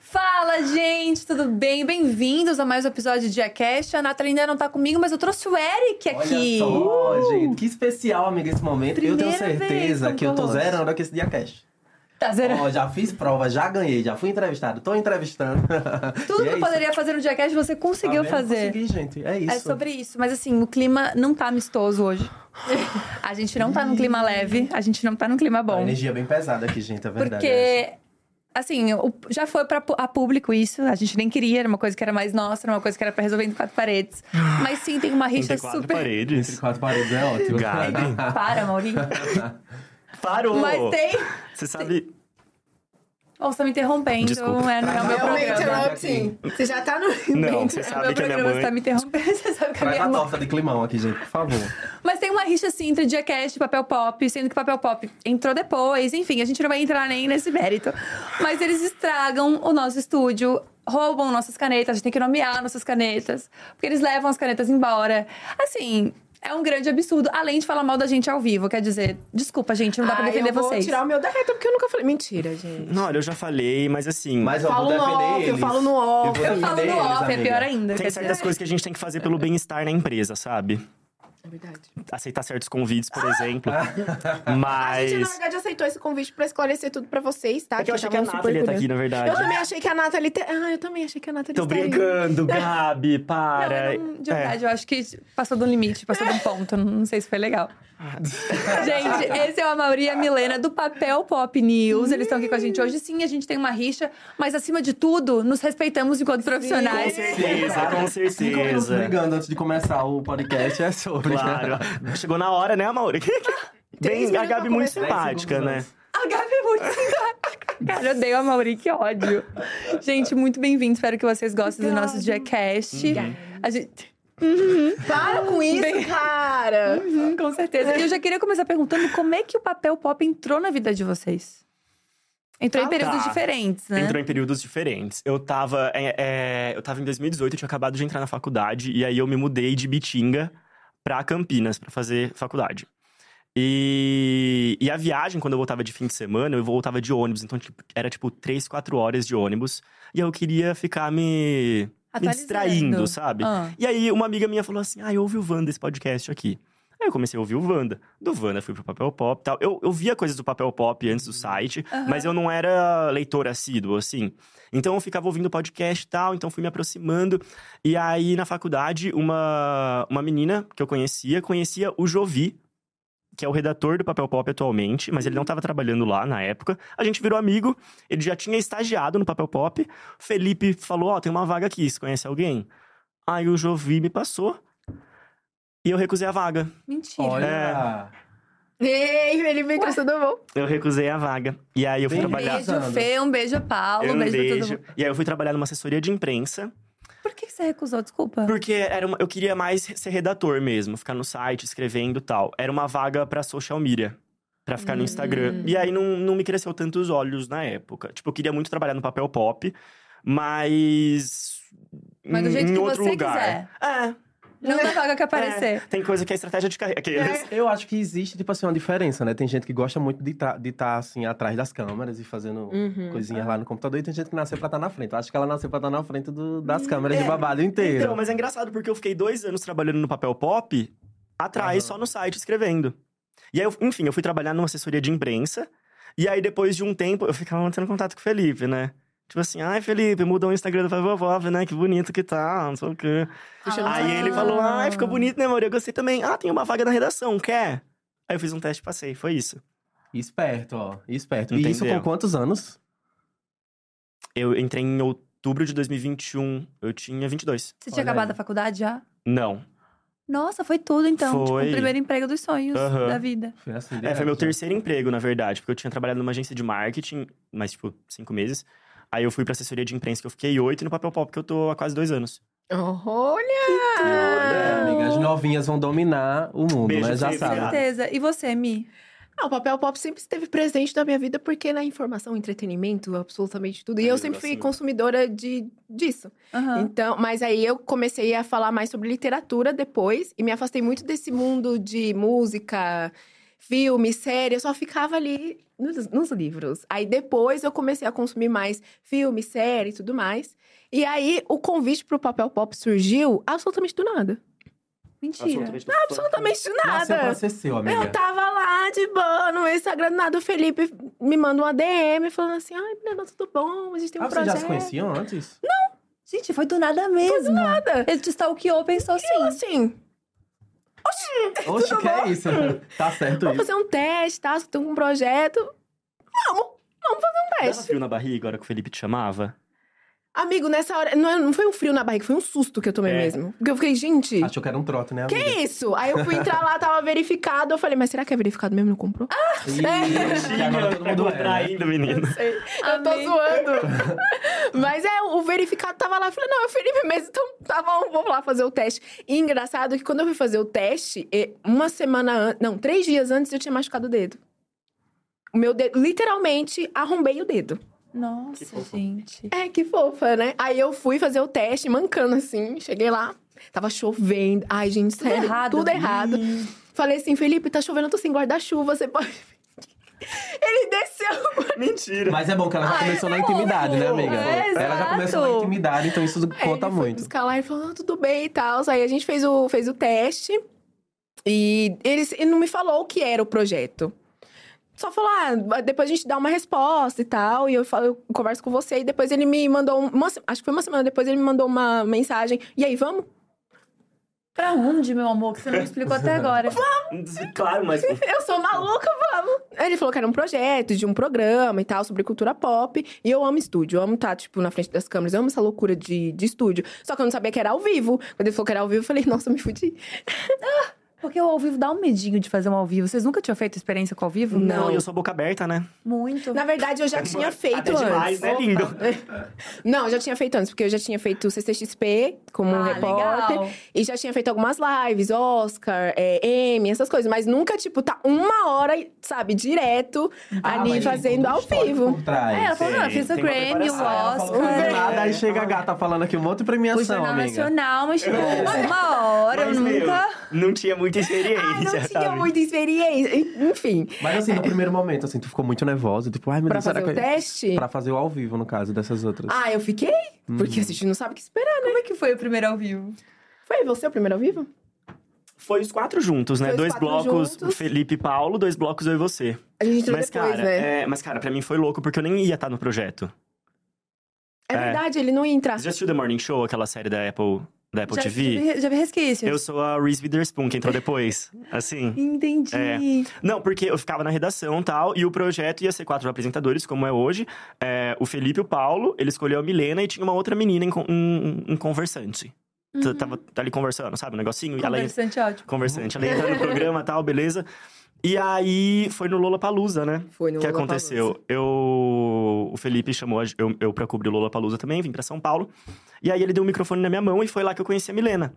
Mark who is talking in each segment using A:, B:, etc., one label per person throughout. A: Fala, gente, tudo bem? Bem-vindos a mais um episódio de Jackass. A Nathalie ainda não tá comigo, mas eu trouxe o Eric aqui. Uh!
B: Olha só, gente. Que especial, amiga, esse momento. eu tenho
A: Primeira
B: certeza
A: vez
B: que eu tô
A: conosco.
B: zerando aqui esse dia cash.
A: Tá zerando.
B: Ó, já fiz prova, já ganhei, já fui entrevistado, tô entrevistando.
A: Tudo
B: E
A: que
B: é
A: eu poderia fazer no Jackass, você
B: isso. Tá
A: conseguiu
B: vendo?
A: fazer.
B: Consegui, gente. É isso.
A: É sobre isso, mas assim, o clima não tá amistoso hoje. A gente não tá num clima leve, a gente não tá num clima
B: A
A: bom.
B: energia bem pesada aqui, gente, é verdade. é.
A: Porque, assim, o- já foi pra, pu- a público isso. A gente nem queria, era uma coisa que era mais nossa, era uma coisa que era pra resolver entre quatro paredes. Mas sim, tem uma rixa
C: Entre quatro
A: super.
B: Entre
C: paredes.
B: quatro paredes é ótimo.
C: Gabi.
A: Para, Maurinho.
C: Parou!
A: Mas tem.
C: Você sabe.
A: Ou você tá me interrompendo,
C: Desculpa.
A: é, não é o meu
D: É o
B: Realmente,
A: programa.
D: interrupting. Você já tá no.
C: Não, você
A: Meu
C: sabe que a minha
A: programa você
C: mãe.
A: tá me interrompendo, você sabe que a
B: Traz
A: minha
B: a
A: mãe...
B: torta de climão aqui, gente, por favor.
A: Mas tem uma rixa assim entre Jackass e Papel Pop, sendo que Papel Pop entrou depois, enfim, a gente não vai entrar nem nesse mérito. Mas eles estragam o nosso estúdio, roubam nossas canetas, a gente tem que nomear nossas canetas, porque eles levam as canetas embora. Assim, é um grande absurdo, além de falar mal da gente ao vivo, quer dizer, desculpa, gente, não dá pra
D: Ah,
A: defender
D: eu vou
A: vocês.
D: tirar o meu da reta, porque eu nunca falei. Mentira, gente.
C: Não, olha, eu já falei, mas assim.
B: Mas ó, vou
D: Falo no
B: defender
D: off, eu
B: eles.
D: falo no off.
B: vou
A: Eu falo
B: defender
A: no
B: eles,
A: off, é
B: amiga.
A: pior ainda.
C: tem
A: quer
C: certas
A: dizer.
C: coisas que a gente tem que fazer pelo bem-estar na empresa, sabe?
D: É verdade.
C: Aceitar certos convites,
A: Ah!
C: por exemplo.
D: A gente, na
C: Mas.
D: verdade, aceitou esse convite pra esclarecer tudo pra vocês, tá?
C: É que eu achei que a
D: estavam
C: Nathalie ia
D: super
C: tá aqui, na verdade.
D: curiosos. Eu também achei que a Nathalie. Te... Ah, eu também achei que a Nathalie
C: Tô
D: estaria.
C: brincando, Gabi,
A: Não,
C: para. É,
A: eu não- de verdade, eu acho que passou do limite, passou do ponto. Não sei se foi legal. gente, esse é o Amauri e a Milena do Papel Pop News. Eles estão aqui com a gente hoje. Sim, a gente tem uma rixa, mas acima de tudo, nos respeitamos enquanto
C: Com
A: profissionais.
C: certeza, com
B: Cinco minutos
C: certeza.
B: brigando antes de começar o podcast é sobre.
C: Claro. Chegou na hora, né, Amaury?
D: Três
C: Bem, a
D: minutos
C: Gabi
D: pra
C: muito
D: começar.
C: simpática, né?
A: A Gabi é muito simpática. Cara, eu odeio a Mauri, que ódio. Gente, muito bem-vindo. Espero que vocês gostem do nosso Diacast.
C: Uhum.
A: A gente.
D: Para com isso,
A: Bem-
D: cara!
A: Hum, com certeza. E eu já queria começar perguntando como é que o papel pop entrou na vida de vocês? Entrou em
C: Ah,
A: períodos
C: tá.
A: diferentes, né?
C: Entrou em períodos diferentes. Eu tava. é, é, eu tava em 2018, eu tinha acabado de entrar na faculdade, e aí eu me mudei de Bitinga pra Campinas pra fazer faculdade. E, e a viagem, quando eu voltava de fim de semana, eu voltava de ônibus, então tipo, era tipo 3, 4 horas de ônibus. E eu queria ficar me, me
A: Atualizando.
C: distraindo, sabe?
A: Ah.
C: E aí uma amiga minha falou assim: Ah, eu ouvi o Wanda esse podcast aqui. Aí eu comecei a ouvir o Wanda. Do Wanda fui pro papel pop e tal. Eu, eu via coisas do papel pop antes do site, mas eu não era leitor assíduo, assim. Então eu ficava ouvindo podcast e tal, então fui me aproximando. E aí, na faculdade, uma, uma menina que eu conhecia, conhecia o Jovi, que é o redator do Papel Pop atualmente, mas ele não estava trabalhando lá na época. A gente virou amigo, ele já tinha estagiado no Papel Pop. Felipe falou: Ó, tem uma vaga aqui, você conhece alguém? Aí o Jovi me passou. E eu recusei a vaga.
A: Mentira. É.
C: É.
B: Olha.
D: Ei, ele veio com tudo bom.
C: Eu recusei a vaga. E aí eu fui
B: Bem
A: Um
C: trabalhar.
A: beijo,
B: Palhaçando.
A: Fê, um beijo, Paulo, um
C: Eu
A: beijo, pra todo
C: beijo.
A: mundo.
C: E aí eu fui trabalhar numa assessoria de imprensa.
A: Por que que você recusou? Desculpa.
C: Porque era uma- eu queria mais ser redator mesmo, ficar no site, escrevendo e tal. Era uma vaga pra social media, pra ficar no
A: Hum.
C: Instagram. E aí não, não me cresceu tanto os olhos na época. Tipo, eu queria muito trabalhar no papel pop, mas.
A: Mas do
C: em-
A: jeito
C: em
A: que
C: outro
A: você
C: lugar.
A: quiser.
C: É.
A: Não dá vaga que aparecer.
C: Tem coisa que é estratégia de carreira. Aqueles...
D: É.
B: Eu acho que existe, tipo assim, uma diferença, né? Tem gente que gosta muito de estar, assim, atrás das câmeras e fazendo
D: Uhum.
B: coisinhas lá no computador. E tem gente que nasceu pra estar na frente. Eu acho que ela nasceu pra estar na frente do-
D: Hum,
B: das câmeras de babado inteiro.
C: Então, mas é engraçado porque eu fiquei dois anos trabalhando no papel pop, atrás,
B: Aham.
C: só no site, escrevendo. E aí, eu- enfim, eu fui trabalhar numa assessoria de imprensa. E aí, depois de um tempo, eu ficava mantendo contato com o Felipe, né? Tipo assim, ai, Felipe, mudou o Instagram da Fábio Vovó, né? Que bonito que tá, não sei o quê. Aí
B: Ah.
C: ele falou, ai, ficou bonito, né, amor? Eu gostei também. Ah, tem uma vaga na redação, quer? Aí eu fiz um teste e passei, foi isso.
B: Esperto, ó. Esperto. E isso
C: Entendeu.
B: com quantos anos?
C: Eu entrei em outubro de 2021, eu tinha 22.
A: Você tinha
B: Olha
A: acabado
B: aí.
A: a faculdade já?
C: Não.
A: Nossa, foi tudo então. Tipo,
C: Foi.
A: o primeiro emprego dos sonhos
C: Aham.
A: da vida.
B: Foi assim.
C: É,
B: direto,
C: foi meu
B: já.
C: terceiro emprego, na verdade, porque eu tinha trabalhado numa agência de marketing, mas tipo, cinco meses. Aí eu fui pra assessoria de imprensa, que eu fiquei oito, e no papel pop, que eu tô há quase dois anos.
D: Olha!
B: É, amiga, as novinhas vão dominar o mundo,
C: Beijo,
B: né? Já
C: Felipe.
B: sabe.
C: Obrigado.
A: Certeza. E você, Mi?
D: Ah, o papel pop sempre esteve presente na minha vida, porque na informação, entretenimento, absolutamente tudo. E
C: Ai,
D: eu
C: eu
D: sempre fui
C: gosto.
D: consumidora de, disso.
A: Aham.
D: Então, mas aí eu comecei a falar mais sobre literatura depois e me afastei muito desse mundo de música, filme, série. Eu só ficava ali nos, nos livros. Aí depois eu comecei a consumir mais filme, série e tudo mais. E aí o convite pro papel pop surgiu absolutamente do nada.
A: Mentira.
D: Absolutamente do
B: Nasceu pra
D: nada.
B: ser seu, amiga.
D: Eu tava lá de boa no Instagram, do nada o Felipe me manda uma DM falando assim: ai, menina, tudo bom, a gente tem um
B: Ah, vocês
D: projeto.
B: já se conheciam antes?
A: Gente, foi do nada mesmo. Do
D: nada.
A: Ele te stalkeou, pensou
C: é
D: Então,
A: assim.
D: assim,
B: Oxe, que é isso? Tá certo
D: Vamos
B: isso.
D: fazer um teste, tá? Estou com um projeto. Vamos! Vamos fazer um
C: Dava
D: teste.
C: frio na barriga, a hora que o Felipe te chamava.
D: Amigo, nessa hora. Não, é- não foi um frio na barriga, foi um susto que eu tomei
C: É.
D: mesmo. Porque eu fiquei, gente.
B: Achou que era um trote, né,
D: Que
B: amiga?
D: isso? Aí eu fui entrar lá, tava verificado. Eu falei, mas será que é verificado mesmo? Não comprou? Ah,
B: Ixi, agora todo mundo é, né?
C: ainda, menino.
D: sei. Eu tô
A: Amei.
D: zoando. mas é, o verificado tava lá. Eu falei, não, é o Felipe mesmo, então tá bom, vamos lá fazer o teste. E engraçado que quando eu fui fazer o teste, eh, uma semana antes. Não, três dias antes eu tinha machucado o dedo. O meu dedo, literalmente, arrombei o dedo.
A: Nossa, gente.
D: É, que fofa, né? Aí eu fui fazer o teste, mancando assim. Cheguei lá, tava chovendo. Ai, gente, tudo sério,
A: errado.
D: tudo errado. Falei assim, Felipe, tá chovendo, eu tô sem guarda-chuva, você pode... Ele desceu.
C: Mentira.
B: Mas é bom que ela já começou na intimidade, né, amiga?
A: É,
B: ela já
A: exato.
B: começou na intimidade, então isso
D: Aí ele
B: conta
D: foi
B: muito.
D: buscar lá e falou, não, tudo bem e tal. Aí a gente fez o, fez o teste. E ele, ele não me falou o que era o projeto. Só falou, ah, depois a gente dá uma resposta e tal. E eu, falo, eu converso com você. E depois ele me mandou, um, uma, se- acho que foi uma semana depois, ele me mandou uma mensagem. E aí, vamos?
A: Pra onde, meu amor, que você não me explicou até agora?
C: Claro, mas.
D: Eu sou maluca, vamos! Aí Ele falou que era um projeto de um programa e tal, sobre cultura pop. E eu amo estúdio, eu amo estar, tipo, na frente das câmeras, eu amo essa loucura de, de estúdio. Só que eu não sabia que era ao vivo. Quando ele falou que era ao vivo, eu falei, nossa, eu me fudi.
A: Porque o ao vivo dá um medinho de fazer um ao vivo. Vocês nunca tinham feito experiência com ao vivo?
C: Não, eu sou boca aberta, né?
A: Muito.
D: Na verdade, eu já tinha feito
C: Até
D: antes.
C: Tá demais, né, lindo?
D: Não, eu já tinha feito antes, porque eu já tinha feito CCXP como
A: Ah,
D: repórter.
A: legal.
D: E já tinha feito algumas lives, Oscar, é, Emmy, essas coisas. Mas nunca, tipo, tá uma hora, sabe, direto
B: Ah,
D: ali
B: mas tem
D: fazendo
B: todo um
D: ao
B: histórico
D: vivo.
C: né?
B: Por trás.
A: É, ela é. falou,
C: Tem-
A: não, eu fiz o
C: tem uma
A: Grammy, o
C: preparação.
B: Ela falou que
A: Oscar.
B: nada, aí chega a gata falando aqui um monte de
A: O
B: premiação,
A: Jornal
B: amiga. É.
A: Nacional, mas tipo, uma hora, eu
C: Mas, meu,
A: nunca...
C: não tinha muita experiência,
D: Ai, Ah, não Então, tinha
C: sabe?
D: muita experiência. Enfim.
B: Mas assim, no primeiro momento, assim, tu ficou muito nervosa. Tipo, ai meu
D: Pra
B: Deus, será
D: fazer
B: que...
D: o teste?
B: Pra fazer o ao vivo, no caso, dessas outras.
D: Ah, eu fiquei? Porque a
C: Hum.
D: gente não sabe o que esperar, né?
A: Como é que foi o primeiro ao vivo?
D: Foi
C: é
D: você o primeiro ao vivo?
C: Foi os quatro juntos, né?
D: Foi os
C: Dois
D: quatro
C: blocos,
D: juntos.
C: Felipe e Paulo, dois blocos eu e você.
D: A gente entrou
C: Mas,
D: depois,
C: cara,
D: né?
C: é, mas, cara, pra mim foi louco, porque eu nem ia estar no projeto.
D: É,
C: é.
D: verdade, ele não ia entrar.
C: Você já assistiu The Morning Show, aquela série da Apple, da Apple
A: já,
C: TV?
A: já vi- Já vi resquício.
C: Eu sou a Reese Witherspoon, que entrou depois. Assim.
A: Entendi.
C: É. Não, porque eu ficava na redação e tal, e o projeto ia ser quatro apresentadores, como é hoje. É, o Felipe e o Paulo, ele escolheu a Milena e tinha uma outra menina em, con- um, um conversante. T- Tava ali conversando, sabe? Um negocinho. e Ela ia,
A: Conversante ótimo.
C: conversante. Ela ia entrar no programa e tal, beleza. E aí foi no Lollapalooza, né?
D: Foi no
C: O que
D: Lollapalooza.
C: aconteceu? Eu. O Felipe chamou a ge- eu, eu pra cobrir o Lollapalooza também, vim pra São Paulo. E aí ele deu o microfone na minha mão e foi lá que eu conheci a Milena.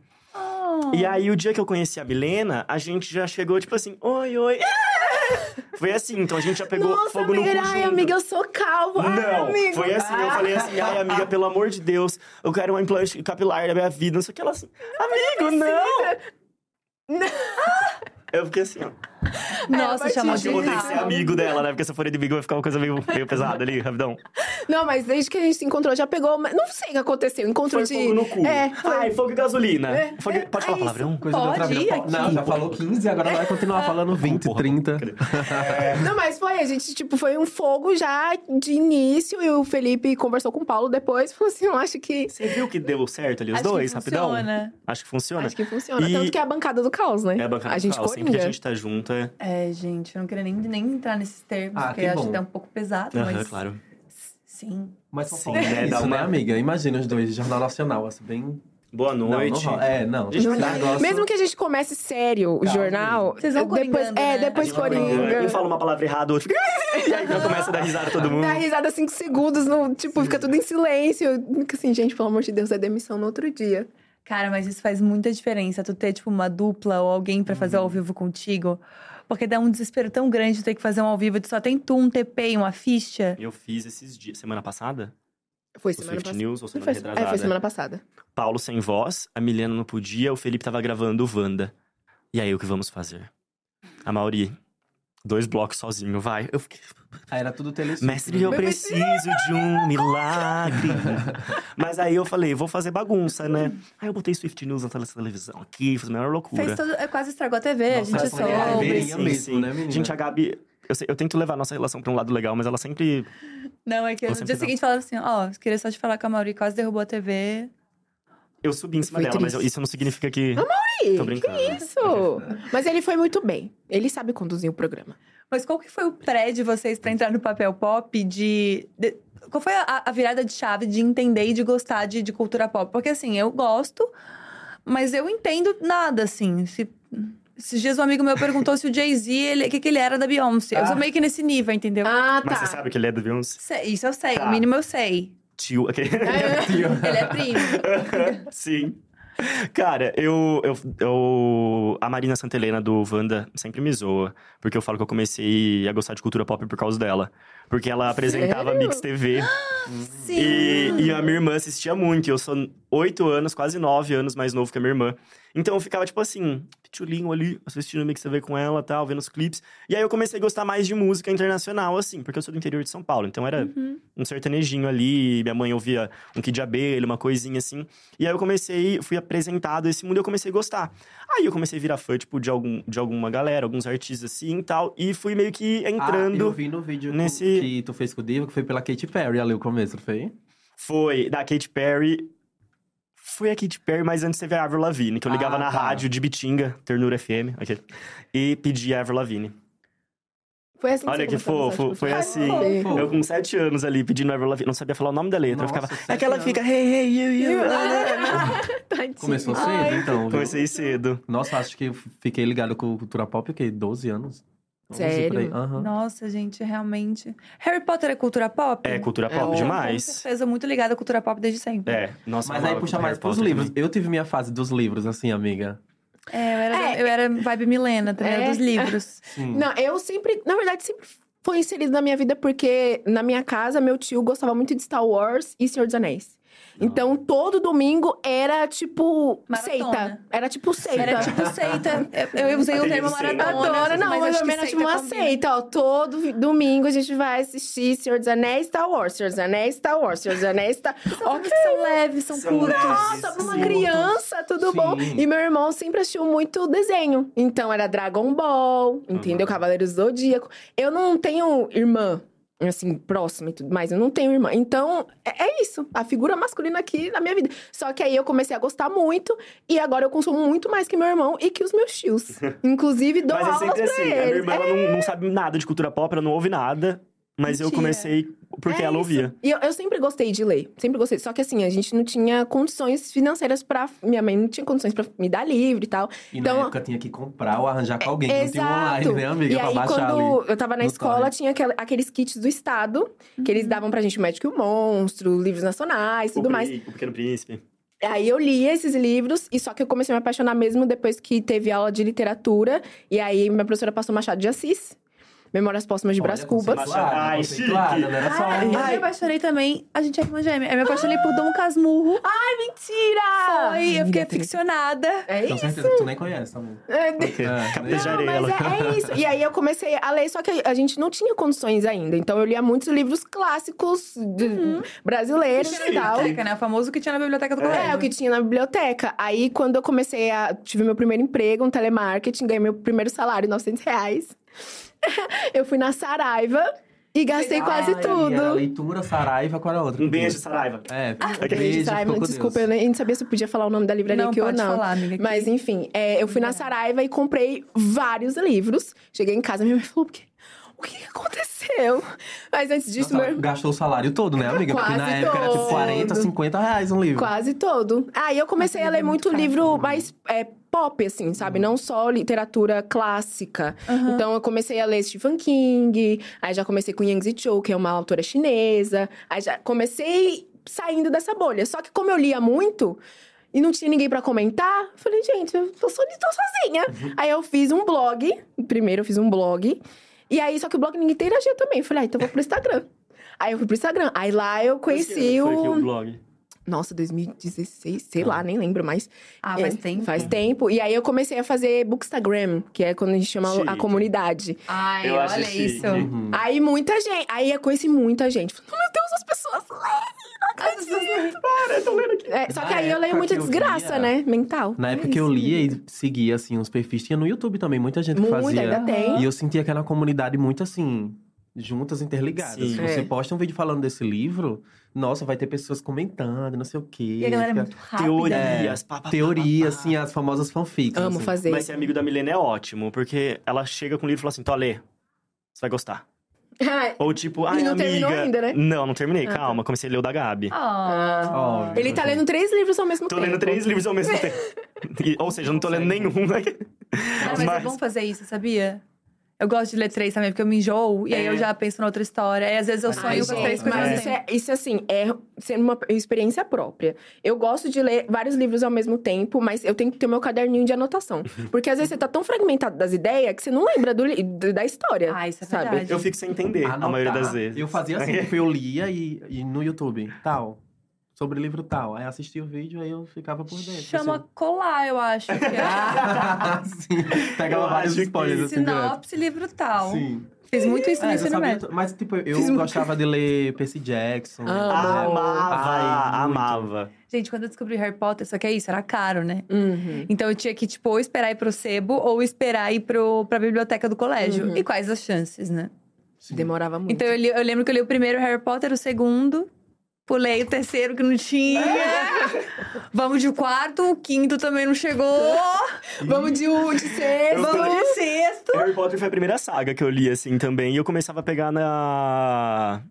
C: E aí, o dia que eu conheci a Milena, a gente já chegou, tipo assim, oi, oi. Foi assim, então a gente já pegou
D: Nossa,
C: fogo
D: amiga,
C: no cu
D: ai,
C: junto.
D: amiga, eu sou calvo. Ai,
C: Não,
D: amigo.
C: foi assim, eu
D: Ah.
C: falei assim, ai amiga, pelo amor de Deus, eu quero um implante capilar da minha vida, não sei o que ela assim, amigo, não! Eu fiquei assim, ó,
A: Nossa,
D: vai
A: chamou
D: te
C: acho
A: de
C: que eu vou ter que
A: carro.
C: ser amigo dela, né, porque se eu for inimigo vai ficar uma coisa meio, meio pesada ali, rapidão.
D: Não, mas desde que a gente se encontrou, já pegou. mas Não sei o que aconteceu. Encontro
C: Foi
D: de.
C: fogo no cu.
D: É, foi.
C: Ai, fogo e gasolina.
D: É,
C: Fogo-
D: é,
C: Pode
D: é
C: falar
D: isso.
C: palavrão?
B: Coisa
A: Pode
B: da outra vida.
A: ir aqui.
B: Não, já falou 15, agora vai continuar falando 20,
C: Porra,
B: 30.
C: cadê? é.
D: Não, mas foi, a gente, tipo, foi um fogo já de início. E o Felipe conversou com o Paulo depois. Falou assim: eu acho que.
C: Você viu que deu certo ali os
A: Acho que
C: dois, rapidão?
A: funciona.
C: Acho que funciona.
D: Acho que funciona.
C: E-
D: Tanto que é a bancada do caos, né?
C: É a bancada
D: A
C: do
D: gente
C: caos, sempre que a
D: coringa.
C: gente tá junto é...
A: É, gente, eu não queria nem, nem entrar nesses termos,
B: Ah,
A: porque
B: que
A: eu acho
B: bom.
A: até um pouco pesado,
C: Aham,
A: mas.
C: claro.
A: Sim.
B: Mas só
C: Sim,
B: falta
C: né,
B: isso,
C: dá uma-
B: né, amiga? Imagina os dois, Jornal Nacional, assim, bem...
C: Boa noite.
B: Não, não, rola. é, não.
C: Gente,
B: Esse
C: não dá.
B: negócio-
D: Mesmo que a gente comece sério o
B: Tá,
D: jornal.
A: Vocês vão
D: depois,
A: coringando,
D: É,
A: né?
D: depois
C: Gente, não,
D: coringa.
C: Um fala um. uma palavra errada, o outro fica... E aí começa a dar risada todo mundo.
D: Dá risada cinco segundos, não, tipo, fica tudo em silêncio. Eu fico assim, gente, pelo amor de Deus, é demissão no outro dia.
A: Cara, mas isso faz muita diferença, tu ter, tipo, uma dupla ou alguém pra fazer
B: Uhum.
A: ao vivo contigo. Porque dá um desespero tão grande tu ter que fazer um ao vivo, tu só tem tu, um TP e uma ficha.
C: Eu fiz esses dias, semana passada?
D: Foi
C: O
D: semana
C: Swift
D: passada.
C: News ou
D: Não
C: semana
D: foi,
C: retrasada?
D: é, foi semana passada.
C: Paulo sem voz, a Milena não podia, o Felipe tava gravando o Wanda. E aí, o que vamos fazer? A Mauri, dois blocos sozinho, vai. Eu fiquei,
B: Ah, era tudo telesur.
C: mestre, eu
D: Meu
C: preciso de um milagre. Mas aí eu falei, vou fazer bagunça, né? Aí eu botei Swift News na tele- televisão aqui, fiz a maior loucura.
A: Fez todo, é, quase estragou a TV,
B: Nossa,
A: a gente
B: essa mulher é
A: soube.
B: bem- mesmo, né, menina?
C: Gente, a Gabi, eu, sei- eu tento levar a nossa relação pra um lado legal, mas ela sempre.
A: Não, é que
C: Ela
A: no
C: sempre
A: dia
C: dá.
A: seguinte falaram assim, ó, queria só te falar que a Mauri quase derrubou a TV.
C: Eu subi em cima
D: Foi
C: dela, mas eu-
D: triste.
C: isso não significa que.
D: Ih,
C: Tô brincando.
D: Que isso? Mas ele foi muito bem. Ele sabe conduzir o programa.
A: Mas qual que foi o pré de vocês pra entrar no papel pop de. de- qual foi a, a virada de chave de entender e de gostar de, de cultura pop? Porque assim, eu gosto, mas eu entendo nada, assim. Se- esses dias um amigo meu perguntou se o Jay-Z, ele- o que, que ele era da Beyoncé. Eu sou
B: Ah.
A: meio que nesse nível, entendeu?
D: Ah,
C: Mas você sabe que ele é do Beyoncé?
A: Sei- isso eu sei,
C: Tá.
A: o mínimo eu sei.
C: Tio, aquele.
D: É.
A: ele é primo.
C: Sim. Cara, eu, eu, eu. A Marina Santelena do Wanda sempre me zoa. Porque eu falo que eu comecei a gostar de cultura pop por causa dela. Porque ela apresentava
D: Sério? Ah,
C: Mix TV.
A: Sim.
C: E, e a minha irmã assistia muito. E eu sou oito anos, quase nove anos mais novo que a minha irmã. Então eu ficava, tipo assim, pitulinho ali, assistindo o Mix TV com ela tal, vendo os clipes. E aí eu comecei a gostar mais de música internacional, assim, porque eu sou do interior de São Paulo. Então era um sertanejinho ali, minha mãe ouvia um kid de abelha, uma coisinha assim. E aí eu comecei, fui apresentado a esse mundo e eu comecei a gostar. Aí eu comecei a virar fã, tipo, de, algum, de alguma galera, alguns artistas assim e tal. E fui meio que
B: Ah, eu
C: entrando.
B: vi no vídeo
C: nesse-
B: com- que tu fez com o Diva, que foi pela Katy Perry ali o começo, não foi?
C: Foi da Katy Perry. Foi a Katy Perry, mas antes teve a Avril Lavigne, que eu ligava
B: Ah,
C: na
B: tá.
C: rádio de Bitinga, Ternura FM, aquele, e pedia a Avril Lavigne.
D: Foi assim
C: Olha
D: você
C: que
D: começou a
C: fofo,
D: gostar de
C: foi
D: cultura.
C: assim.
D: Ai,
B: Oh.
D: fofo.
C: Eu com sete anos ali, pedindo Avril Lavigne, não sabia falar o nome da letra,
B: Nossa,
C: eu ficava... É
B: sete
C: aquela que fica, hey, hey, you, you.
D: Tadinho.
B: Começou cedo, então. viu?
C: Comecei cedo.
B: Nossa, acho que eu fiquei ligado com cultura pop, o quê? 12 anos? 11 por
D: Sério?
B: aí. Aham.
A: Nossa, gente, realmente. Harry Potter é cultura pop?
C: É, cultura
D: É,
C: pop
D: ó.
A: Com
C: demais.
A: certeza, muito ligada à cultura pop desde sempre.
C: É,
B: Mas
C: nossa, eu amava
B: aí puxa
C: Harry
B: mais pros
C: Potter
B: livros. Eu tive minha fase dos livros, assim, amiga.
A: É, eu era,
D: É.
A: Eu era vibe Milena, tá ligado?
D: É.
A: Dos livros.
B: Sim.
D: Não, eu sempre, na verdade, sempre foi inserido na minha vida porque na minha casa meu tio gostava muito de Star Wars e Senhor dos Anéis. Então, todo domingo era tipo
A: Maratona.
D: seita. Era tipo seita.
A: Era tipo seita. Eu, eu usei o
C: Aquele
A: termo
C: seita.
A: maratona. assim,
D: Maratona, não,
A: mas
D: mas
A: acho
D: ou
A: que é
D: menos tipo uma
A: combina.
D: seita, ó. Todo vi- domingo a gente vai assistir Senhor dos Anéis, Star Wars, Senhor dos Anéis, Star Wars, Senhor dos Anéis, Star...
A: São filmes que são leves, são
C: São
A: curtos.
C: leves.
D: Nossa, pra uma
C: Sim.
D: criança, tudo
B: Sim.
D: bom. E meu irmão sempre assistiu muito desenho. Então era Dragon Ball, entendeu? Cavaleiros do Zodíaco. Eu não tenho irmã, assim, próxima e tudo mais. Eu não tenho irmã. Então é, é isso. A figura masculina aqui na minha vida. Só que aí eu comecei a gostar muito. E agora eu consumo muito mais que meu irmão e que os meus tios. Inclusive dou
C: Mas é
D: aulas
C: sempre
D: pra
C: assim, a minha
D: eles. É,
C: irmã ela não, não sabe nada de cultura pop, ela não ouve nada. Mas eu
A: Mentira.
C: comecei porque
D: É
C: ela
D: isso.
C: ouvia.
D: E eu, eu sempre gostei de ler, sempre gostei. Só que assim, a gente não tinha condições financeiras pra. Minha mãe não tinha condições pra me dar livro e tal.
B: E
D: Então-
B: na época tinha que comprar ou arranjar com alguém. Não tinha online, né, amiga?
D: e
B: pra
D: aí,
B: baixar
D: quando
B: ali.
D: eu tava na
B: no
D: escola,
B: torrent.
D: tinha aquela- aqueles kits do Estado, que eles davam pra gente o Médico e o Monstro, livros nacionais, tudo
C: o,
D: mais.
C: Pri- o Pequeno Príncipe.
D: Aí eu lia esses livros, e só que eu comecei a me apaixonar mesmo depois que teve aula de literatura. E aí minha professora passou Machado de Assis. Memórias Póstumas de Brás Cubas.
C: Ai, chique.
B: não né? era só
A: Cara, eu me apaixonei também. A gente é irmã gêmea. Eu me apaixonei por Dom Casmurro.
D: Ai, mentira!
A: Foi, eu fiquei
D: Amiga,
A: ficcionada.
D: É
B: Com certeza que tu nem conhece, amor.
D: isso.
C: Capejarei
D: Não,
C: ela.
D: mas é, é isso. E aí eu comecei a ler, só que a gente não tinha condições ainda. Então eu lia muitos livros clássicos de- brasileiros e tal.
A: Biblioteca, né? O famoso que tinha na biblioteca do colégio.
D: É, o que tinha na biblioteca. Aí, quando eu comecei a... Tive meu primeiro emprego, um telemarketing. Ganhei meu primeiro salário, 900 reais. eu fui na Saraiva e gastei quase
B: Ai, Era
D: tudo. Ah,
B: leitura, Saraiva, qual era a outra?
C: Um beijo, Saraiva.
B: É,
C: Beijo,
B: beijo,
D: Saraiva,
B: ficou com
D: desculpa, eu
B: Deus.
D: nem, não sabia se eu podia falar o nome da livraria
A: Não,
D: aqui ou
A: pode
D: não.
A: falar, amiga, que-
D: Mas enfim, é, eu fui na Saraiva e comprei vários livros. Cheguei em casa, minha mãe falou: o que, o que aconteceu? Mas antes
B: Nossa,
D: disso, meu
B: ela
D: irmão.
B: Então tá, gastou o salário todo, né, amiga? Porque na
D: Quase
B: época era tipo
D: todo.
B: 40, 50 reais um livro.
D: Quase todo. Aí eu comecei a
A: Nossa,
D: ler
A: muito caro.
D: muito
A: né? Uhum.
D: livro mais é, pop, assim, sabe? Não só literatura clássica.
A: Aham.
D: Então eu comecei a ler Stephen King, aí já comecei com Yang Zichou, que é uma autora chinesa. Aí já comecei saindo dessa bolha. Só que como eu lia muito e não tinha ninguém pra comentar, eu falei, gente, eu tô, so- tô sozinha.
A: Uhum.
D: Aí eu fiz um blog, primeiro eu fiz um blog. E aí, só que o blog ninguém interagia também. Eu Falei, ah, então eu vou pro Instagram. Aí eu fui pro Instagram. Aí lá eu conheci um
C: Foi aqui
D: o
C: o blog.
D: nossa, 2016, sei lá, nem lembro mais.
A: É. Ah,
D: É,
A: faz tempo.
D: Faz tempo. E aí eu comecei a fazer Bookstagram, que é quando a gente chama a
C: Chique.
D: comunidade.
A: Ai,
C: Eu acho assim,
A: olha
C: chique.
A: isso.
B: Uhum.
D: Aí muita gente, aí eu conheci muita gente. Falei, Meu Deus, as pessoas leem! É, só que
B: Na
D: aí eu leio
B: época
D: muita
B: que eu
D: desgraça,
B: lia-
D: né? Mental.
B: Na
D: É
B: época que eu
D: isso.
B: lia e seguia, assim, uns perfis. Tinha no YouTube também, muita gente que
D: Muita,
B: fazia.
D: ainda tem.
B: E eu sentia aquela comunidade muito assim, juntas, interligadas.
C: Sim.
B: Se você
D: É.
B: posta um vídeo falando desse livro, nossa, vai ter pessoas comentando, não sei o quê.
A: E a galera é
B: Fica-
A: muito rápida.
C: Teorias, pá, pá, pá,
B: Teoria,
C: pá, pá.
B: assim, as famosas fanfics.
D: Amo
B: assim.
D: fazer.
C: Mas ser amigo da Milena é ótimo, porque ela chega com o livro e fala assim: Tó, lê. Você vai gostar.
B: é
D: Ai,
C: Ou tipo, ai,
D: não
C: amiga.
D: terminou ainda, né?
C: Não, não terminei,
D: Ah, tá.
C: calma. Comecei a ler o da Gabi.
A: Ah.
B: Ó,
D: Ele tá lendo três livros ao mesmo
C: tô
D: tempo.
C: lendo três livros ao mesmo tempo. E- ou seja, eu não tô lendo nenhum, né?
A: Cara, mas, é
C: Mas-
A: bom fazer isso, sabia? Eu gosto de ler três também, porque eu me enjoo. E aí
C: É.
A: eu já penso na outra história. E às vezes eu
B: Ai,
A: sonho com as
B: gente,
A: três
D: mas
A: coisas.
D: isso, é, isso, assim, é sendo uma experiência própria. Eu gosto de ler vários livros ao mesmo tempo, mas eu tenho que ter meu caderninho de anotação. Porque às vezes você tá tão fragmentado das ideias que você não lembra do li- do- da história.
A: Ah, isso é
D: sabe?
A: verdade.
C: Eu fico sem entender a
B: anotar.
C: maioria das vezes.
B: Eu fazia assim, tipo, eu lia e, e no YouTube, tal. Sobre livro tal. Aí assistia o vídeo, aí eu ficava por dentro.
A: Chama
B: assim.
A: colar, eu acho. que é.
B: Sim, pegava
C: Eu
B: vários
C: acho que
B: spoilers assim direto.
A: Sinopse, livro tal.
B: Sim.
A: Fiz muito isso no
B: É, eu
A: ensino
B: sabia,
A: médio.
B: tu- mas tipo, eu
D: Fiz muito.
B: gostava de ler Percy Jackson. né?
D: Ah,
B: Tipo,
C: Amava,
B: Ai, muito.
C: amava.
A: Gente, quando eu descobri Harry Potter, só que é isso, era caro, né?
D: Uhum.
A: Então eu tinha que, tipo, ou esperar ir pro sebo ou esperar ir pro, pra biblioteca do colégio. E quais as chances, né?
B: Sim.
D: Demorava muito.
A: Então eu, li- eu lembro que eu li o primeiro Harry Potter, o segundo. Pulei o terceiro que não tinha. Vamos de quarto, o quinto também não chegou.
D: Vamos de um, de sexto.
A: Vamos de sexto.
C: Harry Potter foi a primeira saga que eu li, assim, também. E eu começava a pegar na.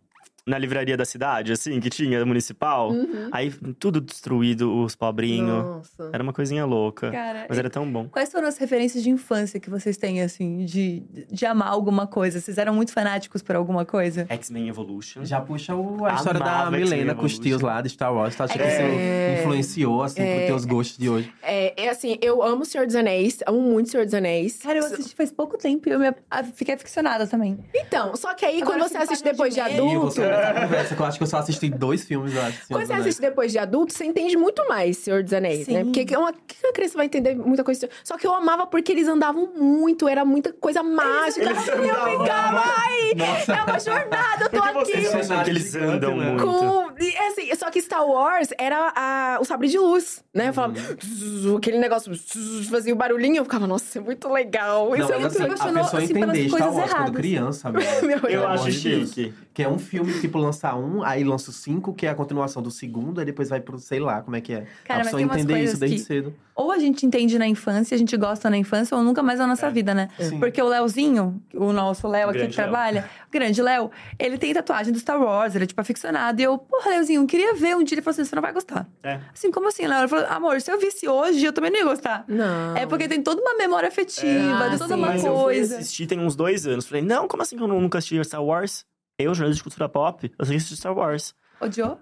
C: Na livraria da cidade, assim, que tinha, municipal. Aí tudo destruído, os pobrinhos.
D: Uhum. Nossa.
C: Era uma coisinha louca.
A: Cara,
C: mas era tão bom.
A: Quais foram as referências de infância que vocês têm, assim, de, de amar alguma coisa? Vocês eram muito fanáticos por alguma coisa?
C: X-Men Evolution.
B: Já puxa o- a história da
C: Amava
B: Milena
C: X-Men
B: com os tios
C: Evolution.
B: lá de Star Wars. Tá? Acho que
D: É.
B: isso influenciou, assim, pros teus gostos de hoje.
D: É, é assim, eu amo Senhor dos Anéis, amo muito Senhor dos Anéis.
A: Cara, eu assisti faz pouco tempo e eu me- ah, fiquei aficionada também.
D: Então, só que aí
A: Agora eu
D: quando você
A: fico
D: assiste
A: pagando
D: depois de
A: de
B: E eu vou
D: adulto.
B: sobre essa conversa, que eu acho que eu só assisti dois filmes, eu acho.
D: Quando você
B: né?
D: assiste depois de adulto, você entende muito mais Senhor dos Anéis,
A: Sim.
D: né? Porque que uma, que uma criança vai entender muita coisa. Só que eu amava porque eles andavam muito, era muita coisa mágica.
C: andavam.
D: e eu ficava, ai,
B: Nossa.
D: é uma jornada, eu tô
C: Porque
D: aqui.
C: vocês acham que eles andam
B: Com-
C: muito.
D: Com... e, assim, só que Star Wars era a- o sabre de luz, né? Eu falava,
B: Uhum.
D: "Zzz", aquele negócio, zzz, fazia o barulhinho. Eu ficava, nossa, isso é muito legal. Isso
B: Não,
D: é
B: mas
D: muito
B: assim,
D: legal.
B: a
A: apaixonou,
B: pessoa
A: assim, pelas
B: entender Star
A: coisas
B: Wars quando
A: erradas.
B: criança, né? amiga.
D: Meu,
C: Eu
B: Pelo
C: acho
B: amor de Deus.
C: chique.
B: Que é um filme, tipo, lança um, aí lança o cinco, que é a continuação do segundo, aí depois vai pro, sei lá, como é que é.
A: Cara,
B: a
A: mas
B: pessoa
A: tem umas
B: entender isso
A: coisas
B: desde
A: que-
B: cedo.
A: Ou a gente entende na infância, a gente gosta na infância, ou nunca mais na nossa vida, né?
B: Sim.
A: Porque o Léozinho, o nosso Léo aqui
C: É. Grande
A: que
C: Léo.
A: trabalha, o grande Léo, ele tem tatuagem do Star Wars, ele é tipo aficionado. E eu, porra, Léozinho, queria ver um dia. Ele falou assim: você não vai gostar.
C: É.
A: Assim, como assim, Léo? Ele falou: amor, se eu visse hoje, eu também não ia gostar.
D: Não.
A: É porque tem toda uma memória afetiva,
D: É.
A: tem toda uma
C: Ah, Mas eu fui
A: coisa.
C: assistir tem uns dois anos. Falei, não, como assim que eu nunca assisti Star Wars? Eu, jornalista de cultura pop, eu só assisti Star Wars.
A: Odiou?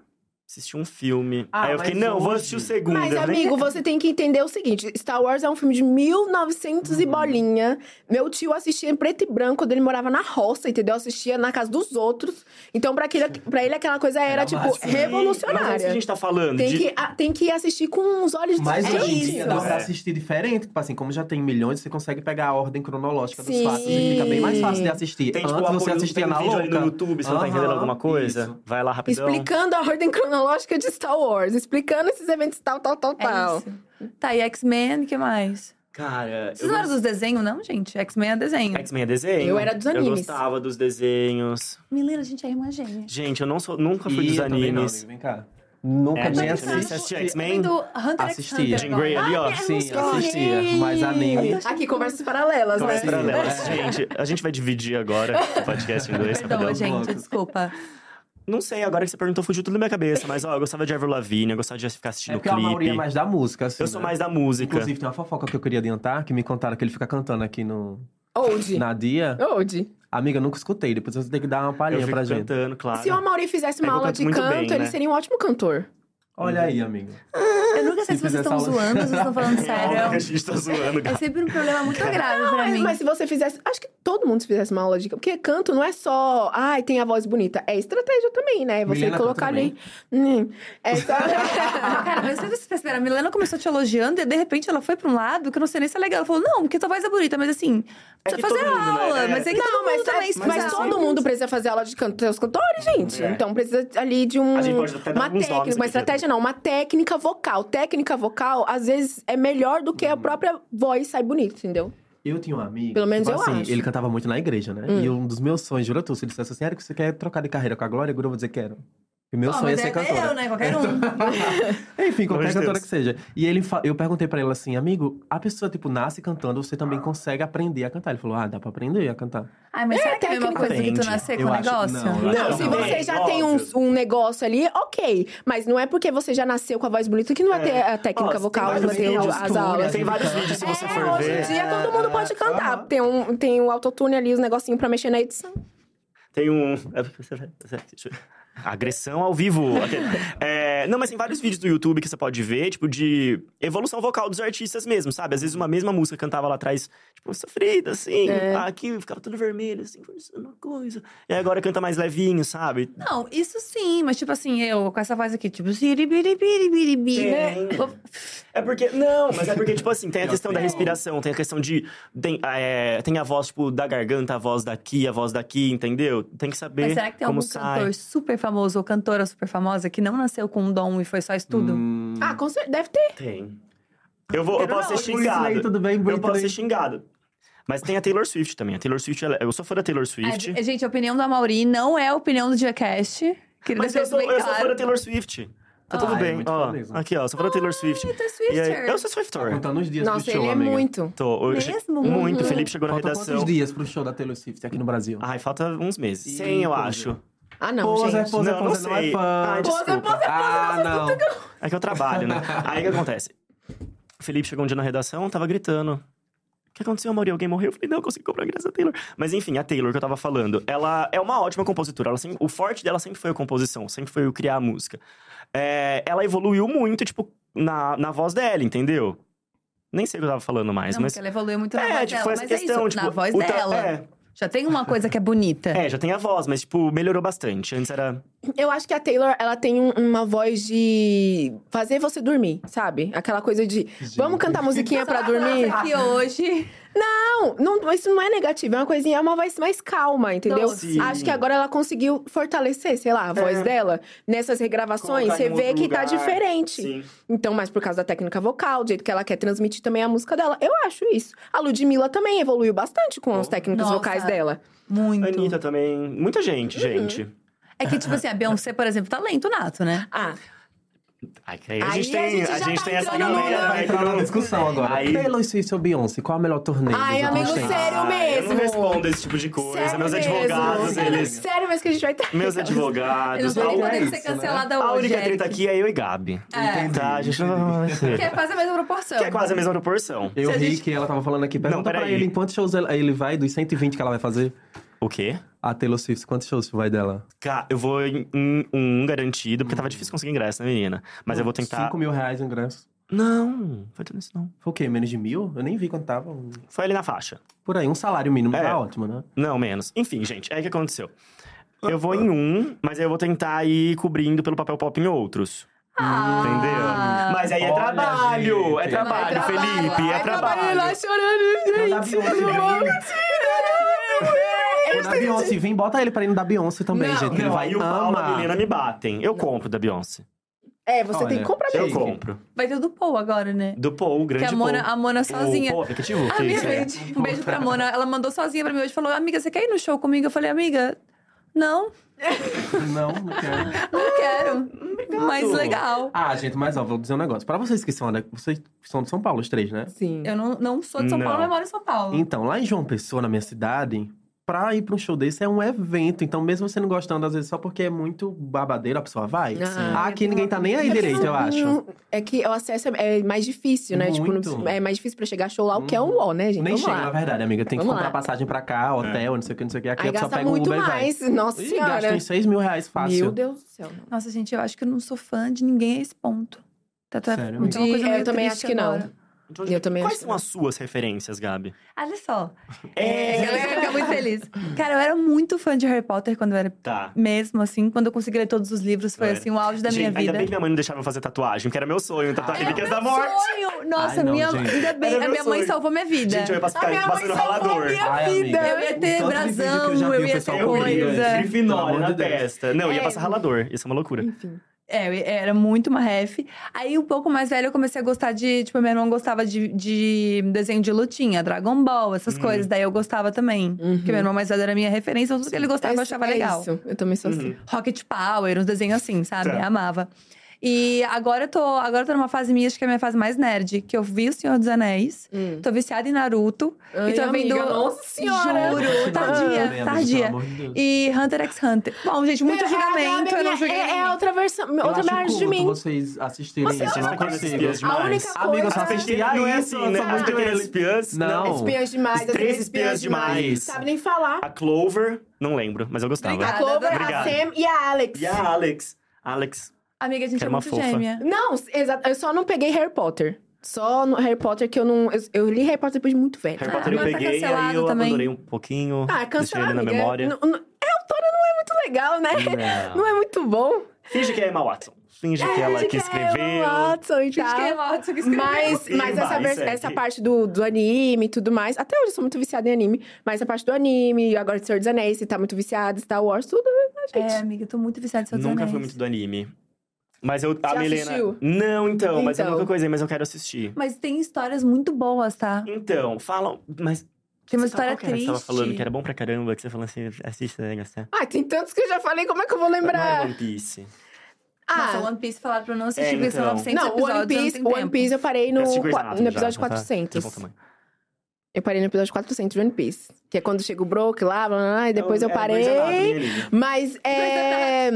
C: assistir um filme.
B: Ah,
C: Aí eu fiquei,
B: mas
C: não, vou
B: hoje-
C: assistir o segundo.
D: Mas,
C: eu nem-
D: amigo, você tem que entender o seguinte: Star Wars é um filme de 1900 e
C: Hum.
D: bolinha. Meu tio assistia em preto e branco quando ele morava na roça, entendeu? Assistia na casa dos outros. Então, pra, aquele, pra ele, aquela coisa era, tipo,
C: Mas é isso que a
D: revolucionária.
C: gente tá falando.
D: Tem
C: de-
D: que, a- tem que assistir com os ololhos
B: Mas
D: de é
B: hoje em
D: isso.
B: dia dá pra
C: É.
B: assistir diferente. Tipo assim, como já tem milhões, você consegue pegar a ordem cronológica dos
D: Sim.
B: fatos. E fica bem mais fácil de assistir.
C: Tem, tipo,
B: Antes
C: apoio-
B: você assistia
C: tem um
B: na
C: vídeo
B: louca.
C: ali no YouTube, você não tá entendendo
B: Aham,
C: alguma coisa?
B: isso.
C: Vai lá rapidão.
D: Explicando a ordem cronológica de Star Wars, explicando esses eventos tal, tal, tal,
A: É
D: tal.
A: isso. Tá, e X-Men, o que mais?
C: Cara,
A: Vocês não eram dos desenhos, não, gente? X-Men é desenho.
C: X-Men é desenho.
D: Eu era dos
C: Eu
D: animes.
C: gostava dos desenhos.
A: Milena, a gente é irmã gêmea.
C: Gente, eu não sou, nunca fui
B: Ih,
C: dos
B: eu também não,
C: animes.
B: amigo, Vem cá. Nunca
C: É,
B: nem
C: gente,
B: assisti.
C: você assistia X-Men?
A: Do Hunter x
B: Assistia.
A: Hunter
C: Jean
A: agora.
C: Grey ali, ó.
B: Sim,
A: Ai,
B: assistia. Mas anime.
D: Aqui, conversas paralelas,
C: Então,
D: né?
C: é paralelo.
B: Sim.
C: Gente, a gente vai dividir agora o podcast em dois,
A: Perdoa,
C: rapidão.
A: Então, gente, desculpa.
C: Não sei, agora que você perguntou, fugiu tudo da minha cabeça. Mas, ó, eu gostava de Avril Lavigne, eu gostava de ficar
B: É
C: assistindo
B: porque a maioria é
C: clipe.
B: mais da música, assim,
C: Eu sou
B: né?
C: mais da música.
B: Inclusive, tem uma fofoca que eu queria adiantar, que me contaram que ele fica cantando aqui no...
D: Old.
B: na Dia.
D: Old.
B: Amiga, eu nunca escutei. Depois você tem que dar uma
C: Eu
B: palhinha
C: fico
B: pra gente.
C: cantando, claro.
D: Se o Amaury fizesse
C: É que
D: uma
C: eu
D: aula
C: canto
D: de
C: muito
D: canto,
C: bem,
D: ele
C: né?
D: seria um ótimo cantor.
B: Olha aí, amigo.
A: Eu nunca sei
B: Se
A: se vocês
B: fizer
A: estão
B: essa-
A: zoando, se vocês estão falando
B: é
C: Calma, que a
B: um
A: sério.
C: gente tá zoando,
A: É
C: cara.
A: sempre um problema muito grave pra
D: Mas,
A: mim.
D: mas se você fizesse. Acho que todo mundo se fizesse uma aula de canto. Porque canto não é só. Ai, tem a voz bonita. É estratégia também, né? Você
B: Milena
D: colocar
B: canta
D: ali. Hum, é só.
A: Cara, mas vocês perceberam, a Milena começou te elogiando e de repente ela foi pra um lado que eu não sei nem se é legal. Ela falou, não, porque tua voz é bonita, mas assim,
C: É
A: precisa
C: que
A: fazer
C: todo mundo, né?
A: aula.
C: É.
A: Mas é que todo
D: não,
A: mundo
D: mas,
A: também assim,
D: mas,
A: precisa.
D: todo mundo precisa fazer aula de canto. Tem os cantores, gente.
C: É.
D: Então precisa ali de um.
C: A gente pode até dar
D: uma
C: alguns nomes
D: técnica.
C: aqui, né?
D: Uma estratégia, não. Uma técnica vocal. Técnica vocal, às vezes, é melhor do que
C: Uhum.
D: a própria voz sai bonita, entendeu?
B: Eu tinha um amigo.
D: Pelo menos
B: tipo
D: eu
B: assim,
D: acho.
B: Ele cantava muito na igreja, né? E um dos meus sonhos, jura tu, se ele dissesse assim, Érico, você quer trocar de carreira com a Glória? Guru, eu vou dizer quero. E meu
A: Ó,
B: sonho é
A: mas
B: ser
A: até
B: cantora.
A: eu, né? Qualquer um.
B: Enfim,
C: Pelo amor
B: qualquer
C: de
B: cantora
C: Deus.
B: que seja. E ele fa- eu perguntei pra ele assim, amigo, a pessoa, tipo, nasce cantando, você também consegue aprender a cantar. Ele falou, ah, dá pra aprender a cantar.
A: Ai, mas será que é a mesma
D: técnica.
A: coisa que tu
C: Entende.
A: nascer com
B: Eu
A: o
B: acho-
A: negócio?
B: não, eu acho
D: Não,
C: Não,
D: se
C: não.
D: você
C: É,
D: já tem um,
C: óbvio.
D: um negócio ali, ok. Mas não é porque você já nasceu com a voz bonita que não vai ter a
C: É. Ó,
D: técnica
C: tem
D: vocal,
C: vários
D: vai ter
C: vídeos,
D: as
B: tudo,
D: aulas.
C: Tem vários vídeos, se você
D: é,
C: for
D: hoje
C: ver. É,
D: em dia todo mundo pode cantar. Tem um, tem um autotune ali, os negocinhos pra mexer na edição.
C: Tem um. Agressão ao vivo. Aquele- É, não, mas tem vários vídeos do YouTube que você pode ver, tipo, de evolução vocal dos artistas mesmo, sabe? Às vezes uma mesma música cantava lá atrás, tipo, sofrida, assim.
A: É.
C: Aqui ficava tudo vermelho, assim, forçando uma coisa. E agora canta mais levinho, sabe?
A: Não, isso sim, mas tipo assim, eu com essa voz aqui, tipo, ziribiribiribiribi, né?
C: Tem.
A: Vou-
C: É porque. Não, mas é porque, tipo assim, tem a questão da respiração, tem a questão de. Tem, é, tem a voz, tipo, da garganta, a voz daqui, a voz daqui, entendeu? Tem que saber
A: Mas será que tem
C: como
A: algum
C: sai.
A: cantor super famoso ou cantora super famosa que não nasceu com um dom e foi só estudo?
C: Hum,
D: Ah, com certeza. Deve ter.
C: Tem. Eu, vou, eu
A: Quero
C: posso
A: não,
C: ser
B: Por isso aí,
C: xingado.
B: tudo bem,
C: Eu
B: bonito.
C: posso ser xingado. Mas tem a Taylor Swift também. A Taylor Swift, ela- é, eu sou fã da Taylor Swift.
A: Ah, gente, a opinião da Mauri não é a opinião do Diacast. Queria
C: mas
A: deixar
C: eu
A: isso
C: sou,
A: bem
C: eu sou fã da
A: claro.
C: Taylor Swift. Tá tudo
B: Ah, é
C: bem.
B: muito
C: ó,
B: fã mesmo. Tá
C: aqui, ó, sou fã da Taylor Swift.
A: Ai, tu é
C: E aí-
A: Swifter.
C: eu sou Swifter.
B: Contando os dias
D: Nossa,
B: pro show,
D: ele é
B: amiga.
D: muito.
C: Tô, eu che-
A: Mesmo? Uhum.
C: Muito. O Felipe chegou na
B: Falta
C: redação.
B: quantos dias pro show da Taylor Swift aqui no Brasil?
C: Ai, falta uns meses. 100, eu
B: Ih,
C: acho.
D: Ah, não, gente.
C: pose, Não, não sei.
B: Pose,
C: Ai, desculpa.
B: pose, pose, Ah, não.
C: É que eu trabalho, né? Aí o que acontece? O Felipe chegou um dia na redação, tava gritando. O que aconteceu, Mauri? Alguém morreu? Eu falei, não, eu consegui comprar graças a Taylor. Mas enfim, a Taylor que eu tava falando, ela é uma ótima compositora. Ela sempre- o forte dela sempre foi a composição, sempre foi o criar a música. É, ela evoluiu muito, tipo, na, na voz dela, entendeu? Nem sei o que eu tava falando mais,
A: Não,
C: mas.
A: porque ela evoluiu muito na
C: é,
A: voz
C: tipo,
A: dela.
C: essa
A: mas
C: questão,
A: é isso,
C: tipo.
A: na voz
C: o ta-
A: dela.
C: É,
A: Já tem uma coisa que é bonita.
C: é, já tem a voz, mas, tipo, melhorou bastante. Antes era.
D: Eu acho que a Taylor, ela tem um- uma voz de fazer você dormir, sabe? Aquela coisa de vamos cantar musiquinha pra dormir.
A: Aqui é hoje.
D: Não, não, isso não é negativo, é uma coisinha, é uma voz mais calma, entendeu?
C: Doce.
D: Acho que agora ela conseguiu fortalecer, sei lá, a voz dela. Nessas
C: É.
D: regravações,
C: Colocar em
D: você vê
C: outro
D: que tá
C: lugar.
D: diferente. Então, mas por causa da técnica vocal, do jeito que ela quer transmitir também a música dela. Eu acho isso. A Ludmilla também evoluiu bastante com as técnicas
A: Nossa.
D: vocais dela.
A: Muito.
C: Anitta também. Muita gente, gente.
A: É que, tipo assim, a Beyoncé, por exemplo, talento nato, né?
D: Ah,
C: Ai, que é aí a
D: Aí
C: gente
D: a
C: tem,
D: gente
C: a
D: já
C: gente
D: tá
C: tem essa
D: entrando no
C: galera.
B: Vai
C: né, que
B: entrar na
C: não-
B: discussão agora.
C: Aí-
B: Taylor Swift ou Beyoncé, qual é o melhor torneio?
D: Ai,
B: dos
D: amigo,
B: últimos tempos?
D: sério
C: Ah, Eu não
D: mesmo.
C: respondo esse tipo de coisa.
D: sério
C: meus
D: mesmo.
C: advogados,
D: Sério-
C: eles.
D: Sério mesmo que a gente vai ter.
C: Meus advogados.
A: Eles
C: A,
A: não
B: Não,
A: podem
B: é
A: poder ser
B: isso, né?
A: cancelada
C: a
A: hoje.
C: única treta
A: Eric.
C: aqui é eu e Gabi.
A: É.
C: Tá, a gente não vai
A: Que é quase a mesma proporção.
C: Que é quase a mesma proporção.
B: Eu
A: Se a
B: ri
A: gente-
B: que ela tava falando aqui. Pergunta
C: Não,
B: pra
C: peraí.
B: ele em quantos shows ela- ele vai dos 120 que ela vai fazer.
C: O quê?
B: A Taylor Swift, quantos shows vai dela?
C: Cara, eu vou em em um garantido, porque tava difícil conseguir ingresso, né, menina? Mas eu vou tentar.
B: 5 mil reais em ingresso.
C: Não, foi tudo isso não.
B: Foi o quê? Menos de mil? Eu nem vi quanto tava. um-
C: Foi ali na faixa.
B: Por aí, um salário mínimo
C: É.
B: tá ótimo, né?
C: Não, menos. Enfim, gente, é o que aconteceu.
B: Ah.
C: Eu vou em um, mas aí eu vou tentar ir cobrindo pelo papel pop em outros.
A: Ah.
C: Entendeu? Mas aí é
B: Olha,
C: trabalho,
B: gente.
C: é trabalho,
A: Não, é trabalho,
C: Felipe, é
A: é
D: Ai,
C: trabalho.
D: lá chorando, gente.
B: Quando a Beyoncé vem, bota ele pra ir no da Beyoncé também,
D: Não,
B: gente. que ele
C: Não,
B: vai
C: aí o Paulo e a
B: amar.
C: menina me batem. Eu compro da Beyoncé.
D: É, você tem
B: Olha,
D: que comprar
C: Eu
B: Sim.
D: mesmo.
C: compro.
A: Vai ter o do Paul agora, né?
C: Do Paul, o grande
A: Que a Mona,
C: Paul.
A: a Mona sozinha.
C: O Paul, aplicativo?
A: Ah,
C: que
A: minha
C: isso é?
A: gente. Um beijo pra Mona. Ela mandou sozinha pra mim hoje e falou: Amiga, você quer ir no show comigo? Eu falei: Amiga, não,
B: Não, não quero.
C: Ah,
A: não quero. Mas legal.
B: Ah, gente, mas ó, vou dizer um negócio. Pra vocês que são, né, vocês são de São Paulo, os três, né?
D: Sim.
A: Eu não, não sou de São
C: Não.
A: Paulo, mas moro em São Paulo.
B: Então, lá em João Pessoa, na minha cidade, pra ir pra um show desse é um evento. Então, mesmo você não gostando, às vezes, só porque é muito babadeiro, a pessoa vai.
D: Ah, sim.
B: Ah, aqui ninguém tá nem aí direito, eu acho.
D: É que o acesso é é mais difícil, né? Tipo,
B: Muito. Uhum.
D: não- é mais difícil pra chegar show lá, o que é um ó, né, gente?
B: Nem
D: Vamos
B: chega, na
D: lá.
B: verdade, amiga. Tem que
D: Vamos
B: comprar
D: lá.
B: passagem pra cá, hotel, não sei o que, não sei o que. Aqui
D: Aí
B: a pessoa
D: gasta
B: pega o
D: muito
B: Uber e
D: mais. Nossa
B: vai. Ih, gasta um
D: senhora.
B: uns 6 mil reais fácil.
D: Meu Deus do céu. não.
A: Nossa, gente, eu acho que eu não sou fã de ninguém a esse ponto. Tá, tá,
B: Sério,
A: de-
B: amiga?
A: uma coisa
D: É, eu
A: meio
D: também
A: triste
D: acho que não.
A: agora.
C: Então,
D: Eu também
C: Quais
D: acho
C: são as suas referências, Gabi?
A: Olha só.
C: É,
A: Ela vai ficar muito feliz. Cara, eu era muito fã de Harry Potter quando eu era
C: Tá.
A: mesmo, assim. Quando eu consegui ler todos os livros, foi
C: Eu era.
A: assim, o auge da
C: gente,
A: minha
C: ainda
A: vida.
C: bem que minha mãe não deixava eu fazer tatuagem, que era meu sonho, tatuagem
A: Era
C: Relíquias
A: meu
C: da Morte.
A: sonho! Nossa,
B: Ai, não,
A: minha,
B: gente.
A: ainda bem.
C: Era
A: A
C: meu
A: minha mãe
C: sonho.
A: salvou minha vida.
C: Gente, eu ia passar,
D: A minha mãe
C: passando
D: salvou a
C: ralador.
D: minha-
B: Ai,
D: vida.
B: amiga,
A: Eu ia ter
B: o tanto de vídeo que
A: brasão,
B: já vi
A: eu
B: o
A: ia
B: pessoal né?
A: ter
C: Eu
B: cobrindo,
C: brilho,
A: coisa.
B: gente. Pelo
C: Grifinória
B: amor
C: na
B: de Deus.
C: testa. Não, ia
D: É.
C: passar ralador. Isso é uma loucura.
D: Enfim.
A: É, eu era muito uma ref. Aí, um pouco mais velha, eu comecei a gostar de. Tipo, meu irmão gostava de, de desenho de lutinha, Dragon Ball, essas
C: Hum.
A: coisas. Daí eu gostava também.
B: Uhum.
A: Porque meu irmão mais velho era a minha referência, tudo que ele gostava eu
D: É-
A: achava
D: é
A: legal.
D: isso, Eu
B: Uhum.
D: também sou assim.
A: Rocket Power, uns desenhos assim, sabe?
C: Tá.
A: Amava. E agora eu tô, agora eu tô numa fase minha, acho que é a minha fase mais nerd, que eu vi O Senhor dos Anéis, tô viciada em Naruto.
D: Hum. Ai,
A: e tô
D: amiga,
A: vendo.
D: nossa senhora!
A: Juro,
B: Também, amiga,
A: tardia,
B: pelo
A: tardia.
B: amor de Deus.
A: E Hunter x Hunter. Bom, gente, muito
D: Pera,
A: julgamento,
D: a
A: eu
D: minha-
A: não julguei.
D: É, é
A: ninguém.
D: outra versão,
B: Eu
D: outra
B: acho
D: parte de
B: culto
D: mim.
B: vocês assistirem
D: Você
B: isso, eu
C: Vocês
B: não
C: pequenas
B: consigo.
C: espias
D: assim, A
C: demais.
D: única
B: Amiga, eu só
D: coisa-
B: assisti
C: Não é
B: a isso,
C: assim,
B: eu
C: né?
B: sou
C: As
B: muito
C: pequenas
B: ele.
C: espiãs. né?
B: Não.
D: Espiãs demais,
C: Três
D: três
C: espiãs
D: espiãs demais.
C: demais.
D: Sabe nem falar.
C: A Clover, não lembro, mas eu gostava.
D: A
A: Obrigada.
D: Clover, a
C: Obrigado.
D: Sam e a Alex.
C: E a Alex. Alex.
A: Amiga, a gente
C: Quero
A: é
C: uma
A: muito
C: fofa.
A: gêmea.
D: Não, exato. Eu só não peguei Harry Potter. Só no Harry Potter que eu não. Eu, eu li Harry Potter depois de muito velho.
C: Harry
A: Ah,
C: Potter eu
A: mas tá
C: peguei, aí
A: cancelado
C: eu
A: também.
C: abandonei um pouquinho.
D: Ah,
C: deixei
D: cancelado.
C: ele na
D: amiga.
C: memória.
D: N- n- É, autora não é muito legal, né? Não, é muito bom.
C: Finge que é Emma Watson. Finge que ela que
D: É,
C: escreveu.
D: Watson e
A: Finge que é
D: tal.
A: Emma Watson que escreveu.
D: Mas, mas
C: Sim,
D: essa,
C: vai,
D: vers-
C: segue.
D: essa parte do, do anime e tudo mais. Até hoje eu sou muito viciada em anime. Mas a parte do anime, agora de Senhor dos Anéis, você tá muito viciada, Star Wars, tudo. né, Gente.
A: É, amiga, eu tô muito viciada em Senhor dos
C: Nunca
A: Anéis.
C: fui muito do anime. Mas eu.
D: Já
C: a Milena.
D: assistiu?
C: Não, então, mas eu
D: Então.
C: nunca coisei, mas eu quero assistir.
A: Mas tem histórias muito boas, tá?
C: Então, falam. Mas.
A: Tem uma
C: você
A: história
C: fala, qual que era que
A: triste.
C: Você tava falando que era bom pra caramba, que você falou assim, assista, né, gastar.
D: Ah, tem tantos que eu já falei, como é que eu vou
C: Não é
D: lembrar?
C: One Piece.
A: Nossa,
D: Ah,
A: One Piece falaram pra eu não assistir,
C: É,
A: porque são
C: então.
A: 900
D: não,
A: episódios,
D: One Piece,
A: eu não tenho
D: One
A: tempo.
D: Piece eu parei no,
C: Eu assisti Grey's
D: qua-
C: Anatomy
D: no
C: já,
D: episódio
C: já tá- de
D: 400.
C: bom tamanho.
D: Eu parei no episódio 400 de One Piece. Que é quando chega o Brook lá, blá, blá, blá, e depois eu
C: Então, era Grey's Anatomy,
D: parei.
C: menina.
D: Mas é.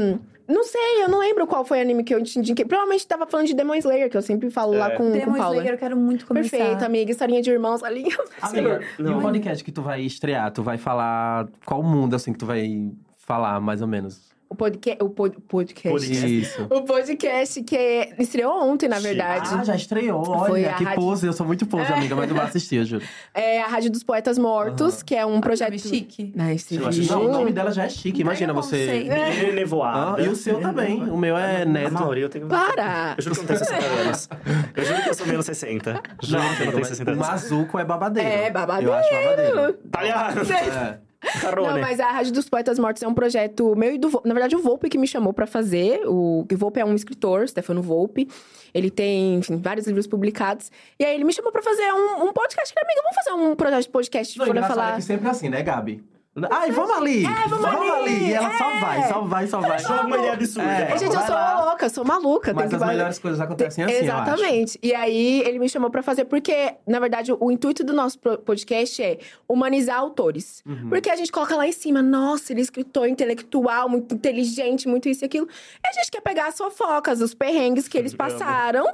D: Não sei, eu não lembro qual foi o anime que eu te indiquei. Provavelmente tava falando de Demon Slayer, que eu sempre falo lá
C: É.
D: com, com
A: Demon
D: Paula.
A: um Slayer, eu quero muito começar.
D: Perfeito, amiga. Historinha de irmãos ali.
B: Amiga,
C: Não.
B: e o podcast que tu vai estrear, tu vai falar qual mundo, assim, que tu vai falar, mais ou menos?
D: O, podca... o pod- podcast.
C: Podcast.
B: Isso.
D: O podcast que é- estreou ontem, na verdade.
B: Ah, já estreou,
D: Foi
B: olha,
D: a
B: que
D: rádio-
B: pose, eu sou muito pose, amiga, mas eu vou assistir, eu juro.
C: Ah.
D: É a Rádio dos Poetas Mortos, que é um projeto.
A: Nome Ah, tá, chique.
D: Ai, esse
C: Eu acho
D: vídeo.
B: Não, o nome dela já é chique, imagina
A: Pega
B: você...
A: conceito.
C: Menina
B: Ah,
C: nevoada.
B: e o seu também, o meu é
C: A
B: Neto.
C: maioria eu tenho.
D: Para!
C: Eu juro que eu não tenho 60 anos. Eu juro que eu sou menos 60. Juro que eu não tenho 60
B: o
C: anos.
B: Mazuco é babadeiro.
D: É, babadeiro.
B: Eu acho babadeiro.
C: Italiano!
B: É.
C: Carone.
D: Não, mas a Rádio dos Poetas Mortos é um projeto meu e do Volpe. Na verdade, o Volpe que me chamou pra fazer. O o Volpe é um escritor, Stefano Volpe. Ele tem, enfim, vários livros publicados. E aí ele me chamou pra fazer um, um podcast. Falei, amiga, vamos fazer um projeto de podcast
B: Não,
D: pra
B: engraçado
D: falar.
B: é que sempre é assim, né, Gabi? Ai, vamos ali! vamos, ali! E ela só
D: é.
B: vai, só vai, só vai.
C: Joga uma ideia absurda.
B: É.
D: É, gente, eu
B: Vai
D: sou
B: lá.
D: louca, sou maluca.
B: Mas
D: tem
B: as
D: que
B: melhores coisas acontecem assim, eu acho.
D: Exatamente. E aí ele me chamou pra fazer, porque, na verdade, o intuito do nosso pro- podcast é humanizar autores. Porque a gente coloca lá em cima, nossa, ele é escritor intelectual, muito inteligente, muito isso e aquilo. E a gente quer pegar as fofocas, os perrengues que eles
C: Amo.
D: passaram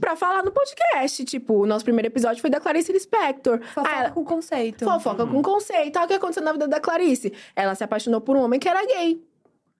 D: pra falar no podcast. Tipo, o nosso primeiro episódio foi da Clarice Lispector.
A: Fofoca
D: Ah, ela-
A: com conceito.
D: Fofoca com conceito. Ah, o que aconteceu na vida da Clarice. Ela se apaixonou por um homem que era gay.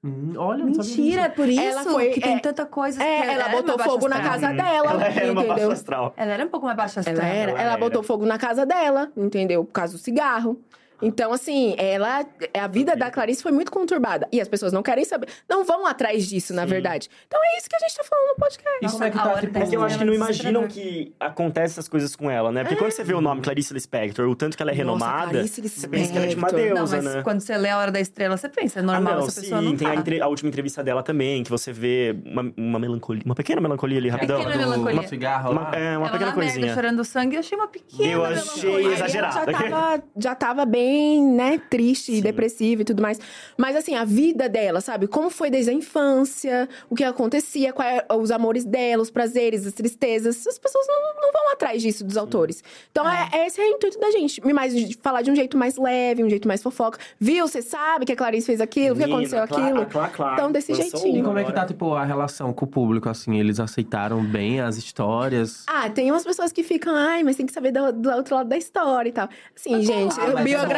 B: Hum, olha, não sabia
A: Mentira, é por isso
D: Ela foi-
A: que
D: é.
A: tem tanta coisa. que
D: É, ela
A: era
D: botou
A: uma baixa
D: fogo na
A: astral.
D: casa dela,
C: Ela era uma baixa
D: é entendeu?
C: astral.
A: Ela era um pouco mais baixa astral.
D: Ela era,
C: Ela
D: ela,
C: era.
D: botou fogo na casa dela, entendeu? Por causa do cigarro. Então, assim, ela. A vida da Clarice foi muito conturbada. E as pessoas não querem saber. Não vão atrás disso, na verdade. Então é isso que a gente tá falando no podcast.
B: E como é que
A: a
B: tá,
A: hora
B: tipo...
A: tá
C: É que eu acho que não imaginam
A: Desesperador.
C: que acontece essas coisas com ela, né? Porque quando você vê o nome Clarice Lispector, o tanto que ela é
D: Nossa,
C: renomada,
D: Clarice
C: você pensa que ela é de uma
D: Lispector.
A: Não,
C: deusa,
A: mas
C: né?
A: quando você lê A Hora da Estrela, você pensa, é
C: Ah,
A: normal,
C: não,
A: essa pessoa
C: sim,
A: não
C: tem a,
A: tá.
C: entre- é a última entrevista dela também, que você vê uma, uma melancolia, uma pequena melancolia ali, rapidão.
A: Pequena melancolia.
B: Do cigarro lá.
C: Uma, é,
A: Ela
C: uma pequena
A: na merda,
C: coisinha.
A: chorando sangue, eu achei uma pequena é
C: Eu achei
A: melancolia.
D: Aí ela
C: exagerado.
D: Já tava, já tava bem, né, triste e
C: Sim.
D: depressiva e tudo mais. Mas assim, a vida dela, sabe? Como foi desde a infância, o que acontecia, quais os amores dela, os prazeres, as tristezas. As pessoas não, não vão atrás disso dos autores. Então, é. é- esse é o intuito da gente. Mais, de falar de um jeito mais leve, um jeito mais fofoca. Viu? Você sabe que a Clarice fez aquilo, o que
C: Menina,
D: aconteceu
C: a Cla-
D: aquilo.
C: a Cla- Cla-
D: Então, desse
C: lançou
D: jeitinho.
B: E
C: uma
B: como é que tá,
C: agora.
B: tipo, a relação com o público, assim? Eles aceitaram bem as histórias?
D: Ah, tem umas pessoas que ficam, ai, mas tem que saber do, do outro lado da história e tal. Assim, gente,
A: mas é
B: Que gerou
D: biografia.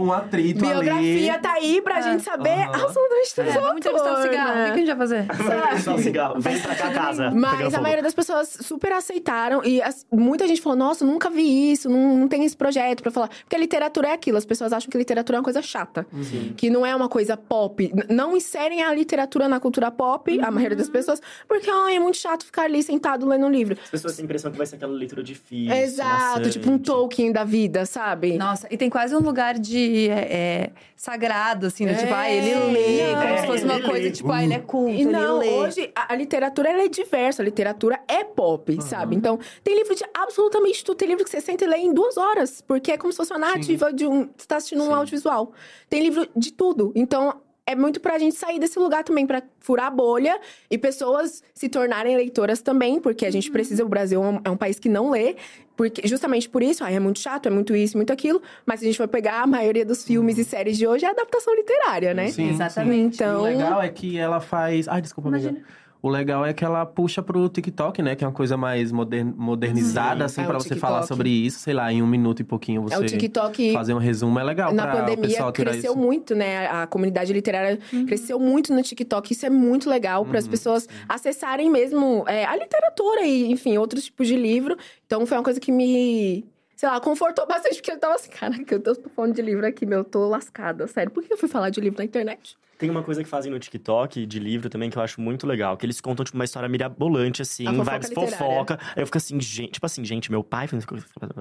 B: Um atrito
D: Biografia
B: ali.
D: tá aí pra gente saber
B: Aham.
D: a ação dos
A: É,
D: três
A: vamos entrevistar o cigarro, o
D: né?
A: que é que a gente vai fazer?
C: Só um cigarro. Vem pra cá, casa.
D: Mas
C: Pegando
D: a
C: fogo.
D: maioria das pessoas super aceitaram. E as- muita gente falou, nossa, nunca vi isso. Não, não tem esse projeto pra falar. Porque literatura é aquilo. As pessoas acham que literatura é uma coisa chata.
A: Uhum.
D: Que não é uma coisa pop. N- Não inserem a literatura na cultura
A: Uhum.
D: pop, a maioria das pessoas. Porque, ai, é muito chato ficar ali sentado lendo um livro.
C: As pessoas têm a impressão que vai ser aquela leitura difícil.
D: Exato. Tipo um
C: maçante.
D: Tolkien da vida, sabe?
A: Nossa, e tem quase um lugar de é, é, sagrado, assim, né?
D: É.
A: Tipo, ah, ele lê, como
D: É,
A: se fosse
C: ele
A: uma coisa,
C: lê.
A: tipo, ah, ele é culto,
D: E
A: ele
D: não,
A: lê.
D: hoje a, a literatura ela é diversa, a literatura é pop, sabe? Então, tem livro de absolutamente tudo. Tem livro que você senta e lê em duas horas, porque é como se fosse uma narrativa de um. Você tá assistindo um audiovisual. Tem livro de tudo. Então, é muito pra gente sair desse lugar também, pra furar a bolha e pessoas se tornarem leitoras também, porque a gente precisa. O Brasil é um, é um país que não lê. Porque, justamente por isso, ai, é muito chato, é muito isso, muito aquilo. Mas se a gente for pegar a maioria dos filmes e séries de hoje, é adaptação literária, né?
B: Sim,
A: Exatamente.
B: O
D: Então,
B: legal é que ela faz. Ai, desculpa, amiga. O legal é que ela puxa pro TikTok, né? Que é uma coisa mais modern- modernizada, assim,
D: É, o
B: pra você falar
D: TikTok.
B: sobre isso, sei lá, em um minuto e pouquinho você
D: é o TikTok
B: fazer um resumo é legal
D: na
B: pra o
D: pandemia
B: pessoal tirar
D: cresceu
B: isso.
D: muito, né? A comunidade literária
C: Uhum.
D: cresceu muito no TikTok. Isso é muito legal para
B: Uhum,
D: as pessoas acessarem mesmo é, a literatura e, enfim, outros tipos de livro. Então foi uma coisa que me, sei lá, confortou bastante, porque eu tava assim, caraca, eu tô falando de livro aqui, meu, eu tô lascada, sério. Por que eu fui falar de livro na internet?
C: Tem uma coisa que fazem no TikTok de livro também que eu acho muito legal, que eles contam tipo uma história mirabolante assim,
D: A fofoca
C: vibes
D: literária.
C: fofoca. Aí eu fico assim, gente, tipo assim, gente, meu pai fez e eu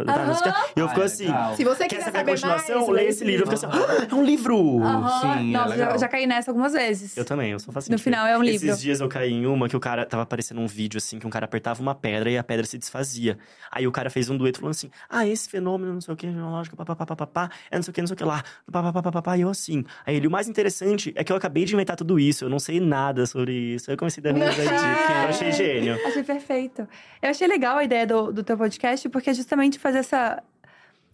B: Ah,
C: fico
B: é
C: assim,
B: legal.
D: Se você
C: quer
D: quiser
C: saber a
D: saber
C: continuação?
D: mais,
C: Lê
D: lê
C: esse livro, eu fico assim, "Ah, é um livro.
A: Aham,
B: Sim, é
A: Nossa,
B: legal.
A: já, já caí nessa algumas vezes.
C: Eu também, eu sou fascinante.
A: No final é um livro.
C: Esses dias eu caí em uma que o cara tava aparecendo um vídeo assim, que um cara apertava uma pedra e a pedra se desfazia. Aí o cara fez um dueto falando assim: ah, esse fenômeno, não sei o que, geológico, papapá, é não sei o que, não sei o que lá, papapá, e eu assim. Aí ele, o mais interessante é que eu acabei de inventar tudo isso, eu não sei nada sobre isso. Aí eu comecei a dar uma dica, eu achei gênio.
A: Achei perfeito. Eu achei legal a ideia do, do teu podcast, porque é justamente fazer essa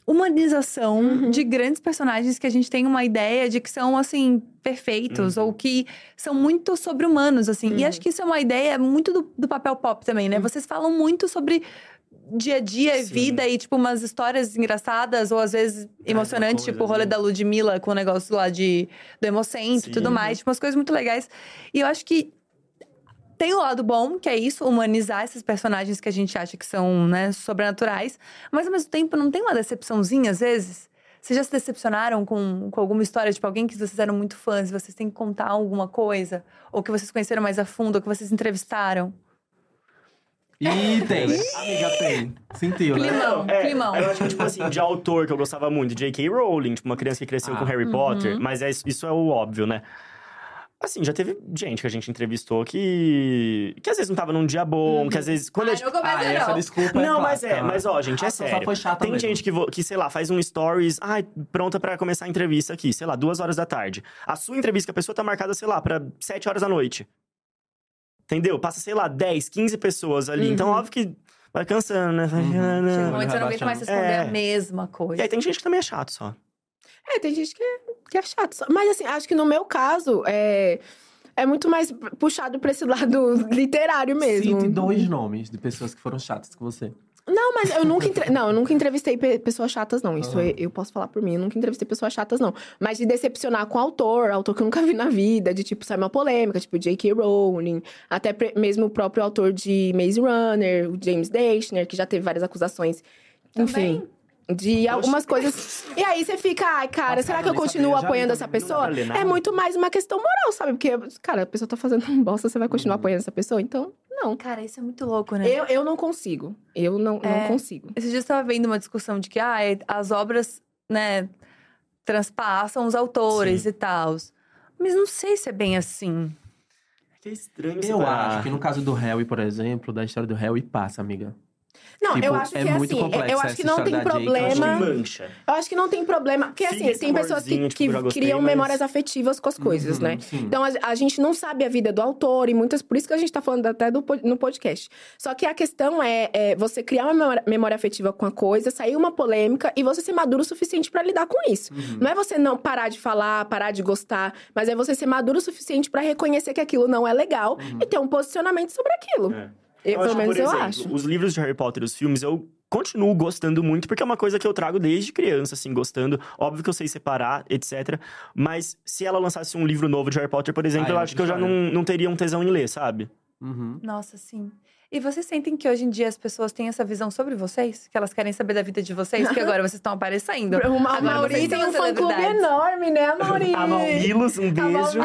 A: humanização de grandes personagens que a gente tem uma ideia de que são, assim, perfeitos
C: Uhum.
A: ou que são muito sobre-humanos, assim. E acho que isso é uma ideia muito do, do papel pop também, né? Vocês falam muito sobre dia a dia e
C: Uhum. Sim. É,
A: vida e, tipo, umas histórias engraçadas ou às vezes emocionantes,
C: coisa,
A: tipo o rolê
C: né?
A: da Ludmilla com o negócio lá de, do Hemocentro e
C: Sim.
A: tudo mais. Tipo, umas coisas muito legais. E eu acho que tem o lado bom, que é isso, humanizar esses personagens que a gente acha que são, né, sobrenaturais. Mas ao mesmo tempo, não tem uma decepçãozinha, às vezes? Vocês já se decepcionaram com, com alguma história, tipo, alguém que vocês eram muito fãs e vocês têm que contar alguma coisa? Ou que vocês conheceram mais a fundo, ou que vocês entrevistaram?
B: Ih, tem. Amiga, tem. Sentiu, né?
A: Climão,
C: É,
A: climão.
C: Eu acho que, tipo assim, de autor que eu gostava muito, J.K. Rowling, tipo, uma criança que cresceu
B: Ah.
C: com
A: Uhum.
C: Harry Potter, mas é, isso- isso é o óbvio, né? Assim, já teve gente que a gente entrevistou que. que às vezes não tava num dia bom, que às vezes. Quando a
A: Ah,
C: gente-
A: não começa,
B: Ah,
A: não.
B: essa desculpa
C: não,
B: é
C: mas
B: clássica,
C: é,
B: né?
C: mas ó, gente, é
B: Ah, só-
C: sério.
B: Só foi chata
C: Tem
B: mesmo.
C: gente que, vo- que, sei lá, faz um stories, ai, pronta pra começar a entrevista aqui, sei lá, duas horas da tarde. A sua entrevista com a pessoa tá marcada, sei lá, pra sete horas da noite. Entendeu? Passa, sei lá, 10, 15 pessoas ali. Então,
A: Uhum.
C: óbvio que vai cansando, né?
B: Uhum.
C: Vai- Ah,
A: Chega um
C: não.
A: momento que você não aguenta mais responder
C: É.
A: a mesma
C: E
A: coisa.
C: aí tem gente que também é chato só.
D: É, tem gente que é, que é chato. só- Mas assim, acho que no meu caso, é, é muito mais puxado pra esse lado literário mesmo.
B: Cite dois nomes de pessoas que foram chatas com você.
D: Não, mas eu nunca entre... não, eu nunca entrevistei pe- pessoas chatas, não. Isso eu, eu posso falar por mim, eu nunca entrevistei pessoas chatas, não. Mas de decepcionar com o autor, autor que eu nunca vi na vida, de tipo, sair uma polêmica, tipo J.K. Rowling, até pre- mesmo o próprio autor de Maze Runner, o James Dashner, que já teve várias acusações. Enfim. De algumas coisas. E aí você fica, ai, cara,
C: Nossa,
D: será
C: cara,
D: que eu
C: eu nem
D: continuo
C: sabia, já
D: apoiando
C: não
D: essa
C: tava lendo nada,
D: pessoa?
C: ler
D: É
C: nada.
D: muito mais uma questão moral, sabe? Porque, cara, a pessoa tá fazendo um bosta, você vai
C: Uhum.
D: continuar apoiando essa pessoa? Então, não.
A: Cara, isso é muito louco, né?
D: Eu, eu não consigo. Eu não,
A: É.
D: não consigo.
A: Esses dias eu estava vendo uma discussão de que ah, é- as obras, né, transpassam os autores
C: Sim.
A: e tal. Mas não sei se é bem assim.
C: Que é estranho você
B: Eu
C: tá-
B: acho que no caso do Harry, por exemplo, da história do Harry, passa, amiga.
D: Não,
B: Tipo,
D: eu acho que
B: é
D: é
B: muito
D: assim.
B: complexa
D: Eu acho que
B: essa
D: não tem
B: história da J.K.
C: Eu acho que
B: Emma-
D: problema.
C: mancha.
D: Eu acho que não tem problema. Porque
C: Fica
D: assim,
C: esse
D: tem pessoas que,
C: amorzinho,
D: que
C: tipo, já gostei,
D: criam
C: mas-
D: memórias afetivas com as coisas,
B: Uhum,
D: né?
B: Sim.
D: Então a, a gente não sabe a vida do autor e muitas. Por isso que a gente tá falando até do, pod- no podcast. Só que a questão é, é você criar uma memória, memória afetiva com a coisa, sair uma polêmica e você ser maduro o suficiente pra lidar com isso.
C: Uhum.
D: Não é você não parar de falar, parar de gostar, mas é você ser maduro o suficiente pra reconhecer que aquilo não é legal e ter um posicionamento sobre aquilo.
C: Uhum. É.
D: Eu-
C: acho
D: pelo
C: que,
D: menos
C: por
D: eu
C: exemplo,
D: acho.
C: Os livros de Harry Potter e os filmes, eu continuo gostando muito, porque é uma coisa que eu trago desde criança, assim, gostando. Óbvio que eu sei separar, etc. Mas se ela lançasse um livro novo de Harry Potter, por exemplo,
B: Ah, é
C: eu
B: outra
C: acho que eu já não,
B: história.
C: não teria um tesão em ler, sabe?
B: Uhum.
A: Nossa, sim. E vocês sentem que hoje em dia as pessoas têm essa visão sobre vocês? Que elas querem saber da vida de vocês? que agora vocês estão aparecendo.
D: A
A: Agora
D: Mauri
A: vocês
D: tem
A: são
D: um fã-clube
A: celebridades.
D: enorme, né, Mauri?
B: Ah,
C: A Malmilos, um
D: Tá
C: beijo.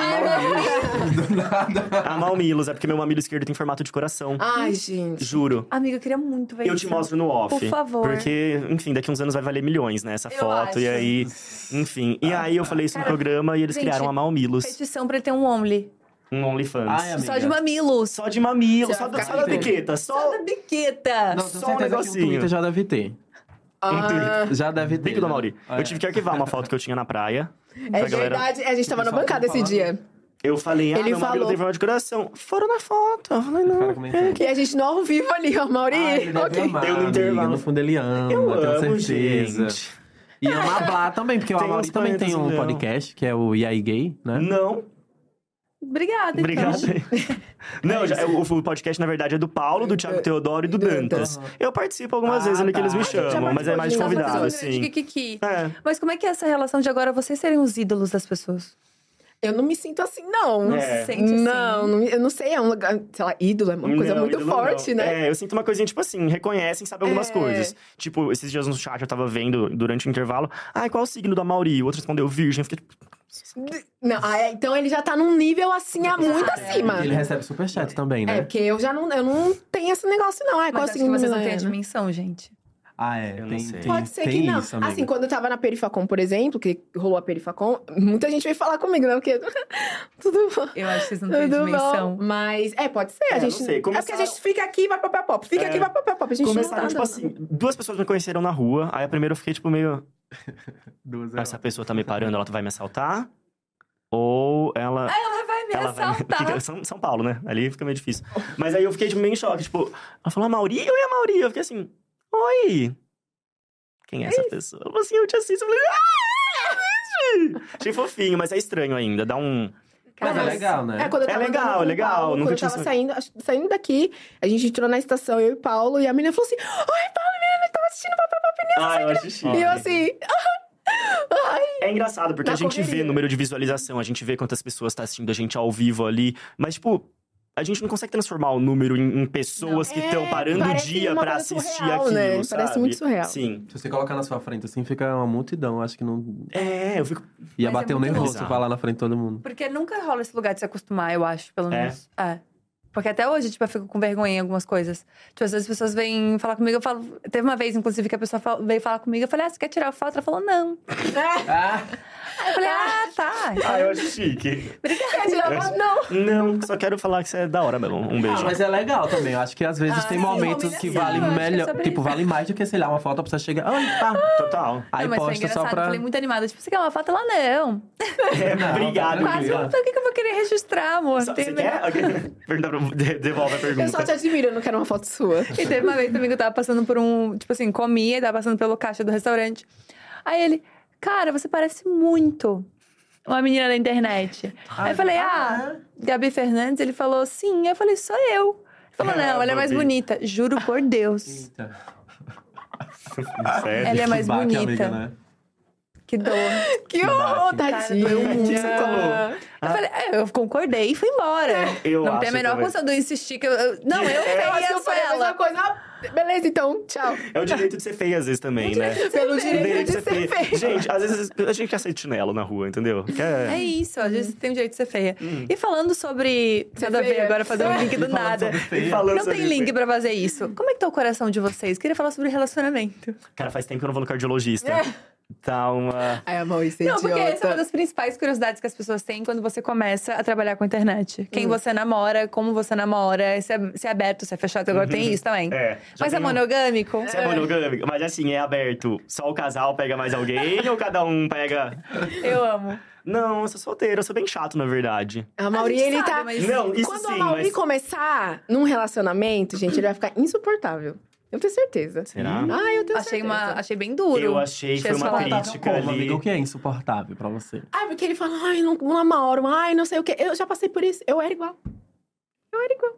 C: A Malmilos, é porque meu mamilo esquerdo tem formato de coração.
D: Ai, gente.
C: Juro.
A: Amiga, eu queria muito ver
C: Eu
A: isso.
C: te mostro no off.
A: Por favor.
C: Porque, enfim, daqui uns anos vai valer milhões, né? Essa
A: Eu
C: foto. E
A: acho.
C: aí, enfim.
B: Ah.
C: E aí eu falei isso
A: Cara,
C: no programa e eles
A: gente,
C: criaram a Malmilos.
A: Petição pra ele ter um Only.
C: Um OnlyFans.
B: Ai, amiga.
A: Só de mamilos.
C: Só de mamilo,
D: Você
C: só,
D: vai
C: da-
D: ficar
C: só da
B: solteiro.
C: biqueta,
A: Só
C: só
A: da biqueta.
B: Não, tenho
C: Só um
B: certeza que o
C: negocinho.
B: Twitter já deve ter.
D: Ah,
C: Twitter.
B: Já deve ter.
C: Bico do
B: já.
C: Mauri.
B: Ah,
C: eu
B: é.
C: tive que arquivar uma foto que eu tinha na praia.
D: é
C: pra galera.
D: verdade, a gente tava na
B: Pessoal,
D: bancada esse
B: falando.
D: dia.
C: Eu falei, ah,
D: Ele
C: meu mamilo
D: falou.
C: tem forma de coração. Foram na foto. Eu falei, não.
B: Cara, como é que é?
D: E a gente no ao vivo ali, ó, Mauri.
B: Ah, ele deve
D: ok.
B: amar,
C: Deu no
B: amiga,
C: intervalo.
B: No fundo ele ama,
C: Eu
B: tenho
C: amo,
B: certeza.
C: gente.
B: E ama a Bá também, porque o
C: Tem
B: Amaury
C: uns
B: também tem um
C: planetas, não.
B: podcast, que é o E aí Gay, né?
C: Não,
A: Obrigada,
C: obrigado.
A: então.
C: Não,
D: É
C: já- o, o podcast, na verdade, é do Paulo, do Thiago Teodoro e
D: então.
C: do Dantas. Eu participo algumas
B: Ah,
C: vezes ali
B: tá.
C: que eles me
B: A gente já
C: chamam, mas é
D: participou
C: mais
D: de
C: de
D: uma
C: convidado,
A: Uma pessoa grande,
C: assim.
A: um Kikiki.
C: É.
A: Mas como é que é essa relação de agora vocês serem os ídolos das pessoas?
D: Eu não me sinto assim, não.
C: Não É.
A: se sente assim?
D: Não, não me- eu não sei, é um lugar, sei lá, ídolo, é uma coisa
C: Não,
D: muito
C: ídolo
D: forte,
C: não.
D: né?
C: É, eu sinto uma coisinha, tipo assim, reconhecem, sabem algumas
D: É.
C: coisas. Tipo, esses dias no chat eu tava vendo durante o intervalo, ai, qual é o signo da Mauri? O outro respondeu virgem. Eu fiquei, tipo,
D: Não, ah, é, então ele já tá num nível assim, há muito acima.
B: Ele recebe superchat também,
D: É,
B: né?
D: porque eu já não, eu não tenho esse negócio, não. É,
A: Mas
D: qual
A: acho
D: assim,
A: que vocês não têm a dimensão, gente.
B: Ah, é.
C: Eu não
B: tem,
C: sei.
B: tem-
D: Pode ser
B: tem
D: que não.
B: isso, amiga.
D: assim, quando eu tava na Perifacom, por exemplo, que rolou a Perifacom, muita gente veio falar comigo, né? Porque tudo bom.
A: Eu acho que vocês não têm a
D: Tudo
A: dimensão.
D: bom. Mas, é, pode ser.
C: É,
D: a
C: não
D: gente...
C: sei,
D: É porque a
C: começaram-
D: gente fica aqui, vai pra pop, pop. Fica
C: É.
D: aqui, vai pra pop, pop. A gente
C: começaram,
D: não tá
C: tipo assim, duas pessoas me conheceram na rua, aí a primeira eu fiquei, tipo, meio.
B: Duas
C: "Ah, Essa pessoa tá me parando, ela vai me assaltar? Ou ela.
A: Ela vai me
C: ela vai me-
A: assaltar.
D: tá.
C: Fica- São, São Paulo, né? Ali fica meio difícil. Mas aí eu fiquei, tipo, meio em choque. Tipo, ela falou, a Mauri? Eu e a Mauri. Eu fiquei assim, oi. Quem é essa pessoa? Ela falou assim, eu te assisto. Eu falei, ah, gente! Achei fofinho, mas é estranho ainda. Dá um.
B: Mas é legal, né?
D: É, quando eu
C: É
D: tava
C: legal,
D: andando com o
C: legal,
D: Paulo,
C: nunca
D: quando eu
C: tinha
D: tava
C: sa-
D: saindo, acho- saindo daqui, a gente entrou na estação, eu e o Paulo, e a menina falou assim: Oi, Paulo, menina, eu tava assistindo pop, pop, pop.
C: Ah, eu acho chique.
D: É E eu assim, "Ah,
C: É engraçado, porque
D: Na
C: a gente
D: correria.
C: vê número de visualização, a gente vê quantas pessoas tá assistindo a gente ao vivo ali. Mas, tipo, a gente não consegue transformar o número em, em pessoas
D: Não.
C: que
D: É,
C: estão parando o
D: parece
C: dia
D: uma
C: pra
D: coisa
C: assistir
D: surreal,
C: aquilo,
D: né?
C: sabe?
D: Parece muito surreal.
C: Sim.
B: Se você colocar na sua frente assim, fica uma multidão. Acho que não.
C: É, eu fico.
B: Ia
A: Mas
B: bater
A: é
B: o
A: muito
B: nervoso
C: bizarro.
B: se falar na frente de todo mundo.
A: Porque nunca rola esse lugar de se acostumar, eu acho, pelo
C: É?
A: menos. É. Porque até hoje, tipo, eu fico com vergonha em algumas coisas. Tipo, às vezes as pessoas vêm falar comigo, eu falo... Teve uma vez, inclusive, que a pessoa fal- veio falar comigo, eu falei, ah, você quer tirar foto? Ela falou, não.
B: Ah,
A: Aí eu falei, ah, tá.
C: Ah, eu acho chique.
D: quer tirar foto? Não.
C: Não, só quero falar que você é da hora mesmo. Um beijo.
B: mas é legal também. Eu acho que às vezes
A: Ah,
B: tem
A: sim,
B: momentos que
A: humilhação,
B: valem
A: eu acho que é
B: melhor.
A: sobre
B: tipo,
A: isso.
B: vale mais do que, sei lá, uma foto pra você chegar. Ai, pá.
C: Total.
B: Aí
A: não, mas foi
B: posta
A: engraçado,
B: só pra.
A: eu falei muito animada. Tipo, você quer uma foto? Ela, não.
C: É, obrigado,
B: Quase
A: Quase, eu
C: amiga.
A: falei, o que que eu vou querer registrar, amor?
C: Só- Você
A: Tem- um
C: quer? Ok. Pergunta pra... de- Devolve a
D: Eu só
C: pergunta.
D: te admiro, eu não quero uma foto sua.
A: E teve uma vez também que eu tava passando por um. Tipo assim, comia, tava passando pelo caixa do restaurante. Aí ele, cara, você parece muito uma menina da internet. Aí eu falei, ah, Gabi Fernandes, ele falou, sim. Aí eu falei, sou eu. Ele falou,
C: Ah,
A: não, ela é mais
C: bobi.
A: bonita. Juro por Deus.
B: Eita.
C: Sério.
A: Ela é mais
B: Que baque,
A: bonita.
B: amiga, né?
A: Que dor.
D: Que horror,
B: Bate.
D: tadinha.
A: Cara, doeu muito,
C: você falou.
A: Eu falei, é, eu concordei e fui embora.
C: Eu
A: não tem a
C: acho
A: menor
C: também.
A: condição de eu insistir que eu. eu- não, eu
D: É, Eu acho que
A: feia
D: eu
A: sou
D: falei a mesma
A: ela.
D: coisa. Ah, beleza, então, tchau.
C: É o direito de ser feio às vezes também, né?
D: Pelo direito de
C: Direito
D: ser feio.
C: Gente, às vezes a gente quer sair de chinelo na rua, entendeu? Quer...
A: É isso, às vezes tem um jeito de ser feia. E falando sobre.
D: Ser
A: nada a ver
D: feia.
A: agora fazer um link do
B: Falando
A: nada.
B: sobre feia.
C: E falando
A: Não tem
C: sobre-
A: link pra fazer isso. Como é que tá o coração de vocês? Queria falar sobre relacionamento.
C: Cara, faz tempo que eu não vou no cardiologista. Tá uma.
D: Ai, amor, isso é
A: Não, porque essa
C: tá.
A: é uma
D: idiota.
A: das principais curiosidades que as pessoas têm quando você começa a trabalhar com a internet.
C: Hum.
A: Quem você namora, como você namora, se é, se é aberto, se é fechado, agora tem isso também.
C: É, já
A: Mas é
C: tem um-
A: monogâmico?
C: Você é monogâmico? Mas assim, é aberto. Só o casal pega mais alguém ou cada um pega.
A: Eu amo.
C: Não, eu sou solteiro, eu sou bem chato, na verdade.
D: A Mauri,
A: gente
D: ele
A: sabe,
D: tá.
A: mas-
C: Não, isso
D: Quando a
C: sim,
D: Mauri
C: mas.
D: começar num relacionamento, gente, ele vai ficar insuportável. Eu tenho certeza.
C: Será?
D: Ah, eu tenho
A: Achei,
D: certeza.
A: uma, achei bem duro.
C: Eu achei, foi uma
A: insuportável.
C: crítica.
B: Como,
C: ali.
B: amiga, o que é insuportável pra você?
D: Ai, porque ele fala, ai, não, não namoro, ai, não sei o quê. Eu já passei por isso. Eu era igual.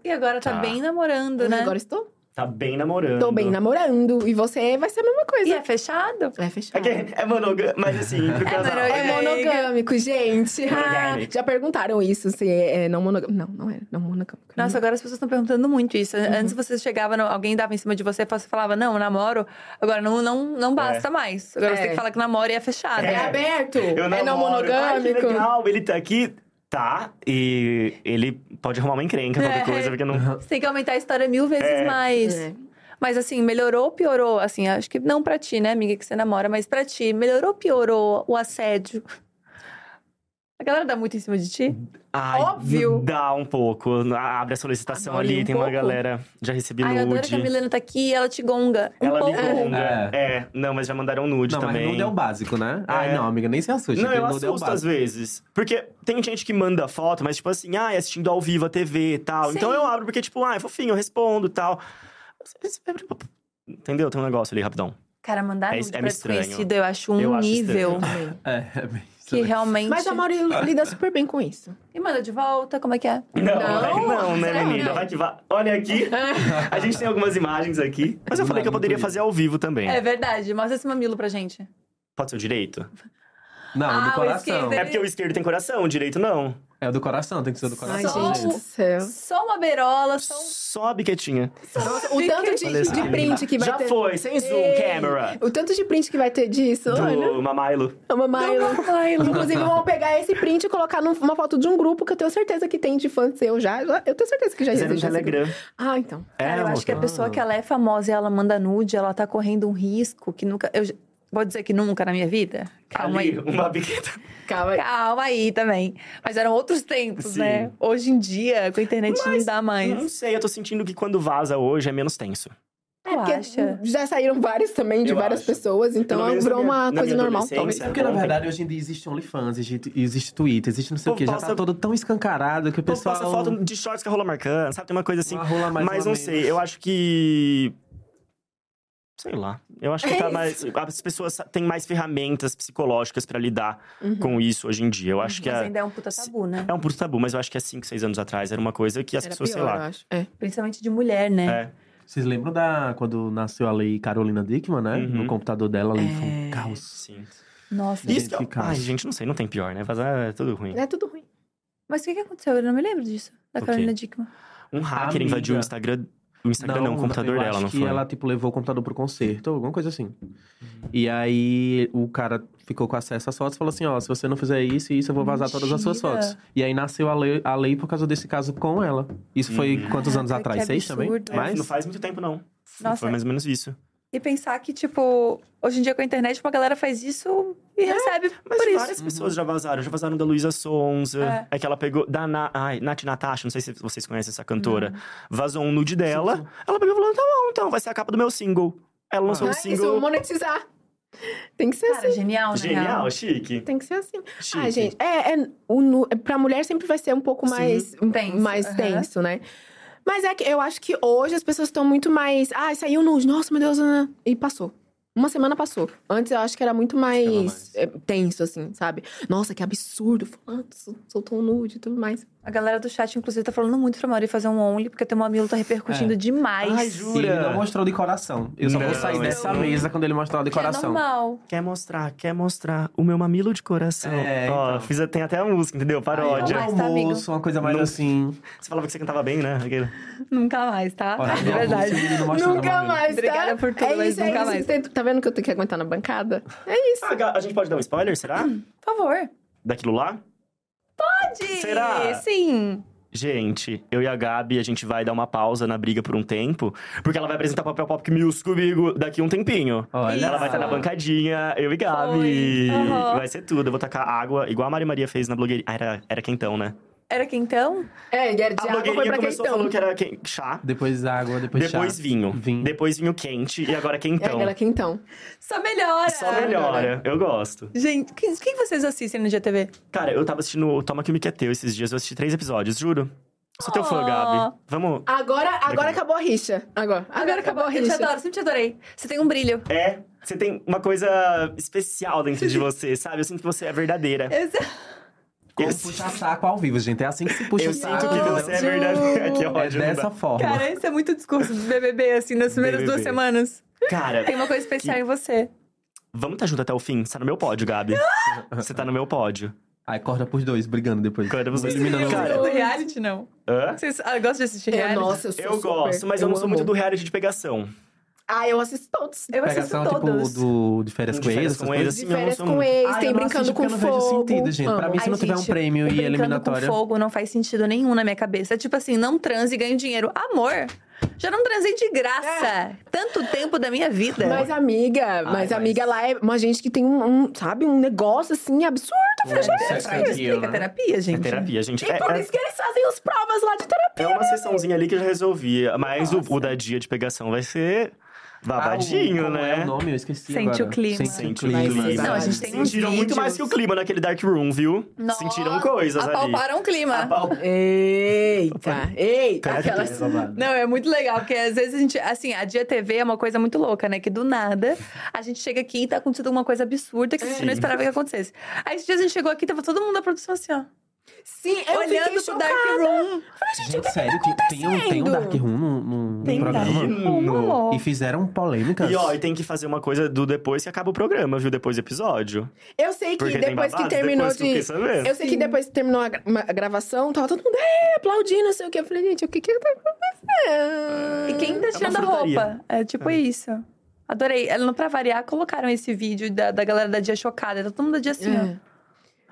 A: E agora tá,
C: Tá.
A: bem namorando, né?
D: Agora estou.
C: Tá bem namorando.
D: Tô bem namorando. E você vai ser a mesma
A: E
D: coisa.
A: é fechado?
D: É
C: É,
D: fechado.
C: que é monogâmico, mas assim, pro casal.
A: monogâmico.
D: É monogâmico, gente.
C: É
D: Ah,
C: Monogâmico.
D: já perguntaram isso, se é é não monogâmico. Não, não é. Não monogâmico.
A: Nossa,
C: Uhum.
A: agora as pessoas estão perguntando muito isso. Antes você chegava, no- alguém dava em cima de você, você falava, não, eu namoro. Agora não, não,
C: É.
A: não basta mais. Agora você
D: É.
A: tem que falar que namora e é fechado.
D: É aberto.
C: Eu
D: é não
C: namoro. Ai, que
D: monogâmico.
C: legal, ele tá aqui. Tá, e ele pode arrumar uma encrenca, qualquer
A: É.
C: coisa, porque não.
A: Você tem que aumentar a história mil vezes
C: É.
A: mais.
D: É.
A: Mas assim, melhorou ou piorou? Assim, acho que não pra ti, né, amiga, que você namora, mas pra ti, melhorou ou piorou o assédio? A galera dá muito em cima de ti?
C: Ai,
D: Óbvio.
C: Dá um pouco. Abre a solicitação
D: Adoro,
C: ali,
D: um
C: tem uma
D: pouco.
C: galera. Já recebi
A: Ai, eu adoro que a
C: nude.
A: Milena tá aqui, ela te gonga. Um
C: Ela me
A: pouco.
C: gonga.
B: É.
C: É. não, mas já mandaram nude
B: Não,
C: também.
B: mas nude é o básico, né? Ai,
C: É.
B: não, amiga, nem se assuste.
C: Não,
B: que
C: eu
B: nude é o
C: assusto às
B: básico.
C: vezes. Porque tem gente que manda foto, mas tipo assim, ah, assistindo ao vivo a TV e tal. Então eu abro porque, tipo, ah, é fofinho, eu respondo e tal. Entendeu? Tem um negócio ali rapidão.
A: Cara, mandar
C: É-
A: nude
C: é
A: pra
C: meio estranho.
A: desconhecido, eu acho um
C: Eu acho
A: nível
D: Também.
B: É, é bem
A: que
B: estranho.
A: realmente.
D: Mas a Mauri lida super bem com isso.
A: E manda de volta, como é que é?
C: Não, não, não né,
D: Será?
C: menina?
D: Não.
C: Vai que vai. Olha aqui. a gente tem algumas imagens aqui. Mas eu falei que eu poderia fazer ao vivo também.
A: É verdade, mostra esse mamilo pra gente.
C: Pode ser o direito?
B: Não,
A: Ah,
B: do
A: o
B: coração.
A: esquerdo.
C: É porque o esquerdo tem coração, o direito não.
B: É o do coração, tem que ser do
D: Ai,
B: coração.
A: Só
D: gente do
A: o-
D: céu.
A: Só uma berola, só um.
C: Só a biquetinha.
D: Nossa, o tanto
C: Olha
D: de,
C: isso.
D: de print que vai
C: Já
D: ter.
C: foi, sem zoom,
D: Ei,
C: camera.
D: O tanto de print que vai ter disso, olha.
C: Do Mamailo.
D: É uma Milo. Inclusive, vamos pegar esse print e colocar numa foto de um grupo que eu tenho certeza que tem de fã seu já. Eu tenho certeza que já
C: Isso é no
D: existe. esse
C: Telegram.
D: grupo. Ah, então.
A: Cara, eu acho que a
C: É, amor.
A: pessoa que ela é famosa e ela manda nude, ela tá correndo um risco que nunca. Eu vou dizer que nunca na minha vida? é- Calma
C: Ali,
A: aí.
C: uma biqueta.
D: Calma aí.
A: Calma aí também. Mas eram outros tempos,
C: Sim.
A: né? Hoje em dia, com a internet não dá mais.
C: Não sei, eu tô sentindo que quando vaza hoje é menos tenso.
A: Tu
C: é
D: Porque
A: acha?
D: já saíram vários também de
C: Eu
D: várias
C: acho.
D: pessoas, então
C: Pelo menos
D: virou
C: na minha-
D: uma
C: na
D: coisa
C: minha
D: normal, talvez.
C: adolescência.
B: É porque, na
C: Ontem.
B: verdade, hoje em dia existe OnlyFans, existe, existe Twitter, existe não sei o
C: Pô,
B: quê. Já
C: posta-
B: tá todo tão escancarado que o
C: O povo
B: pessoal...
C: posta foto de shorts com a rola marcando, sabe? Tem uma coisa assim.
B: Uma rola mais, um
C: mas
B: uma
C: não
B: menos.
C: sei, eu acho que. Sei lá. Eu acho que
A: É
C: tá mais. As pessoas têm mais ferramentas psicológicas pra lidar com isso hoje em dia. Eu acho que
A: Uhum. Mas
C: é,
A: ainda é um puta tabu, né?
C: é um puto tabu, mas eu acho que há 5, 6 anos atrás era uma coisa que as
D: Era
C: pessoas,
D: pior,
C: sei
D: eu
C: lá.
D: acho. É.
A: Principalmente de mulher, né?
C: É.
B: Vocês lembram da... Quando nasceu a lei Carolina Dickman, né?
C: Uhum.
B: No computador dela ali, foi um
D: É.
B: caos.
C: Sim.
A: Nossa.
C: Isso que eu...
B: Identificar.
C: Ai, gente, não sei, não tem pior, né? Vazar é tudo ruim.
D: É tudo ruim.
A: Mas o que, que aconteceu? Eu não me lembro disso. Da
C: O quê?
A: Carolina Dickman.
C: Um hacker
B: Amiga.
C: invadiu o Instagram. O Instagram não, o computador
B: eu
C: dela,
B: acho
C: não
B: que
C: foi? Uhum.
B: ela, tipo, levou o computador pro concerto, alguma coisa assim. E aí, o cara ficou com acesso às fotos e falou assim, ó, se você não fizer isso e isso, eu vou vazar todas as suas
A: Mentira.
B: fotos. E aí, nasceu a lei, a lei por causa desse caso com ela. Isso foi quantos anos
A: Caraca,
B: atrás?
A: que
B: Seis também?
A: absurdo.
C: Uhum. É,
B: Mais?
C: Não faz muito tempo, não.
A: Nossa.
C: Foi mais ou menos isso.
A: E pensar que, tipo, hoje em dia com a internet, uma galera faz isso e recebe
C: É, Mas
A: por isso.
C: várias pessoas já vazaram. Já vazaram da Luísa Sonza. É. que ela pegou. Da Na, ai, Nath Natasha, não sei se vocês conhecem essa cantora. Vazou um nude dela. Ela pegou e falou: tá bom, então, vai ser a capa do meu single. Ela lançou
D: Ah,
C: um
D: isso,
C: single.
D: monetizar. Tem que ser
A: Cara,
D: assim.
A: genial, né?
C: Genial, chique.
D: Tem que ser assim.
C: Chique.
D: Ah, gente, é, é o nu, pra mulher sempre vai ser um pouco
C: Sim.
D: mais
A: Tenso,
D: mais
A: aham.
D: tenso, né? Mas é que eu acho que hoje as pessoas estão muito mais. Ah, saiu nude, nossa, meu Deus, ah, e passou. Uma semana passou. Antes eu acho que era muito mais, eh,
C: Ficava mais.
D: é, tenso, assim, sabe? Nossa, que absurdo, fulano sol- soltou um nude e tudo mais.
A: A galera do chat, inclusive, tá falando muito pra Mauri fazer um Only, porque teu mamilo tá repercutindo
B: É.
A: demais.
C: Ai,
A: Que
C: juro.
B: Sim, ele não mostrou de coração. Eu só
C: Não, é
B: vou sair
C: esse
B: dessa
C: não.
B: mesa quando ele mostrar o de
A: é
B: coração.
A: normal.
C: Quer mostrar, quer mostrar o meu mamilo de coração.
B: É,
C: Ó,
B: então.
C: fiz, tem até a música, entendeu? Paródia.
B: Aí,
A: Mas
B: um
A: tá, amigo.
B: almoço, uma coisa mais
C: Não.
B: assim.
C: Você falava que você cantava bem, né? Aquele-
A: Nunca mais, tá?
B: Olha,
A: é
B: não,
A: verdade.
B: esse menino mostrando
D: Nunca
B: o mamilo.
D: mais, tá?
A: Obrigada por tudo,
D: é
A: mas
D: isso, é
A: nunca
D: isso.
A: mais.
D: Tem- Tá vendo que eu tenho que aguentar na bancada? É isso.
C: Ah, ga- a gente pode dar um spoiler, será?
A: Por favor.
C: Daquilo lá? Será?
A: Sim.
C: Gente, eu e a Gabi, a gente vai dar uma pausa na briga por um tempo, porque ela vai apresentar Papel Pop Music comigo daqui um tempinho.
B: Olha.
C: Ela vai estar na bancadinha, eu e
A: Foi.
C: Gabi.
A: Aham.
C: Vai ser tudo. Eu vou tacar água, igual a Mari Maria fez na blogueirinha. Ah, era, era quentão, né?
A: Era que então?
D: É, Guerra de
C: a
D: água foi
C: blogueirinha
D: pra quem
C: começou
D: então.
C: falando que era quen- chá,
B: Depois água, depois,
C: depois,
B: chá.
C: vinho,
B: Vinho.
C: depois vinho quente e agora
D: É,
C: quentão.
D: galera, quem então?
A: Só melhora.
C: Só melhora, eu gosto.
A: Gente, quem, quem vocês assistem no GTV?
C: Cara, eu tava assistindo o Toma Que Me Que É Teu esses dias, eu assisti três episódios, juro. Sou teu fã,
A: Oh.
C: Gabi. Vamos.
D: Agora, agora acabou a rixa. Agora, agora, acabou a
A: Eu te
D: rixa.
A: adoro, sempre te adorei. Você tem um brilho.
C: É, você tem uma coisa especial dentro de você, sabe? Eu sinto que você é verdadeira.
A: é-
B: Como
C: Eu,
B: puxar saco ao vivo, gente. É assim que se puxa
C: eu
B: o
C: sinto
B: saco.
C: que
B: entendeu?
C: você é verdadeira. Aqui, ó,
B: É dessa forma.
A: Cara, esse é muito discurso do BBB, assim, nas primeiras
C: BBB.
A: duas semanas.
C: Cara,
A: Tem uma coisa especial em você.
C: vamos estar junto até o fim. Você tá no meu pódio, Gabi. Você tá no meu pódio.
B: Aí corta pros dois, brigando depois.
C: Corta pros dois.
B: Eliminando
C: Cara,
A: Do reality, não.
C: Hã?
A: Vocês ah, gostam de assistir
D: Eu,
A: reality?
D: É, nossa, eu sou
C: Eu
D: super.
C: gosto, mas eu, não sou
D: amo.
C: muito do reality de pegação.
D: Ah, eu assisto todos.
A: Eu assisto
B: Pegação,
A: todos.
B: tipo, do, de férias
C: De
B: com
C: férias
B: ex,
C: com
B: essas coisas.
C: ex, assim,
D: De
C: eu não
D: férias
C: sou
D: com
C: muito-
D: eles,
B: Ah,
D: tem
B: eu não
D: brincando
B: assisto
D: com
B: porque eu não
D: fogo.
B: vejo sentido, gente. Pra
D: Amo.
B: mim, se
A: Ai,
B: não tiver um
A: gente,
B: prêmio
A: o
B: e
A: brincando
B: eliminatória...
A: com fogo não faz sentido nenhum na minha cabeça. É tipo assim, não transe e ganho dinheiro. Amor, já não transei de graça. Tanto tempo da minha vida.
D: É. Mas é amiga, mas
B: mas-
D: amiga lá é uma gente que tem um, um, sabe, um negócio assim absurdo. Eu falei, gente,
B: Sexo
A: Isso
B: appeal,
A: explica
B: né?
A: terapia, gente.
C: É terapia, gente.
D: E
C: É,
D: por
C: é-
D: isso que eles fazem os provas lá de terapia. né?
C: é uma sessãozinha ali que eu já resolvi. Mas o, o da dia de pegação vai ser
B: Ah,
C: babadinho,
B: o- como
C: né?
B: É o nome, eu esqueci
A: Sente
B: agora.
A: o clima.
C: Sente o
B: clima.
C: clima. né?
D: Não, a
A: gente tem uns
C: Sentiram muito
A: vídeos.
C: mais que o clima naquele Dark Room, viu?
A: Nossa,
C: Sentiram coisas ali.
A: Apalparam o clima.
C: Apal-
D: Eita, eita.
C: Aquelas-
A: Não, é muito legal, porque às vezes a gente. Assim, a Dia TV é uma coisa muito louca, né? Que do nada a gente chega aqui e tá acontecendo alguma coisa absurda que a gente
C: Sim.
A: não esperava que acontecesse. Aí esses dias a gente chegou aqui e tava todo mundo da produção assim, ó.
D: Sim, eu
A: olhando
D: fiquei
A: pro
D: chocada.
A: Dark Room.
B: Gente, sério, tem, tem um, tem um Dark Room no, no
A: Tem
B: programa.
A: Dark Room, amor.
B: E fizeram polêmicas.
C: E ó, e tem que fazer uma coisa do depois que acaba o programa, viu? Depois do episódio.
D: Eu sei que
C: Porque tem
D: depois que
C: babado,
D: terminou
C: depois que eu
D: de.
C: fiquei sabendo.
D: eu sei que depois que terminou a, gra- uma- a gravação, tava todo mundo é, aplaudindo, não sei o quê. Eu falei, gente, o que que tá acontecendo?
A: E quem tá
C: uma
A: tirando a
C: frutaria.
A: roupa? É tipo isso. Adorei. Ela, não, Pra variar, colocaram esse vídeo da, da galera da Dia Chocada. Tá todo mundo da Dia assim, ó.
D: É.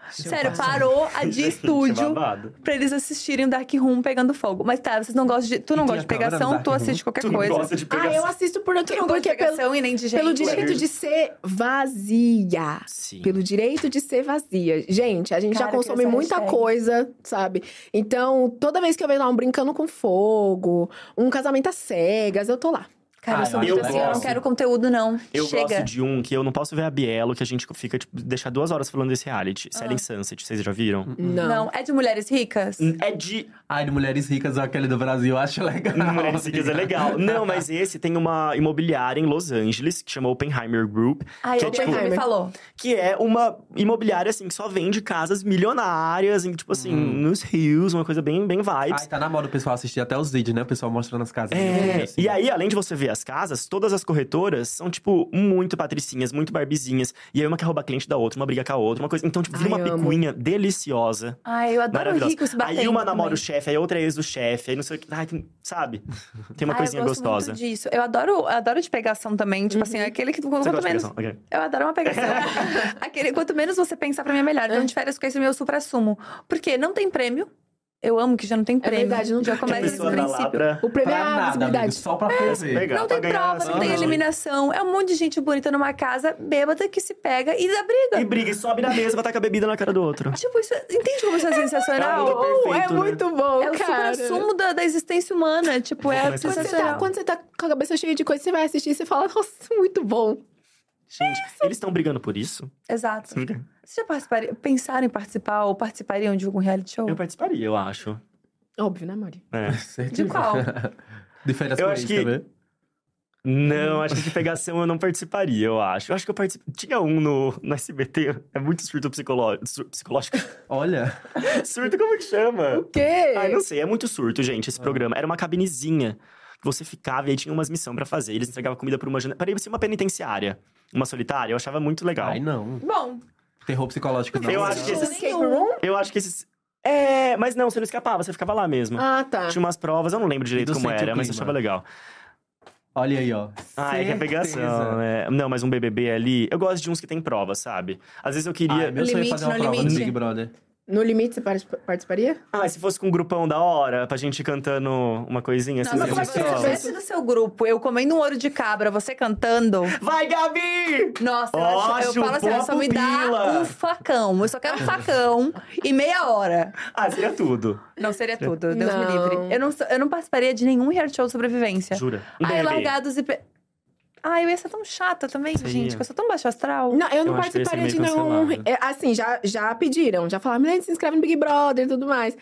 A: Sério, parou a Dia
C: Que
A: Estúdio
C: é babado.
A: pra eles assistirem o Dark Room pegando fogo. Mas tá, vocês não gostam de. Tu não
B: E tem
A: gosta de
B: a câmera do
C: né,
A: pegação,
B: Dark
A: tu
B: Room?
A: assiste qualquer
C: Tu
A: coisa.
C: gosta de
D: Ah,
C: pegação.
D: eu assisto por outro
A: Eu não gosto de
D: porque pelo,
A: pegação e nem de gente.
D: pelo direito de ser vazia.
C: Sim.
D: Pelo direito de ser vazia. Gente, a gente
A: Cara,
D: já
A: eu
D: consome
A: queria essa
D: muita
A: hashtag.
D: coisa, sabe? Então, toda vez que eu vejo lá um brincando com fogo, um casamento às cegas, eu tô lá.
A: Cara,
B: Ah,
A: eu sou
B: eu
A: muito
C: acho
A: assim, eu não
C: legal.
A: quero conteúdo, não.
C: Eu
A: Chega.
C: gosto de um que eu não posso ver a Bielo, que a gente fica, tipo, deixar duas horas falando desse reality.
A: Ah.
C: Selling Sunset, vocês já viram?
D: Não.
A: Não, é de mulheres ricas?
C: É de.
B: Ai, de Mulheres Ricas, aquele do Brasil, eu acho legal.
C: Mulheres Ricas é legal. Não, mas esse tem uma imobiliária em Los Angeles, que chama Oppenheimer Group.
A: Ai,
C: que
A: o
C: é, tipo,
A: Oppenheimer falou.
C: que é uma imobiliária, assim, que só vende casas milionárias, em, tipo assim, nos rios, uma coisa bem, bem vibes.
B: Ai, tá na moda o pessoal assistir até os vídeos, né? O pessoal mostrando as casas.
C: É,
B: Assim.
C: e aí, além de você ver as casas, todas as corretoras são, tipo, muito patricinhas, muito barbizinhas. E aí, uma quer roubar cliente da outra, uma briga com a outra, uma coisa. Então, tipo, vira
D: Ai,
C: uma
D: amo.
C: picuinha deliciosa.
A: Ai, eu adoro
C: Maravilhosa.
A: ricos batendo.
C: Aí uma namora o
A: também.
C: chefe, aí outra é ex do chefe, aí não sei o que. Ai, tem- sabe? Tem uma
A: Ai,
C: coisinha
A: eu gosto
C: gostosa.
A: Muito disso. Eu adoro, eu adoro de pegação também. Tipo assim, aquele que quanto
C: Você gosta de
A: menos.
C: pegação? Ok.
A: Eu adoro uma pegação. aquele, quanto menos você pensar, pra mim é melhor. Então, de férias com esse meu supra-sumo. Porque não tem prêmio. Eu amo que já não tem prêmio.
D: verdade, não
A: já
D: tem
C: A
A: começa nesse
C: pessoa tá lá
A: É, princípio.
C: pra
D: O prêmio
B: Pra
D: é a
B: nada, amigo,
D: visibilidade.
B: só pra fazer.
C: pegar,
A: Não
C: pra
A: tem
C: ganhar
A: prova, não tem
C: assim,
A: eliminação. É um monte de gente bonita numa casa bêbada que se pega e dá briga.
C: E briga, e sobe na mesa, vai tacar bebida na cara do outro.
A: Tipo, isso, é- entende como isso é sensacional?
C: muito bom.
D: Oh, é
C: Perfeito, né?
D: muito bom,
A: É o
D: cara.
A: supra-sumo da, da existência humana. Tipo, é
C: começar a
D: Quando você, tá,
A: sensacional.
D: quando você tá com a cabeça cheia de coisa, você vai assistir e você fala, nossa, muito bom.
C: Gente, eles estão brigando por isso?
A: Exato. Vocês já participaria- pensaram em participar ou participariam de algum reality show?
C: Eu participaria, eu acho.
D: Óbvio, né, Mari?
C: É.
B: Certeza.
A: De qual?
B: De férias
C: Eu
B: com
C: acho
B: ex,
C: que-
B: quer ver?
C: Não, acho que de pegação eu não participaria, eu acho. Eu acho que eu participei. Tinha um no, no SBT, é muito surto psicoló... sur- psicológico.
B: Olha,
C: surto, como que chama?
D: O quê?
C: Ai, não sei, é muito surto, gente, esse programa. Era uma cabinezinha que você ficava e aí tinha umas missões pra fazer. Eles entregavam comida por uma janela. Parecia é uma penitenciária, uma solitária. Eu achava muito legal.
B: ai não.
D: Bom,
B: Terror psicológico não.
C: Eu acho que
D: esse
C: esses-
D: escape room?
C: Eu acho que esses. É, mas não, você não escapava, você ficava lá mesmo.
D: Ah, tá.
C: Tinha umas provas, eu não lembro direito
B: Do
C: como
B: Sente o
C: era, mas eu
B: Clima.
C: achava legal.
B: Olha aí, ó.
C: Ah, é que é pegação,
B: Certeza.
C: né? Não, mas um BBB ali. Eu gosto de uns que tem prova, sabe? Às vezes eu
B: Ai,
C: queria.
B: meu sonho é
D: Limite
B: fazer uma
D: no
B: prova
D: limite.
B: do Big Brother.
D: No limite, você parti- participaria?
C: Ah, se fosse com um grupão da hora, pra gente ir cantando uma coisinha assim.
A: Nossa,
C: né?
A: mas é se
B: Pessoal.
A: tivesse no seu grupo, eu comendo um ouro de cabra, você cantando.
C: Vai, Gabi!
A: Nossa, eu,
C: Ó,
A: acho- eu falo assim,
C: chupou
A: ó,
C: a
A: só me dá
C: pupila.
A: um facão. Eu só quero um facão e meia hora.
C: Ah, seria tudo.
A: Não seria tudo, Deus me
D: Não.
A: livre. Eu não, sou- eu não participaria de nenhum reality show de sobrevivência.
C: Jura? Um
A: Tá. Ai,
C: BBB.
A: largados e. Pe... Ai, eu ia ser tão chata também,
C: Seria.
A: gente, que eu sou tão baixo astral.
D: Não, eu não
C: Eu acho que ia ser
D: participaria de
C: meio
D: nenhum.
C: cancelado.
D: É, Assim, já, já pediram, já falaram, menina, se inscreve no Big Brother e tudo mais.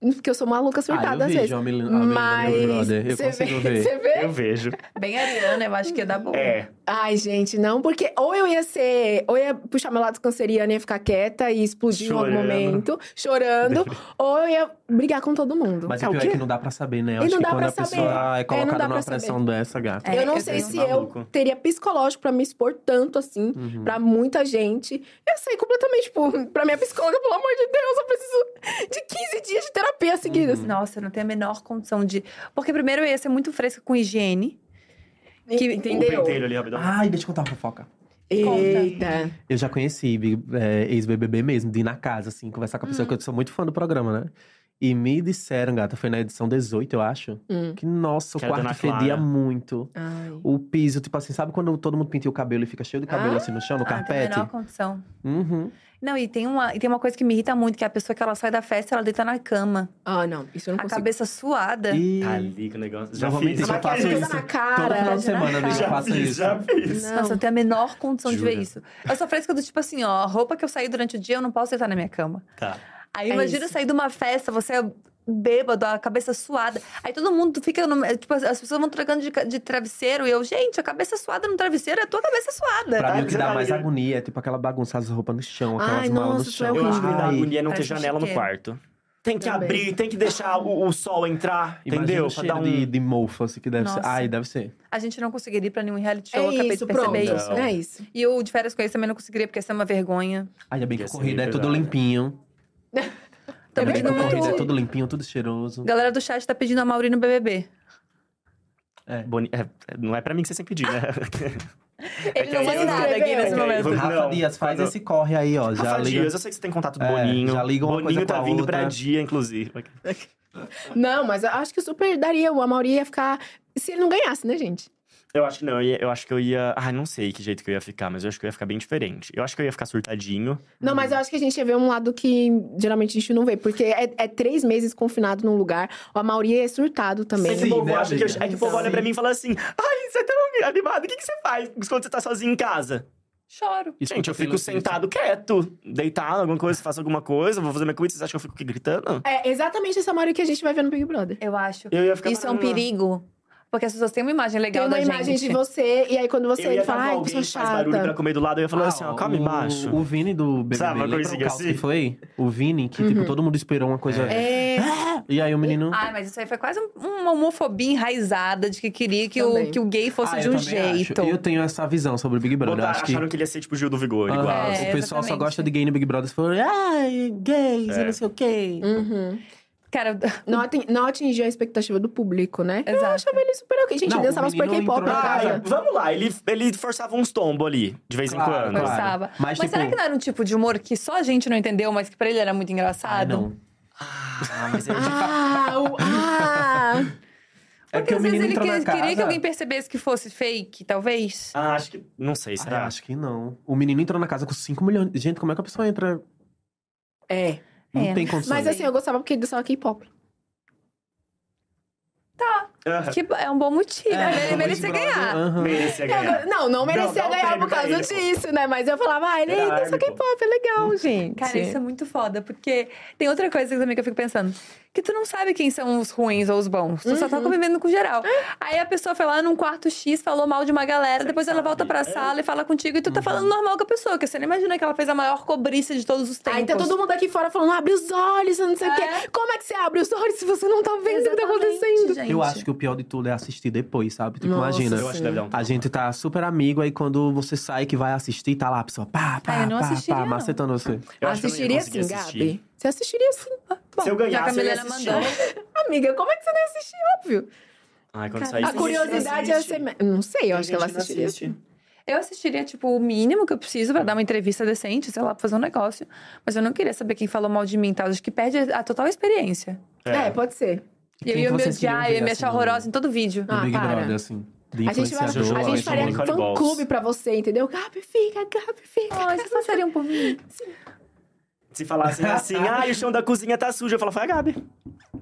D: Porque eu sou maluca surtada
B: ah, eu
D: às vezes.
B: vejo a menina, a menina do Big
D: Mas.
B: Brother. Eu
D: você
B: consigo
D: vê,
B: ver.
D: Você vê?
C: Eu vejo.
A: Bem Ariana, eu acho que ia dar boa.
C: É.
D: Ai, gente, não, porque ou eu ia ser. Ou ia puxar meu lado canceriano e ia ficar quieta e explodir em algum
C: Chorando.
D: momento, chorando, ou eu ia brigar com todo mundo.
B: Mas
C: É
B: o
C: o
B: pior é
C: quê?
B: que não dá pra saber, né? Eu
D: E
B: acho
D: não
B: que
D: dá
B: quando
D: pra
B: a
D: saber.
B: pessoa é
D: É, não
B: colocada
D: dá pra
B: numa
D: saber.
B: pressão dessa, gata.
A: É,
D: eu não
A: eu
D: sei
A: tô
D: se
C: maluco.
D: eu teria psicológico pra me expor tanto assim,
B: Uhum.
D: pra muita gente. Eu saí completamente, tipo, pra minha psicóloga, pelo amor de Deus, eu preciso de 15 dias de terapia seguidas.
A: Nossa, eu não tenho a menor condição de. Porque primeiro eu ia ser muito fresca com higiene. Que-
C: O
D: entendeu?
C: pentelho ali, rapidão.
B: Ai, deixa eu contar uma fofoca.
D: Eita.
B: Eu já conheci Big- é, ex-BBB mesmo, de ir na casa, assim, conversar com a pessoa,
D: Hum.
B: que eu sou muito fã do programa, né? E me disseram, gata, foi na edição 18, eu acho,
D: Hum.
B: que nossa, o
C: Que era
B: quarto
C: Dona Clara.
B: fedia muito.
D: Ai.
B: O piso, tipo assim, sabe quando todo mundo pinta o cabelo e fica cheio de cabelo
D: Ah,
B: assim no chão, no
A: Ah, não tenho a
B: carpete?
A: menor condição.
B: Uhum.
A: Não, e tem, uma, e tem uma coisa que me irrita muito, que é a pessoa que ela sai da festa, ela deita na cama.
D: Ah, não, isso eu
A: A
D: não consigo.
A: cabeça suada.
D: É.
B: E
C: Tá ali com o negócio. Já
B: Não vou
C: fiz.
B: mentir,
C: já
B: eu faço isso.
C: fiz.
D: Maquiagem na
B: todo
D: cara.
B: final de semana, amigo, eu
C: Já
B: faço
C: fiz,
B: isso.
C: já fiz.
D: Não.
A: Nossa, eu tenho a menor condição
C: Jura?
A: de ver isso. Eu sou fresca do tipo assim, ó, roupa que eu saí durante o dia, eu não posso deitar na minha cama.
C: Tá.
A: Aí
D: É
A: imagina
D: isso.
A: sair de uma festa, você é bêbado, a cabeça suada. Aí todo mundo fica. No, é, tipo, as as pessoas vão trocando de, ca- de travesseiro e eu, gente, a cabeça suada no travesseiro é a tua cabeça suada.
B: Pra
C: Tá,
B: mim, o que
C: você
B: dá
C: tá
B: mais
C: ligado.
B: agonia é tipo aquela bagunça das roupas no chão, aquelas
D: Ai,
B: malas
D: nossa,
B: no
D: isso é
B: chão.
C: Eu acho que me dá
B: Ai,
C: agonia não ter
A: Parece um
C: janela no
A: chiqueiro.
C: quarto. Tem que
D: Também.
C: abrir, tem que deixar o, o sol entrar,
B: imagina o
C: entendeu? Pra
B: cheiro
C: dar um...
B: de, de mofo, assim, que deve ser.
A: Nossa.
B: Ai, deve ser.
A: A gente não conseguiria ir pra nenhum reality show,
D: É
A: eu acabei
D: isso,
A: de
D: pronto.
A: perceber isso.
C: Não.
D: É isso.
A: E o de férias com eles também não conseguiria, porque isso é uma vergonha.
B: Ainda bem que
C: Ia ser
B: corrida é
C: meio
B: tudo
C: pesado.
B: limpinho.
A: Tô
B: Ainda bem que
A: pedindo
B: corrida é
A: muito.
B: tudo limpinho, tudo cheiroso.
A: Galera do chat tá pedindo a Mauri no BBB.
C: Boni- é, é, não é pra mim que você sempre diz, né?
A: Ele não
C: aí
A: faz
C: eu
A: nada aqui
D: escreveu.
A: nesse
C: É,
A: momento.
C: eu-
B: Rafa
C: Não,
B: Dias, faz
C: não.
B: esse corre aí, ó. Já
C: Rafa
B: liga.
C: Dias, eu sei que você tem contato do
B: É,
C: Boninho.
B: já liga uma
C: Boninho
B: coisa com
C: tá
B: a
C: vindo pra
B: outra.
C: dia, inclusive.
D: Não, mas eu acho que super daria. O Amauri ia ficar. Se ele não ganhasse, né, gente?
C: Eu acho que não, eu, ia- eu acho que eu ia. Ah, não sei que jeito que eu ia ficar, mas eu acho que eu ia ficar bem diferente. Eu acho que eu ia ficar surtadinho.
D: Não, mas eu acho que a gente ia ver um lado que geralmente a gente não vê, porque é, é três meses confinado num lugar. O Amauri é surtado também.
C: É que
B: Sim,
C: o povo,
B: né,
C: acha que eu-
B: amiga?
C: é que o povo olha pra mim e fala assim: ai, você é tão animado, o que, que você faz quando você tá sozinho em casa?
A: Choro.
B: Escuta
C: Gente, eu fico
B: pelo Cícero.
C: sentado quieto, deitado, alguma coisa, faço alguma coisa, vou fazer minha comida, vocês acham que eu fico aqui gritando?
D: É exatamente esse Amauri que a gente vai ver no Big Brother.
A: Eu acho.
C: Eu ia ficar
A: Isso é um
B: "Ah."
C: parado lá.
A: perigo. Porque as pessoas têm uma imagem
D: Tem
A: legal
D: uma
A: da
D: imagem
A: gente.
D: de você, e aí quando você
C: eu
D: ele
C: ia
D: fala,
C: falar
D: ai, que
C: alguém
D: pessoa
C: que faz barulho pra
D: chata.
C: comer do lado, eu ia falar assim, ó,
B: Ah, o-
C: calma embaixo.
B: O Vini do BBB,
C: Sabe uma
B: lembra
C: coisinha
B: o caos
C: assim?
B: que foi? O Vini, que
A: Uhum.
B: tipo, todo mundo esperou uma coisa... Ah!
D: É.
B: E aí o menino...
A: Ai, mas isso aí foi quase um- uma homofobia enraizada de que queria que, o,
D: Também.
A: que o gay fosse
B: Ah,
A: de
B: eu
A: um
B: também acho.
A: jeito.
B: Eu tenho essa visão sobre o Big Brother.
C: Botaram,
B: acho que...
C: Acharam que ele ia ser tipo Gil do Vigor,
B: Aham,
C: igual.
A: É,
B: o pessoal só
A: exatamente.
B: gosta de gay no Big Brother. Falou, ai, gays,
C: É.
B: e não sei o quê.
D: Uhum.
A: Cara,
D: Não, atin- não atingiu a expectativa do público, né? Eu
A: Exato.
D: achava ele super ok. Gente,
B: Não,
D: ele dançava
B: o
D: super
B: menino
D: K-pop
B: entrou na
D: na
C: Ah,
D: casa.
B: casa.
C: vamos lá, ele, ele forçava uns tombos ali, de vez
B: Claro,
C: em quando.
B: claro.
A: forçava. Mas,
B: Mas, tipo-
A: será que não era um tipo de humor que só a gente não entendeu, mas que pra ele era muito engraçado?
B: Ah, não.
C: Ah, mas é
D: Ah, o, ah.
B: É
A: Porque
B: porque o
A: às vezes
B: menino
A: ele
B: entrou
A: que-
B: na casa...
A: queria que alguém percebesse que fosse fake, talvez.
C: Ah, acho que. Não sei,
B: Ai,
C: será?
B: Ah, acho que não. O menino entrou na casa com 5 milhões. Gente, como é que a pessoa entra?
D: É. assim,
B: Não
A: É.
B: tem condições.
D: Mas assim, eu gostava porque ele dançava K-pop.
A: Que bo- é um bom motivo. né? ele
B: Big
A: merecia
B: Brother,
A: ganhar.
B: aham.
C: Merecia ganhar.
D: Não, não merecia
C: É. dá um
D: ganhar
C: prêmio
D: por
C: pra
D: causa
C: ele, pô.
D: disso, né? Mas eu falava, ah, ele
C: Ele era
D: ainda só
C: árabe, pô.
D: K-pop, é legal, gente.
A: Cara, isso é muito foda, porque tem outra coisa também que eu fico pensando. Que tu não sabe quem são os ruins ou os bons. Tu só tá convivendo com geral. Aí a pessoa foi lá num quarto X, falou mal de uma galera, depois ela volta pra sala e fala contigo e tu tá falando normal com a pessoa, que você não imagina que ela fez a maior cobriça de todos os tempos.
D: Aí tá todo mundo aqui fora falando, abre os olhos, não sei o
A: É.
D: quê. Como é que você abre os olhos se você não tá vendo o que tá
A: Exatamente,
D: acontecendo?
A: gente.
B: Eu acho que o pior de tudo é assistir depois, sabe? Tipo,
D: Nossa,
B: imagina.
C: Eu acho que deve dar um
B: A gente tá super amigo, aí quando você sai que vai assistir, tá lá a pessoa pá, pá,
A: Ah, eu não
B: pá,
A: assistiria,
B: pá,
A: não.
B: macetando você.
C: Eu acho que eu não ia
D: assistiria
C: conseguir
D: sim,
C: assistir.
D: Gabi? Você assistiria sim.
A: Bom,
C: Se eu
A: já que
C: ganhasse,
A: a
C: eu ia
A: Milena
C: assistir.
A: mandou.
D: Amiga, como é que você não ia assistir? Óbvio.
C: Ai, quando
A: Cara,
C: sair...
A: a
D: A
A: Sim,
D: curiosidade ia ser... me- Não sei, eu acho que ela assistiria sim.
A: Eu assistiria, tipo, o mínimo que eu preciso pra dar uma entrevista decente, sei lá, pra fazer um negócio. Mas eu não queria saber quem falou mal de mim e tal. Acho que perde a total experiência.
D: É, pode ser.
A: E eu
B: Quem
A: ia me
B: vocês queriam
A: odiar, eu ia
B: ver,
A: me achar
B: assim,
A: horrorosa em todo vídeo.
B: No
D: Ah,
B: Big
D: para.
B: Brother, assim. De
D: A gente, vai,
B: influenciador,
D: a
C: João,
D: gente
B: assim.
C: faria
D: faria
C: Nicole Balls.
D: fã-clube pra você, entendeu? Gabi, fica, Gabi, fica.
A: Ai, vocês passariam por mim.
C: Se falassem assim, ah, o chão da cozinha tá sujo. Eu falava, foi a Gabi.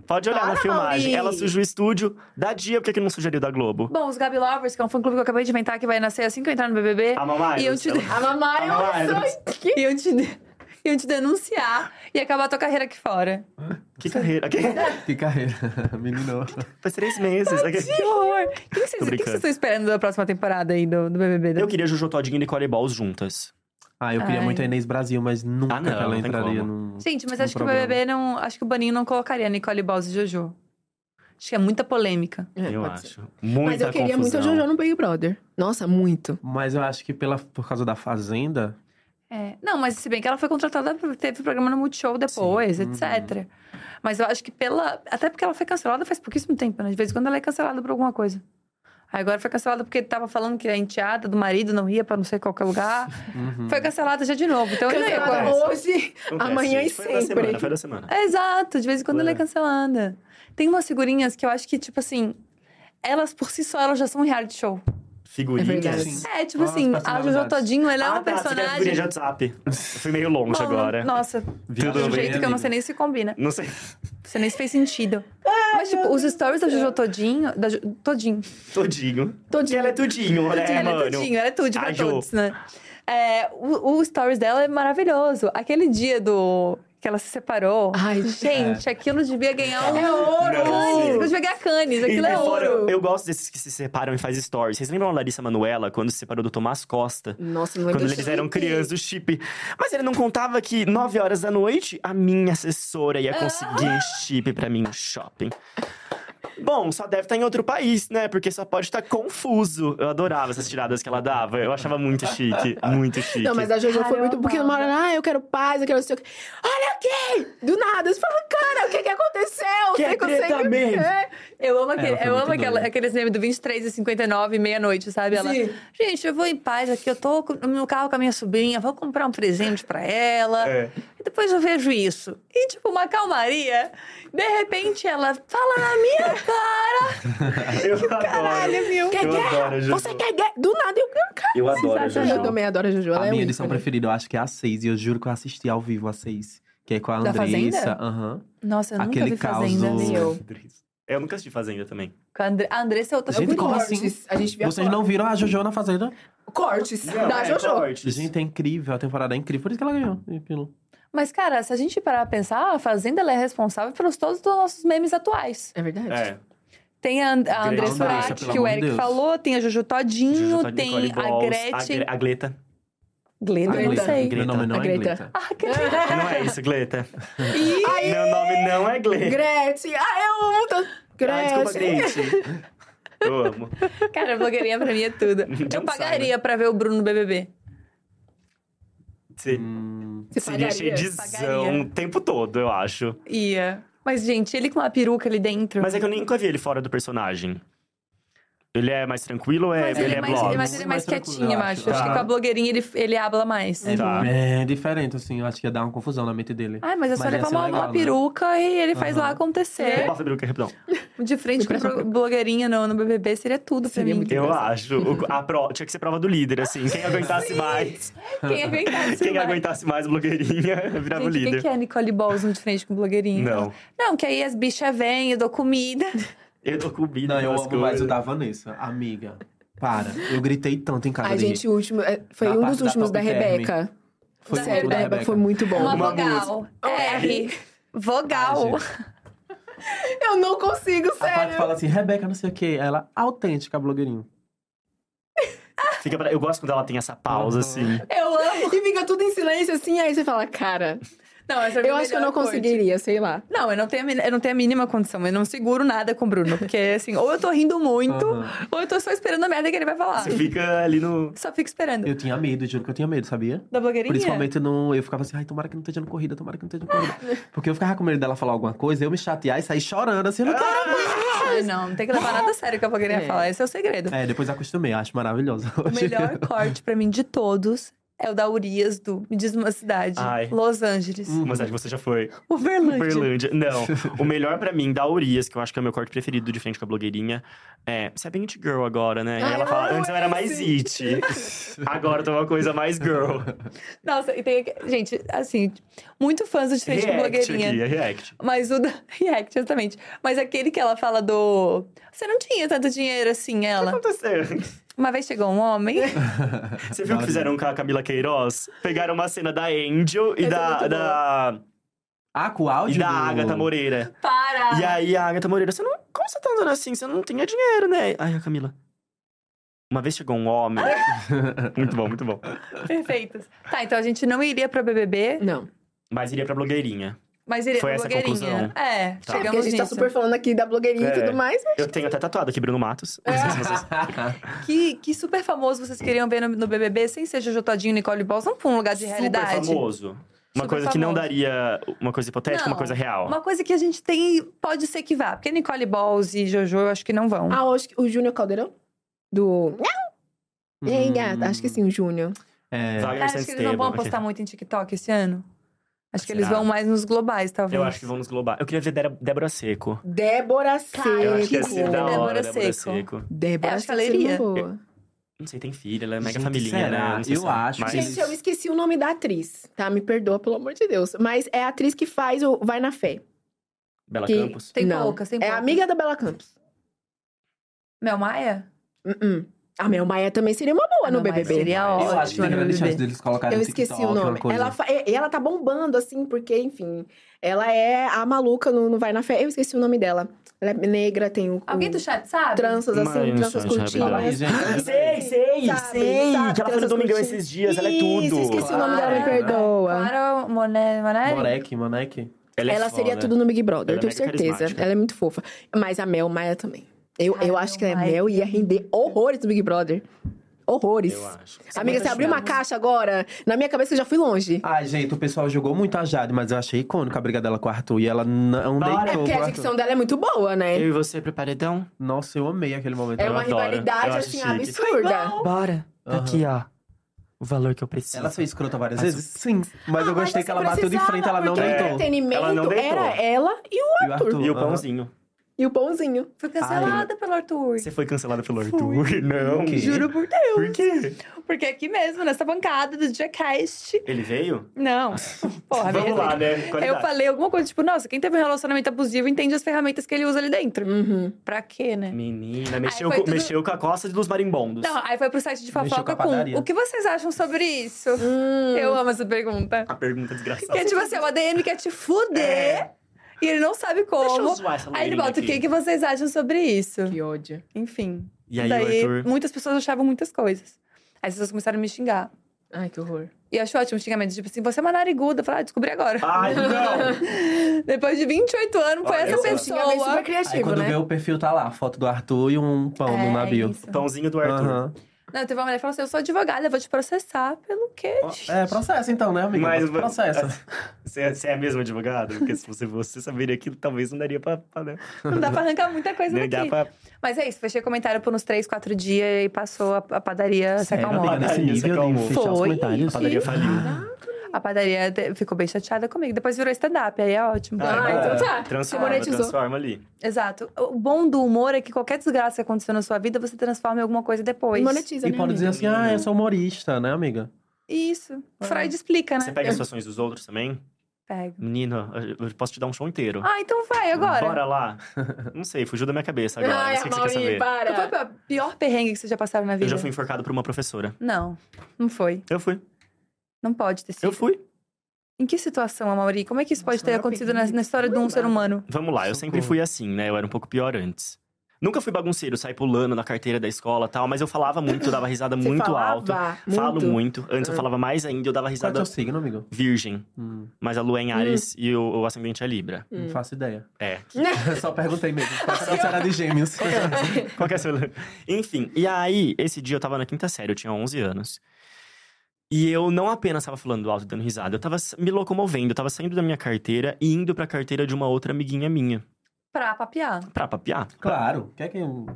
C: Pode olhar na
D: Para,
C: filmagem.
D: Mauri.
C: Ela sujou o estúdio. Da dia, por que, que não sugeriu da Globo?
A: Bom, os Gabi Lovers, que é um fã-clube que eu acabei de inventar, que vai nascer assim que eu entrar no BBB.
C: A mamãe.
A: E eu te...
C: ela-
D: A
C: A mamãe,
D: mamãe,
C: né?
D: olha só aqui.
A: e eu te... de- Iam te denunciar e acabar a tua carreira aqui fora.
C: Que carreira. Que...
B: Que carreira, menino.
C: Faz três meses.
A: Que horror! O que que vocês-
C: Tô
A: o que que vocês
C: brincando.
A: estão esperando da próxima temporada aí do, do BBB?
C: Eu queria Jojo Todinho e Nicole Balls juntas.
B: Ah, eu queria
A: Ai.
B: muito a Inês Brasil, mas nunca
C: Ah,
B: que
C: não,
B: ela
C: não tem
B: entraria
C: como.
B: num.
A: Gente, mas
B: um
A: acho que
B: programa.
A: o BBB não... Acho que o Boninho não colocaria Nicole Balls e Jojo. Acho que é muita polêmica.
D: É,
C: eu
D: pode ser.
C: acho. Muita
D: Mas eu queria muito a
C: confusão.
D: Jojo no Big Brother. Nossa, muito.
B: Mas eu acho que pela, por causa da Fazenda.
A: É. Não, mas se bem que ela foi contratada, teve programa no Multishow depois, etc.
C: Uhum.
A: Mas eu acho que pela. Até porque ela foi cancelada faz pouquíssimo tempo, né? De vez em quando ela é cancelada por alguma coisa. Aí Agora foi cancelada porque tava falando que a enteada do marido não ia pra não sei qualquer lugar.
C: Hum.
A: Foi cancelada já de novo. Então ele
D: Cancelada
A: é.
D: hoje,
C: Acontece,
D: amanhã e
C: gente. Foi da semana, foi
D: sempre.
C: da semana.
A: Exato, de vez em quando ela é cancelada. Tem umas figurinhas que eu acho que, tipo assim, elas por si só elas já são um reality show.
C: Figurinhas.
D: verdade.
B: Sim.
A: É, tipo
B: Olha as
A: assim, a Jojo
B: personalidades.
A: Todinho, ela é uma
C: ah, tá, você quer
A: personagem.
C: figurinha de WhatsApp. Eu fui meio longe
A: Não, não-
C: agora.
A: Nossa, de um jeito
C: bem,
A: que eu não
B: amiga?
A: sei nem se combina.
C: Não sei.
A: Você nem se fez sentido. Mas, tipo, os stories da Jojo Todinho. Da jo... Todinho.
C: Todinho.
D: Todinho.
C: Ela é tudinho, né,
A: Todinho, ela
C: mano?
A: é Todinho, ela é tudo pra
C: A Jo.
A: todos, né? É, o, o stories dela é maravilhoso. Aquele dia do. que ela se separou.
D: Ai,
C: É.
A: gente, aquilo devia ganhar um.
D: É ouro!
A: Cannes, aquilo devia ganhar Cannes, aquilo
C: E-
A: é
C: e fora,
A: ouro.
C: Eu gosto desses que se separam e fazem stories. Vocês lembram a Larissa Manuela quando se separou do Tomás Costa?
D: Nossa, não lembro.
C: Quando eles um eram crianças, o chip. Mas ele não contava que 9 horas da noite a minha assessora ia conseguir
D: Ah.
C: um chip pra mim no shopping. Bom, só deve estar em outro país, né? Porque só pode estar confuso. Eu adorava essas tiradas que ela dava. Eu achava muito chique, muito chique.
D: Não, mas a Jojo foi
A: Cara, eu
D: muito. Porque uma hora, ah, eu quero paz, eu quero não sei o quê. Olha aqui! Do nada, você fala, cara, o que que aconteceu?
C: Que
D: Sei eu sei
C: treta
D: que-
C: mesmo.
D: É.
A: Eu amo, aquele,
B: Ela foi
A: eu
B: muito
A: amo aquela,
B: doida.
A: aqueles memes do 23 e 59, meia-noite, sabe? Ela,
D: Sim.
A: gente, eu vou em paz aqui, eu tô com- no carro com a minha sobrinha, vou comprar um presente pra ela.
C: É.
A: E depois eu vejo isso. E, tipo, uma calmaria. De repente, ela fala na minha cara.
C: eu adoro.
A: Caralho, meu.
D: Quer
C: Eu adoro a
D: guerra?
C: Jojo.
D: Você quer guerra? Do nada, eu quero. Cara,
C: Eu adoro a
D: sensacional.
C: Jojo.
D: Eu também adoro a Jojo. Ela
B: a
D: é
B: minha
D: um
B: edição
D: ícone.
B: preferida, eu acho que é a 6, e eu juro que eu assisti ao vivo a 6. Que é com a
A: Da
B: Andressa.
A: Fazenda?
B: Aham.
A: Nossa, eu nunca
B: Aquele
A: vi
B: caos
A: Fazenda.
B: do-
A: nem eu.
C: Eu nunca assisti Fazenda também.
A: Com a Andre- A Andressa é outra...
B: Gente,
D: vi
B: como
D: cortes,
B: assim?
D: a gente via
B: Vocês não
D: cortes.
B: viram a Jojo na Fazenda?
D: Cortes da
C: é,
D: Jojo.
C: cortes.
B: Gente, é incrível, a temporada é incrível. Por isso que ela ganhou. e pelo-
A: Mas, cara, se a gente parar pra pensar, a Fazenda ela é responsável pelos todos os nossos memes atuais.
D: É verdade.
C: É.
A: Tem a, And- a
C: Grande
A: Andressa
B: Andressa,
A: Urach,
B: pelo
A: que o
B: amor de
A: Eric
B: Deus.
A: falou, tem a Jojo Todinho,
C: Jojo Todinho,
A: tem
C: Nicole
A: a
C: Balls,
A: Gretchen.
C: Gre- A Gleta.
A: Glenda,
D: Ah,
A: eu não
D: Glenda.
A: sei.
B: Meu nome não
D: A
B: é
D: Greta.
B: Greta.
A: Ah, Glenda.
C: Não é isso, Gleta. Meu nome não é Gleta.
D: Gretchen. Ah, eu amo. tanto.
C: Ah, desculpa,
D: Gretchen.
C: Glete. Eu amo.
A: Ah, Cara, blogueirinha pra mim é tudo.
C: Então
A: Eu
C: sai,
A: pagaria pra ver o Bruno no BBB.
C: Se-
B: Hum.
D: Você
C: Seria cheio de zão
A: Pagaria.
C: o tempo todo, eu acho.
A: Ia. Mas, gente, ele com uma peruca ali dentro.
C: Mas é que eu nunca vi ele fora do personagem. Ele é mais tranquilo ou é,
A: Mas
C: ele, é
A: mais,
C: blog?
A: mas ele é mais
B: Mais tranquilo,
A: quietinho,
B: eu
A: eu
B: acho.
A: acho. Acho que
C: Tá.
A: com a blogueirinha ele, ele habla mais.
C: Tá.
B: É diferente, assim. Eu acho que ia dar uma confusão na mente dele.
A: Ah, mas é só
B: ia
A: levar
B: ser
A: uma,
B: legal,
A: uma
B: né?
A: peruca e ele faz lá acontecer.
C: Nossa, peruca, rapidão.
A: De frente com a blo- blogueirinha no, no BBB seria tudo pra
D: Seria
A: mim.
D: muito
C: Eu acho. O- a pro- tinha que ser prova do líder, assim. Quem aguentasse mais.
A: Quem aguentasse
C: Quem
A: mais?
C: aguentasse mais blogueirinha virava
A: Gente, o
C: o
A: que é?
C: líder.
A: que é Nicole Balls no de frente com blogueirinha?
C: Não.
A: Não, que aí as bichas vêm, eu dou comida.
C: Eu não combino
B: Não, eu
C: as
B: amo
C: coisas.
B: mais o da Vanessa. Amiga, para. Eu gritei tanto em casa
D: A
B: de rir.
D: gente, o último. é, Foi
B: Na
D: um
B: parte
D: dos
B: da
D: últimos da,
B: Top Term.
D: Rebeca.
B: Foi
A: da
D: Sério,
B: tudo
D: da
B: da
D: Rebeca foi muito bom.
A: Uma, É.
C: Uma
A: vogal.
D: É.
A: R.
B: Ai,
A: Vogal.
B: gente.
D: Eu não consigo,
B: A Paty
D: sério.
B: fala assim, Rebeca, não sei o quê. Ela, autêntica, blogueirinho.
C: Fica pra- Eu gosto quando ela tem essa pausa, assim.
A: Eu amo.
D: E fica tudo em silêncio assim, aí você fala, cara,
A: Não, essa é a
D: eu acho que eu
A: melhor
D: não
A: coisa.
D: conseguiria, sei lá.
A: Não, eu não, tenho, a min- eu não tenho a mínima condição. Eu não seguro nada com o Bruno. Porque, assim, ou eu tô rindo muito,
B: Aham.
A: ou eu tô só esperando a merda que ele vai falar.
C: Você fica ali no.
A: Só fico esperando.
B: Eu tinha medo, juro que eu tinha medo, sabia?
A: Da
D: é?
A: blogueirinha?
B: Principalmente no. Eu ficava assim, ai, tomara que não esteja no corrida, tomara que não esteja no corrida. Porque eu ficava com medo dela falar alguma coisa, eu me chatear e sair chorando, assim, eu não quero.
A: Ah, não, não tem que levar nada a sério que a blogueirinha
D: É.
A: fala. Esse é o segredo.
B: É, depois acostumei, acho maravilhoso.
A: O melhor corte pra mim de todos é o da Urias do Me Diz Uma Cidade.
C: Ai. Hum.
A: Los Angeles.
C: Mas acho que você já foi.
A: Uberlândia.
C: Uberlândia. Não. O melhor pra mim da Urias, que eu acho que é o meu corte preferido de frente com a blogueirinha, é. Você é bem it girl agora, né? E
D: Ai,
C: ela
D: eu
C: fala,
D: amo
C: antes eu era mais it. Agora eu tô uma coisa mais girl.
A: Nossa, e tem... Gente, assim, muito fãs do De Frente com
C: React
A: Blogueirinha.
C: aqui, é react.
A: Mas o da React, exatamente. Mas aquele que ela fala do. Você não tinha tanto dinheiro assim,
C: O que
A: ela.
C: aconteceu?
A: Uma vez chegou um homem.
C: Você viu o que fizeram com a Camila Queiroz? Pegaram uma cena da Angel e
D: Essa é
C: da,
D: muito
C: da,
B: Ah, com o
C: e
B: áudio.
C: da
B: do-
C: Agatha Moreira.
A: Para!
C: E aí a Agatha Moreira, você não. Como você tá andando assim? Você não tinha dinheiro, né? Ai, a Camila. Uma vez chegou um homem. muito bom, muito bom.
A: Perfeitos. Tá, então a gente não iria pra BBB,
D: Não.
C: Mas iria pra blogueirinha.
A: mas iria
C: Foi
A: pra
C: essa a
A: blogueirinha.
C: conclusão?
A: é,
C: Tá.
D: É, porque a
A: chegamos
D: gente
A: nisso.
D: tá super falando aqui da blogueirinha
C: É.
D: e tudo mais, mas
C: Eu tenho até tatuado aqui Bruno Matos. Não sei se vocês-
A: que, que super famoso vocês queriam ver no, no BBB sem ser Jojo Todinho e Nicole Balls? Não pra um lugar de
C: Super
A: realidade.
C: famoso. Uma
A: Super
C: coisa que não
A: famoso.
C: daria. Uma coisa hipotética, uma
A: Não.
C: coisa real.
A: Uma coisa que a gente tem, pode ser que vá. Porque Nicole Balls e Jojo, eu acho que não vão.
D: Ah, eu acho que o Júnior Caldeirão? Do.
B: Hum.
D: Ei, gata, acho que sim, o Júnior.
B: É.
C: Wagner
A: acho que eles não
C: Santisteban,
A: vão
C: ok.
A: apostar muito em TikTok esse ano. Acho que eles
C: Será?
A: vão mais nos globais, talvez.
C: Eu acho que vão nos globais. Eu queria ver Débora- Débora Seco.
D: Débora Seco.
C: Eu acho que é ia ser da
A: Débora
C: hora, Débora
A: Seco.
C: Seco.
D: Débora
A: Eu acho
D: Seco.
A: que ela iria.
D: seria uma boa.
C: Não sei, tem filha, ela é mega
B: Gente,
C: familhinha,
B: será?
C: né? Não sei
B: Eu
C: se-
B: acho
C: mas...
B: que-
D: Gente, eu esqueci o nome da atriz, tá? Me perdoa, pelo amor de Deus. Mas é a atriz que faz o Vai na Fé.
C: Bela
D: que-
C: Campos.
A: Tem
D: Não.
A: poucas, tem
D: É
A: poucas.
D: amiga da Bela Campos.
A: Mel Maia?
D: Uh-uh. A Mel Maia também seria uma boa
A: A
D: no
A: Mel Maia
D: BBB.
A: seria
B: Eu
A: ótima.
B: acho que tem
A: no
B: grande
A: BBB.
B: chance deles colocarem
D: Eu
B: no
D: esqueci
B: TikTok,
D: o
B: uma
D: nome.
B: coisa.
D: Ela, fa- é- ela tá bombando, assim, porque, enfim, ela é a maluca no, no Vai na Fé. Eu esqueci o nome dela. Ela é negra, tem o.
A: Alguém
D: o-
A: do chat sabe?
D: Tranças,
C: Mas
D: assim,
C: não
D: tranças
C: sei,
B: Fala aí,
D: curtinhas.
B: gente.
C: Sei, sei,
D: Sabe,
C: sei.
D: sabe,
C: que ela foi no
D: essas
C: Domingão
D: coisas.
C: esses dias, ela é tudo.
D: Isso, esqueci o nome
A: Clara.
D: dela, me perdoa.
A: Claro, Moné, Moné?
B: Moleque, moleque.
C: é
D: Ela
C: foda.
D: seria tudo no Big
C: Ela é
D: Brother, eu tenho
C: mega
D: certeza.
C: carismática.
D: Ela é muito fofa. Mas a Mel Maia também. Eu,
A: Cara,
D: eu acho que a
A: Mel
D: Mel é
A: Maia.
D: ia render horrores no Big Brother. Horrores.
C: Eu acho.
D: Amiga, você abriu uma caixa agora? Na minha cabeça eu já fui longe.
B: Ai, gente, o pessoal jogou muito a Jade, mas eu achei icônica a briga dela com o Arthur. E ela não
C: Bora.
D: É
B: deitou
D: porque
B: com o
D: a
B: Arthur.
D: dicção dela é muito boa, né?
C: Eu e você pro paredão?
B: Nossa, eu amei aquele momento.
D: É uma
C: adoro. Eu
D: rivalidade,
C: acho
D: assim,
C: chique.
D: absurda.
C: Bora.
B: Aham.
C: Aqui, ó. O valor que eu preciso.
B: Ela foi escrota várias
C: Mas-
B: vezes? Sim. Mas eu
D: Ah, mas
B: gostei
D: você
B: que ela bateu de
D: precisava,
B: frente, ela não
D: porque O
B: deitou.
D: entretenimento
C: Ela não deitou.
D: era ela e o,
B: E o Arthur.
C: E o
B: aham.
C: pãozinho.
D: e o pãozinho.
A: Foi cancelada pelo Arthur.
C: Você foi cancelada pelo Arthur? Não.
B: Que-
A: Juro por Deus.
C: Por quê?
A: Porque aqui mesmo, nessa bancada do Jacast.
C: Ele veio?
A: Não. Porra,
C: Vamos
A: mesmo.
C: lá, né?
A: Eu
C: Qualidade.
A: falei alguma coisa, tipo, nossa, quem teve um relacionamento abusivo entende as ferramentas que ele usa ali dentro.
D: Uhum.
A: Pra quê, né?
C: Menina, mexeu,
A: foi
C: com,
A: tudo-
C: mexeu com a costa dos marimbondos.
A: Não, aí foi pro site de
B: Mexeu
A: fofoca
B: com a
A: com.
B: padaria.
A: O que vocês acham sobre isso?
D: Hum.
A: Eu amo essa pergunta.
C: A pergunta desgraçada.
A: Que é tipo assim, o ADM quer te fuder
C: Tá É.
A: e ele não sabe
C: Deixa eu
A: como.
C: zoar essa
A: Aí ele
C: loirinha
A: bota o
C: aqui.
A: que, que vocês acham sobre isso.
D: Que ódio.
A: Enfim.
C: E aí,
A: Daí,
C: o Arthur...
A: muitas pessoas achavam muitas coisas. Aí as pessoas começaram a me xingar.
D: Ai, que horror.
A: E eu acho ótimo o xingamento, tipo assim, você é uma nariguda. Eu falei, ah, descobri agora.
C: Ai, não!
A: Depois de 28 anos, foi
C: Olha
A: essa
C: só.
D: Eu tinha bem
A: pessoa.
D: super criativo,
B: Aí quando
D: né? É,
B: vê o perfil, tá lá, foto do Arthur e um pão no navio.
A: É, isso.
C: Pãozinho do Arthur.
B: Aham.
A: Não, teve uma mulher que falou assim: eu sou advogada, eu vou te processar pelo quê? gente?
B: É, processo então, né, amiga?
C: Mas-
B: processo.
C: Você é, você é mesmo advogado? Porque se você, você saberia aquilo, talvez não daria pra... pra né?
A: Não dá pra arrancar muita coisa
C: Nem
A: daqui.
C: dá pra...
A: Mas é isso, fechei comentário por uns 3, 4 dias e passou a, a padaria se
B: Sério,
A: acalmou.
B: amiga, nesse
C: Padaria, você
B: nível de
C: acalmou.
B: fechar os
A: Foi.
B: comentários.
C: A né? padaria faliu.
A: A padaria te- ficou bem chateada comigo. Depois virou stand-up, aí é ótimo.
D: Ah,
C: é,
D: então tá.
C: Transforma,
D: Monetizou.
C: transforma ali.
A: Exato. O bom do humor é que qualquer desgraça que aconteceu na sua vida, você transforma em alguma coisa depois.
D: Monetiza,
B: E
D: né,
B: pode
D: amiga?
B: dizer assim, ah, eu sou humorista, né, amiga?
A: Isso. Freud explica,
C: Você
A: né?
C: pega as situações dos outros também?
A: Pego.
C: Menina, eu eu posso te dar um show inteiro.
A: Ah, então vai agora.
C: Bora lá. Não sei, fugiu da minha cabeça agora.
D: Ai,
C: não sei o que você quer
D: Amaury,
C: saber.
A: Qual foi
D: para.
A: a pior perrengue que vocês já passaram na vida?
C: Eu já fui enforcado por uma professora.
A: Não, não foi.
C: Eu fui.
A: Não pode ter sido.
C: Eu fui.
A: Em que situação, Amaury? Como é que isso pode
D: Nossa,
A: ter
D: maior
A: acontecido na,
D: perrengue.
A: na história de um ser humano?
C: Vamos lá, eu sempre
B: Socorro.
C: fui assim, né? Eu era um pouco pior antes. Nunca fui bagunceiro, saí pulando na carteira da escola e tal, mas eu falava muito, eu dava risada
D: Você
C: muito
D: falava
C: alto. Falo muito. Antes eu falava mais ainda, eu dava
B: Qual é
C: risada
B: teu signo, amigo?
C: virgem.
B: Hum,
C: Mas a lua é em Ares e o, o ascendente é Libra.
D: Hum.
B: Não faço ideia.
C: É.
D: Né?
B: Só perguntei mesmo. Só se era de gêmeos.
C: Qual que é a sua lua? Enfim, e aí, esse dia eu tava na quinta série, eu tinha 11 anos. E eu não apenas tava falando alto e dando risada, eu tava s- me locomovendo, eu tava saindo da minha carteira e indo pra carteira de uma outra amiguinha minha.
A: Pra papiar.
C: Pra papiar.
B: Claro. Quer que eu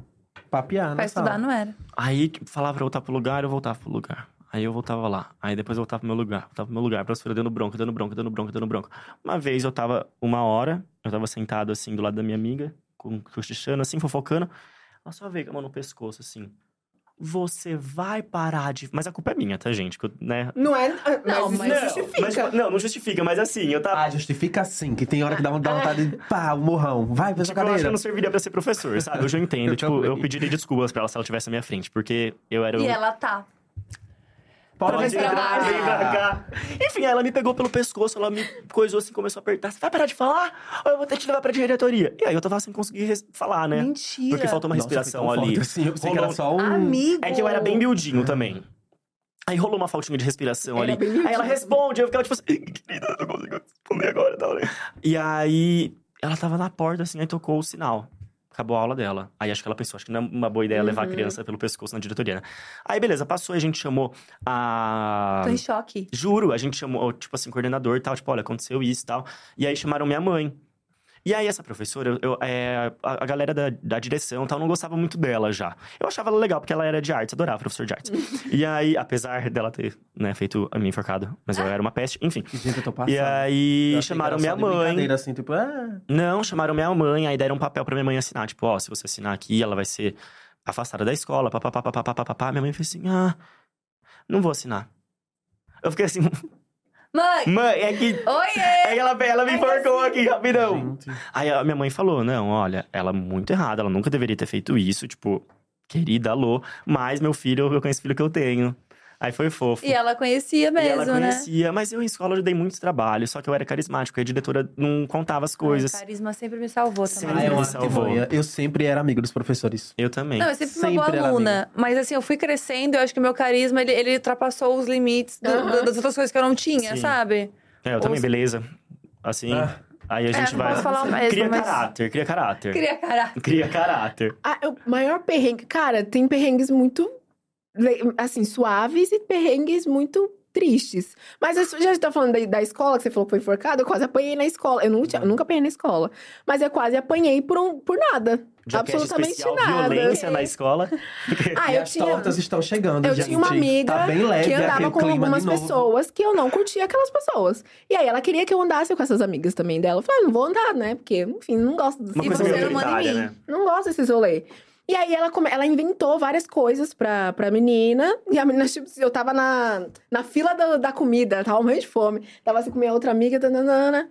B: papiar, né?
A: Pra estudar,
B: sala?
A: não era.
C: Aí que falava pra voltar pro lugar, eu voltava pro lugar. Aí eu voltava lá. Aí depois eu voltava pro meu lugar. Voltava pro meu lugar. A professora dando bronca, dando bronca, dando bronca, dando bronca. Uma vez eu tava uma hora, eu tava sentado assim do lado da minha amiga, com cochichando, assim, fofocando. Ela só veio com a mão no pescoço, assim. Você vai parar de. Mas a culpa é minha, tá, gente? Que eu, né?
D: Não é. Mas
A: Não,
D: isso
A: mas-
D: não justifica.
C: mas, tipo, não, não justifica, mas assim, eu tava.
B: Ah, justifica sim, que tem hora que dá dá vontade de pá, o morrão. Vai, pra sua
C: Tipo, eu acho que eu
B: cadeira.
C: não serviria pra ser professor, sabe? Hoje eu entendo.
B: Eu
C: tipo, eu
B: também.
C: pediria desculpas pra ela se ela estivesse na minha frente, porque eu era.
A: E
C: um-
A: ela tá.
C: Pode
B: Pode
C: entrar, Ah.
A: Márcia.
C: vem pra cá. Enfim, aí ela me pegou pelo pescoço, ela me coisou assim, começou a apertar. Você vai parar de falar? Ou eu vou ter que te levar pra diretoria? E aí eu tava sem conseguir res- falar, né?
A: Mentira.
C: Porque faltou uma
B: Nossa,
C: respiração
B: foi tão
C: ali.
B: forte assim, eu pensei que era
C: Rolou-
B: só um...
A: Amigo.
C: É que eu era bem miudinho também. Aí rolou uma faltinha de respiração
D: Era
C: ali.
D: bem
C: Aí ela
D: miudinho.
C: responde, eu ficava tipo assim, querida, eu não consigo responder agora, tá? né? E aí ela tava na porta, assim, aí tocou o sinal. Acabou a aula dela. Aí acho que ela pensou, acho que não é uma boa ideia
D: Uhum.
C: levar a criança pelo pescoço na diretoria, né? Aí beleza, passou, a gente chamou a.
D: Tá
A: Tô em choque.
C: Juro, a gente chamou, tipo assim, coordenador e tal, tipo, olha, aconteceu isso e tal. E aí chamaram minha mãe. E aí, essa professora, eu, eu, é, a, a galera da, da direção e tal não gostava muito dela já. Eu achava ela legal, porque ela era de artes, adorava professor de artes. e aí, apesar dela ter né, feito a minha enforcada, mas eu era uma peste, enfim.
B: Ah! Que gente eu tô passando.
C: E aí,
B: Eu achei
C: chamaram
B: que
C: minha
B: era só de
C: mãe.
B: brincadeira, assim, tipo, ah,
C: Não, chamaram minha mãe, aí deram um papel pra minha mãe assinar. Tipo, ó, se você assinar aqui, ela vai ser afastada da escola, papapá, papapá, papapá. Minha mãe fez assim, ah, não vou assinar. Eu fiquei assim,
A: Mãe!
C: mãe, é que...
A: Oiê!
C: Aí ela, ela
A: É
C: me enforcou
A: assim,
C: aqui, rapidão.
B: gente.
C: Aí a minha mãe falou: Não, olha, ela é muito errada, ela nunca deveria ter feito isso. Tipo, querida, alô, mas meu filho, eu conheço o filho que eu tenho. Aí foi fofo.
A: E ela conhecia
C: E
A: mesmo,
C: ela
A: né?
C: conhecia, mas eu em escola eu dei muito trabalho, só que eu era carismático, e a diretora não
A: Ah,
C: contava as coisas.
A: Ai, carisma sempre me salvou também.
C: Sempre
B: Ah, é uma
C: me salvou.
B: testemunha. Eu sempre era amigo dos professores.
C: eu também.
A: Não, eu sempre fui uma
B: Sempre
A: boa
B: era
A: aluna. Mas assim, eu fui crescendo, eu acho que o meu carisma, ele, ele ultrapassou os limites do-
D: Aham.
A: do- das outras coisas que eu não tinha,
C: Sim.
A: sabe?
C: É, eu também,
A: Os- É,
C: beleza. Assim,
B: Ah.
C: aí a gente
A: não
C: vai.
A: posso falar o mesmo,
C: cria
A: mas-
C: caráter, cria caráter.
A: Cria cara.
C: Cria caráter.
D: Ah, é o maior perrengue. Cara, tem perrengues muito, le- assim, suaves e perrengues muito tristes. Mas eu já tá falando da, da escola, que você falou que foi enforcado, eu quase apanhei na escola. Eu, não tinha- eu nunca apanhei na escola. Mas eu quase apanhei por, um, por nada.
C: Jaquete
D: absolutamente
C: é especial,
D: nada.
C: violência na escola.
D: Ah,
B: e
D: eu
B: as
D: tinha...
B: tortas estão chegando,
D: Eu
B: gente.
D: tinha uma amiga
B: tá bem leve
D: que andava
B: aquele
D: com
B: clima
D: algumas
B: de novo.
D: pessoas que eu não curtia aquelas pessoas. E aí ela queria que eu andasse com essas amigas também dela. Eu falei, ah, não vou andar, né? Porque, enfim, não gosto desse
C: Uma
A: E
C: coisa
A: você
C: meio
A: não manda em
C: autoritária,
A: mim.
C: né?
D: não gosto desses rolê. E aí ela, come- ela inventou várias coisas pra, pra menina. E a menina, tipo, eu tava na, na fila da, da comida, tava morrendo de fome. Tava assim com minha outra amiga, tananana.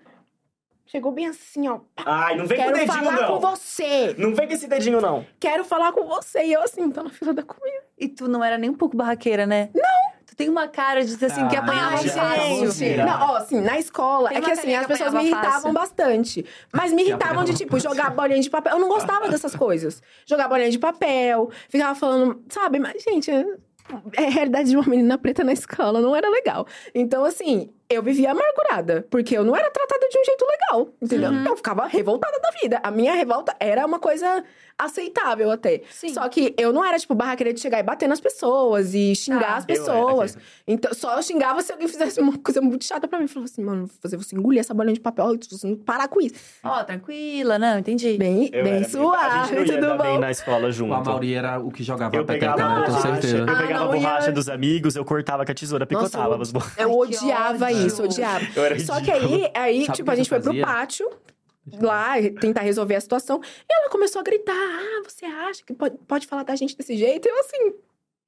D: Chegou bem assim, ó.
C: Ai, não vem com o
D: Quero
C: dedinho,
D: falar com
C: não.
D: você!
C: Não vem com esse dedinho, não.
D: Quero falar com você! E eu assim, tô na fila da comida.
A: E tu não era nem um pouco barraqueira, né? Não! Tu tem uma cara de assim, que
B: Ah,
A: apanhava
B: Ai,
A: fácil.
B: gente.
D: é Não, ó, assim, na escola,
A: Tem
D: é que
A: uma
D: assim,
A: carinha
D: as
A: que
D: pessoas me
A: apanhava fácil.
D: irritavam bastante. Mas me irritavam de, tipo, jogar bolinha de papel. Eu não gostava dessas coisas. Jogar bolinha de papel, ficava falando, sabe? Mas, gente, é a realidade de uma menina preta na escola, não era legal. Então, assim, eu vivia amargurada, porque eu não era tratada de um jeito legal, entendeu?
A: Uhum.
D: Eu ficava revoltada da vida. A minha revolta era uma coisa aceitável até.
A: Sim.
D: Só que eu não era, tipo, barraqueira de chegar e bater nas pessoas e xingar
A: Ah.
D: as
C: Eu era, assim.
D: pessoas. Então, só eu xingava se alguém fizesse uma coisa muito chata pra mim. Eu falava assim, mano, vou fazer você engolir essa bolinha de papel, você não parar com isso.
A: Ó, tranquila, não, entendi.
D: Bem,
C: Eu
D: bem
C: era A
D: suave,
C: gente não ia
D: tudo
C: andar bem
D: bom.
C: na escola junto.
B: A Mauri era o que jogava
C: Então, Eu
B: a peteca, né?
C: pegava a
B: Eu tenho
C: borracha,
B: certeza.
C: eu pegava a
D: Ah, não,
C: borracha
D: ia-
C: dos amigos, eu cortava com a tesoura, picotava
D: eu-
C: as borrachas.
D: Eu
A: Ai, que
D: odiava
A: ódio.
D: isso, odiava.
C: Eu era
D: Só que
C: ridículo.
D: aí, aí
B: Sabe o
D: tipo,
B: que
D: a
B: eu
D: gente foi pro
B: fazia?
D: pátio, lá, e tentar resolver a situação. E ela começou a gritar, ah, você acha que pode, pode falar da gente desse jeito? E eu assim...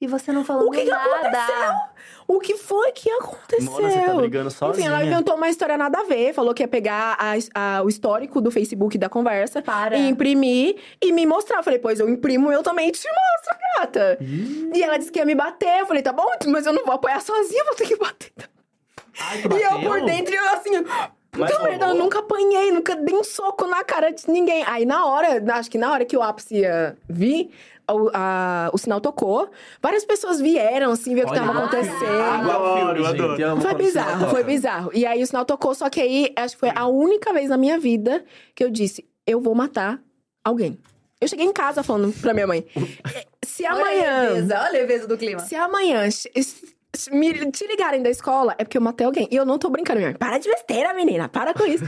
A: E você não falou
D: O que que
A: nada.
D: O que foi que aconteceu?
C: Mona, você tá brigando
D: Enfim,
C: sozinha.
D: ela inventou uma história nada a ver, falou que ia pegar a- a- o histórico do Facebook da conversa
A: Para.
D: e imprimir e me mostrar. Eu falei, pois eu imprimo, eu também te mostro, gata. E ela disse que ia me bater. Eu falei, tá bom, mas eu não vou apoiar sozinha, vou ter que bater.
C: Ai, tu
D: E eu
C: bateu?
D: por dentro, eu assim.
C: Mas
D: Puta merda, eu
C: rolou?
D: nunca apanhei, nunca dei um soco na cara de ninguém. Aí na hora, acho que na hora que o ápice ia vir, o, a- o sinal tocou. Várias pessoas vieram, assim, ver o que
B: Olha, Ah,
D: tava
B: igual filme.
D: acontecendo.
B: Igual
C: Adoro,
B: filme,
C: eu
B: gente.
C: adoro.
B: Eu amo
D: Foi
B: quando o sinal
D: bizarro,
B: toca.
D: foi bizarro. E aí o sinal tocou, só que aí acho que foi a única vez na minha vida que eu disse: eu vou matar alguém. Eu cheguei em casa falando pra minha mãe: se
A: Olha a
D: amanhã.
A: leveza, olha a leveza do clima.
D: Se amanhã ch- ch- me, te ligarem da escola, é porque eu matei alguém. E eu não tô brincando, minha mãe. Para de besteira, menina. Para com isso.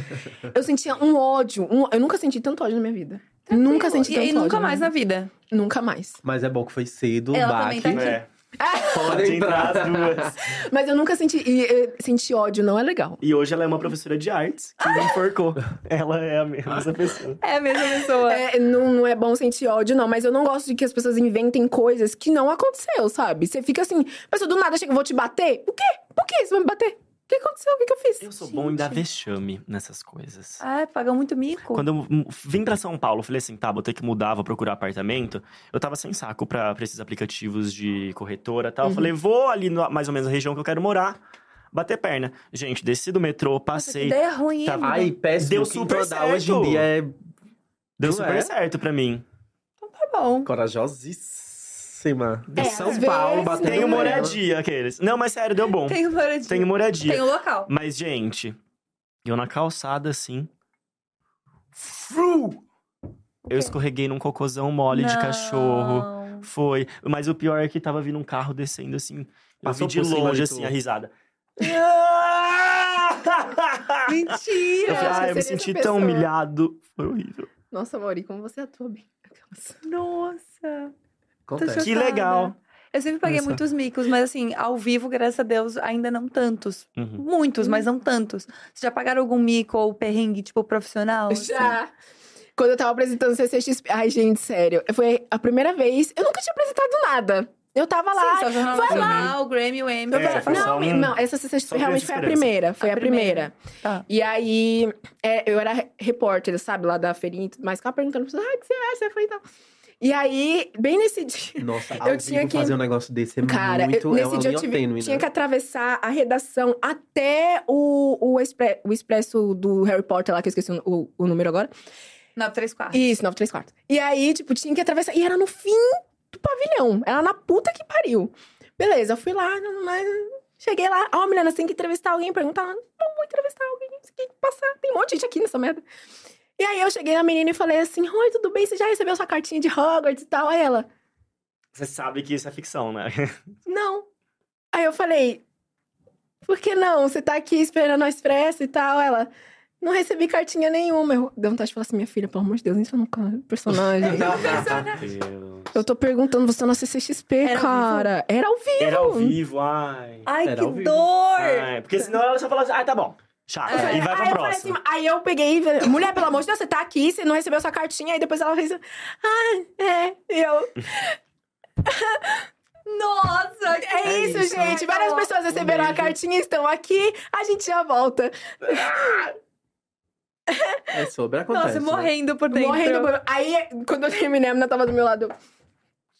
D: eu sentia um ódio. um- eu nunca senti tanto ódio na minha vida. Nunca senti
A: E,
D: tanto
A: e
D: ódio. né?
A: nunca
D: na
A: mais na
D: minha
A: vida.
D: vida. Nunca mais.
B: Mas é bom que foi cedo, o
A: Ela
B: baque.
A: também tá aqui.
C: É.
B: Pode
C: Pode entrar
B: entrar.
C: as duas.
D: Mas eu nunca senti... E, eh, sentir ódio não é legal.
C: E hoje ela é uma professora de artes que me enforcou. Ela é a mesma pessoa.
A: É a mesma pessoa.
D: É, não, não é bom sentir ódio, não. Mas eu não gosto de que as pessoas inventem coisas que não aconteceu, sabe? Você fica assim... Pessoa, do nada chega, vou te bater. O quê? Por quê? Você vai me bater? O que aconteceu? O que, que eu fiz?
C: Eu sou bom em dar vexame nessas coisas.
A: Ah, paga muito mico.
C: Quando eu m- vim pra São Paulo, eu falei assim, tá, vou ter que mudar, vou procurar apartamento. Eu tava sem saco pra, pra esses aplicativos de corretora e tal.
A: Uhum.
C: Eu falei, vou ali no- mais ou menos na região que eu quero morar, bater perna. Gente, desci do metrô,
A: Nossa, que
C: passei.
A: ideia ruim, hein?
C: Tá-
A: amiga?
B: Ai, péssimo.
C: Deu
B: que
C: super
B: entrosar
C: certo.
B: Hoje em dia é
C: Deu
B: Não
C: super
B: é?
C: certo pra mim.
A: Tá bom.
B: corajosíssima. De
D: É, às
B: São
D: vezes,
B: Paulo, batendo
D: Tem
C: Tenho
A: um
B: nela.
C: moradia, aqueles. Não, mas sério, deu bom.
A: Tenho moradia.
C: Tenho moradia.
A: Tenho local.
C: Mas, gente, eu na calçada, assim. Fru! Eu escorreguei num cocôzão mole de
A: Não.
C: cachorro. Foi. Mas o pior é que tava vindo um carro descendo assim.
B: Passou
C: eu vi de
B: por cima
C: longe,
B: de
C: assim,
B: tu.
C: a risada.
A: Mentira!
C: Eu falei,
D: acho que
C: ah, eu me
D: seria
C: senti
D: essa
C: tão
D: pessoa."
C: humilhado. Foi horrível.
D: Nossa, Mauri, como você atua bem.
A: Nossa!
B: Acontece.
A: Tô
C: Que legal.
A: Eu sempre paguei
B: Nossa.
A: muitos micos, mas assim, ao vivo, graças a Deus, ainda não tantos.
C: Uhum.
A: Muitos, mas não tantos. Vocês já pagaram algum mico ou perrengue, tipo, profissional?
D: Já. Então, assim, Quando eu tava apresentando CCXP. Ai, gente, sério. Foi a primeira vez. Eu nunca tinha apresentado nada. Eu tava lá.
A: Sim, só jornal
D: foi lá.
A: nacional, o Grammy, o Emmy.
C: É,
A: o que você
C: foi
A: faz.
C: só
D: Não,
C: um-
D: não, essa CCXP
C: só
D: realmente foi a
C: grande
B: assim.
D: primeira. Foi
A: A
D: a primeira.
A: Tá.
D: E aí, é, eu era re- repórter, sabe, lá da feirinha e tudo mais. Ficava perguntando pra pessoas, ah, o que você acha? Eu falei, então. E aí, bem nesse dia.
B: Nossa, ao
D: Eu tinha
B: vivo
D: que-
B: fazer um negócio desse é
D: Cara, eu-
B: muito... é
D: nesse
B: uma
D: dia eu
B: linha
D: tive,
B: tênue,
D: tinha
B: né?
D: que atravessar a redação até o, o, expre- o expresso do Harry Potter lá, que eu esqueci o- o- o número agora.
A: 934.
D: Isso, 9 3 quartos. E aí, tipo, tinha que atravessar. E era no fim do pavilhão. Era na puta que pariu. Beleza, eu fui lá, não- mas cheguei lá. Ó, menina, você tem que entrevistar alguém, perguntar. Não vou entrevistar alguém, você tem que passar. Tem um monte de gente aqui nessa merda. E aí eu cheguei na menina e falei assim: Oi, tudo bem? Você já recebeu sua cartinha de Hogwarts e tal? Aí ela,
C: Você sabe que isso é ficção, né?
D: não. Aí eu falei, por que não? Você tá aqui esperando a expressa e tal. Ela, não recebi cartinha nenhuma. Eu deu vontade de falar assim, minha filha, pelo amor de Deus, isso é um ca- personagem. né?
C: Deus.
D: Eu tô perguntando, você na CCXP,
A: Era ao
D: cara. Era ao vivo.
C: Era ao vivo, ai.
A: Ai,
B: Era
A: que
B: ao vivo.
A: dor!
C: Ai, Porque senão ela só fala assim, ah, tá bom. Chato.
D: Eu falei,
C: E vai
D: É. aí,
C: pra
D: eu falei
C: próxima.
D: assim, aí eu peguei e falei, mulher, pelo amor de Deus, você tá aqui, você não recebeu sua cartinha. Aí depois ela fez, ah, é. E eu,
A: Nossa! que-
D: é isso, gente. Várias pessoas receberam a cartinha, estão aqui, a gente já volta.
B: É sobre, acontece.
A: Nossa,
B: né?
A: morrendo por dentro.
D: Morrendo. por- Aí, quando eu terminei, a menina tava do meu lado.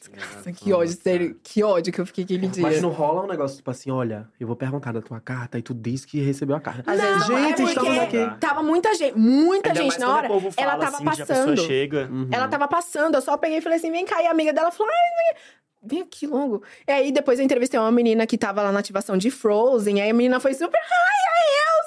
D: eu, Nossa, que ódio, sério. Que ódio que eu fiquei aquele dia.
B: Mas não rola um negócio tipo assim, olha, eu vou perguntar na tua carta e tu diz que recebeu a carta.
A: Às
D: Não,
A: vezes
D: é
B: Gente,
D: porque
B: estamos
C: aqui.
D: Tava muita gente, muita
C: Ainda mais
D: gente na
C: quando
D: hora.
C: o povo
D: ela
C: fala
D: tava
C: assim, que a pessoa
D: passando.
C: chega.
B: Uhum.
D: Ela tava passando, eu só peguei e falei assim: vem cá. E a amiga dela falou: ai, vem aqui logo. E aí depois eu entrevistei uma menina que tava lá na ativação de Frozen. Aí a menina foi super. Ai, a Elsa.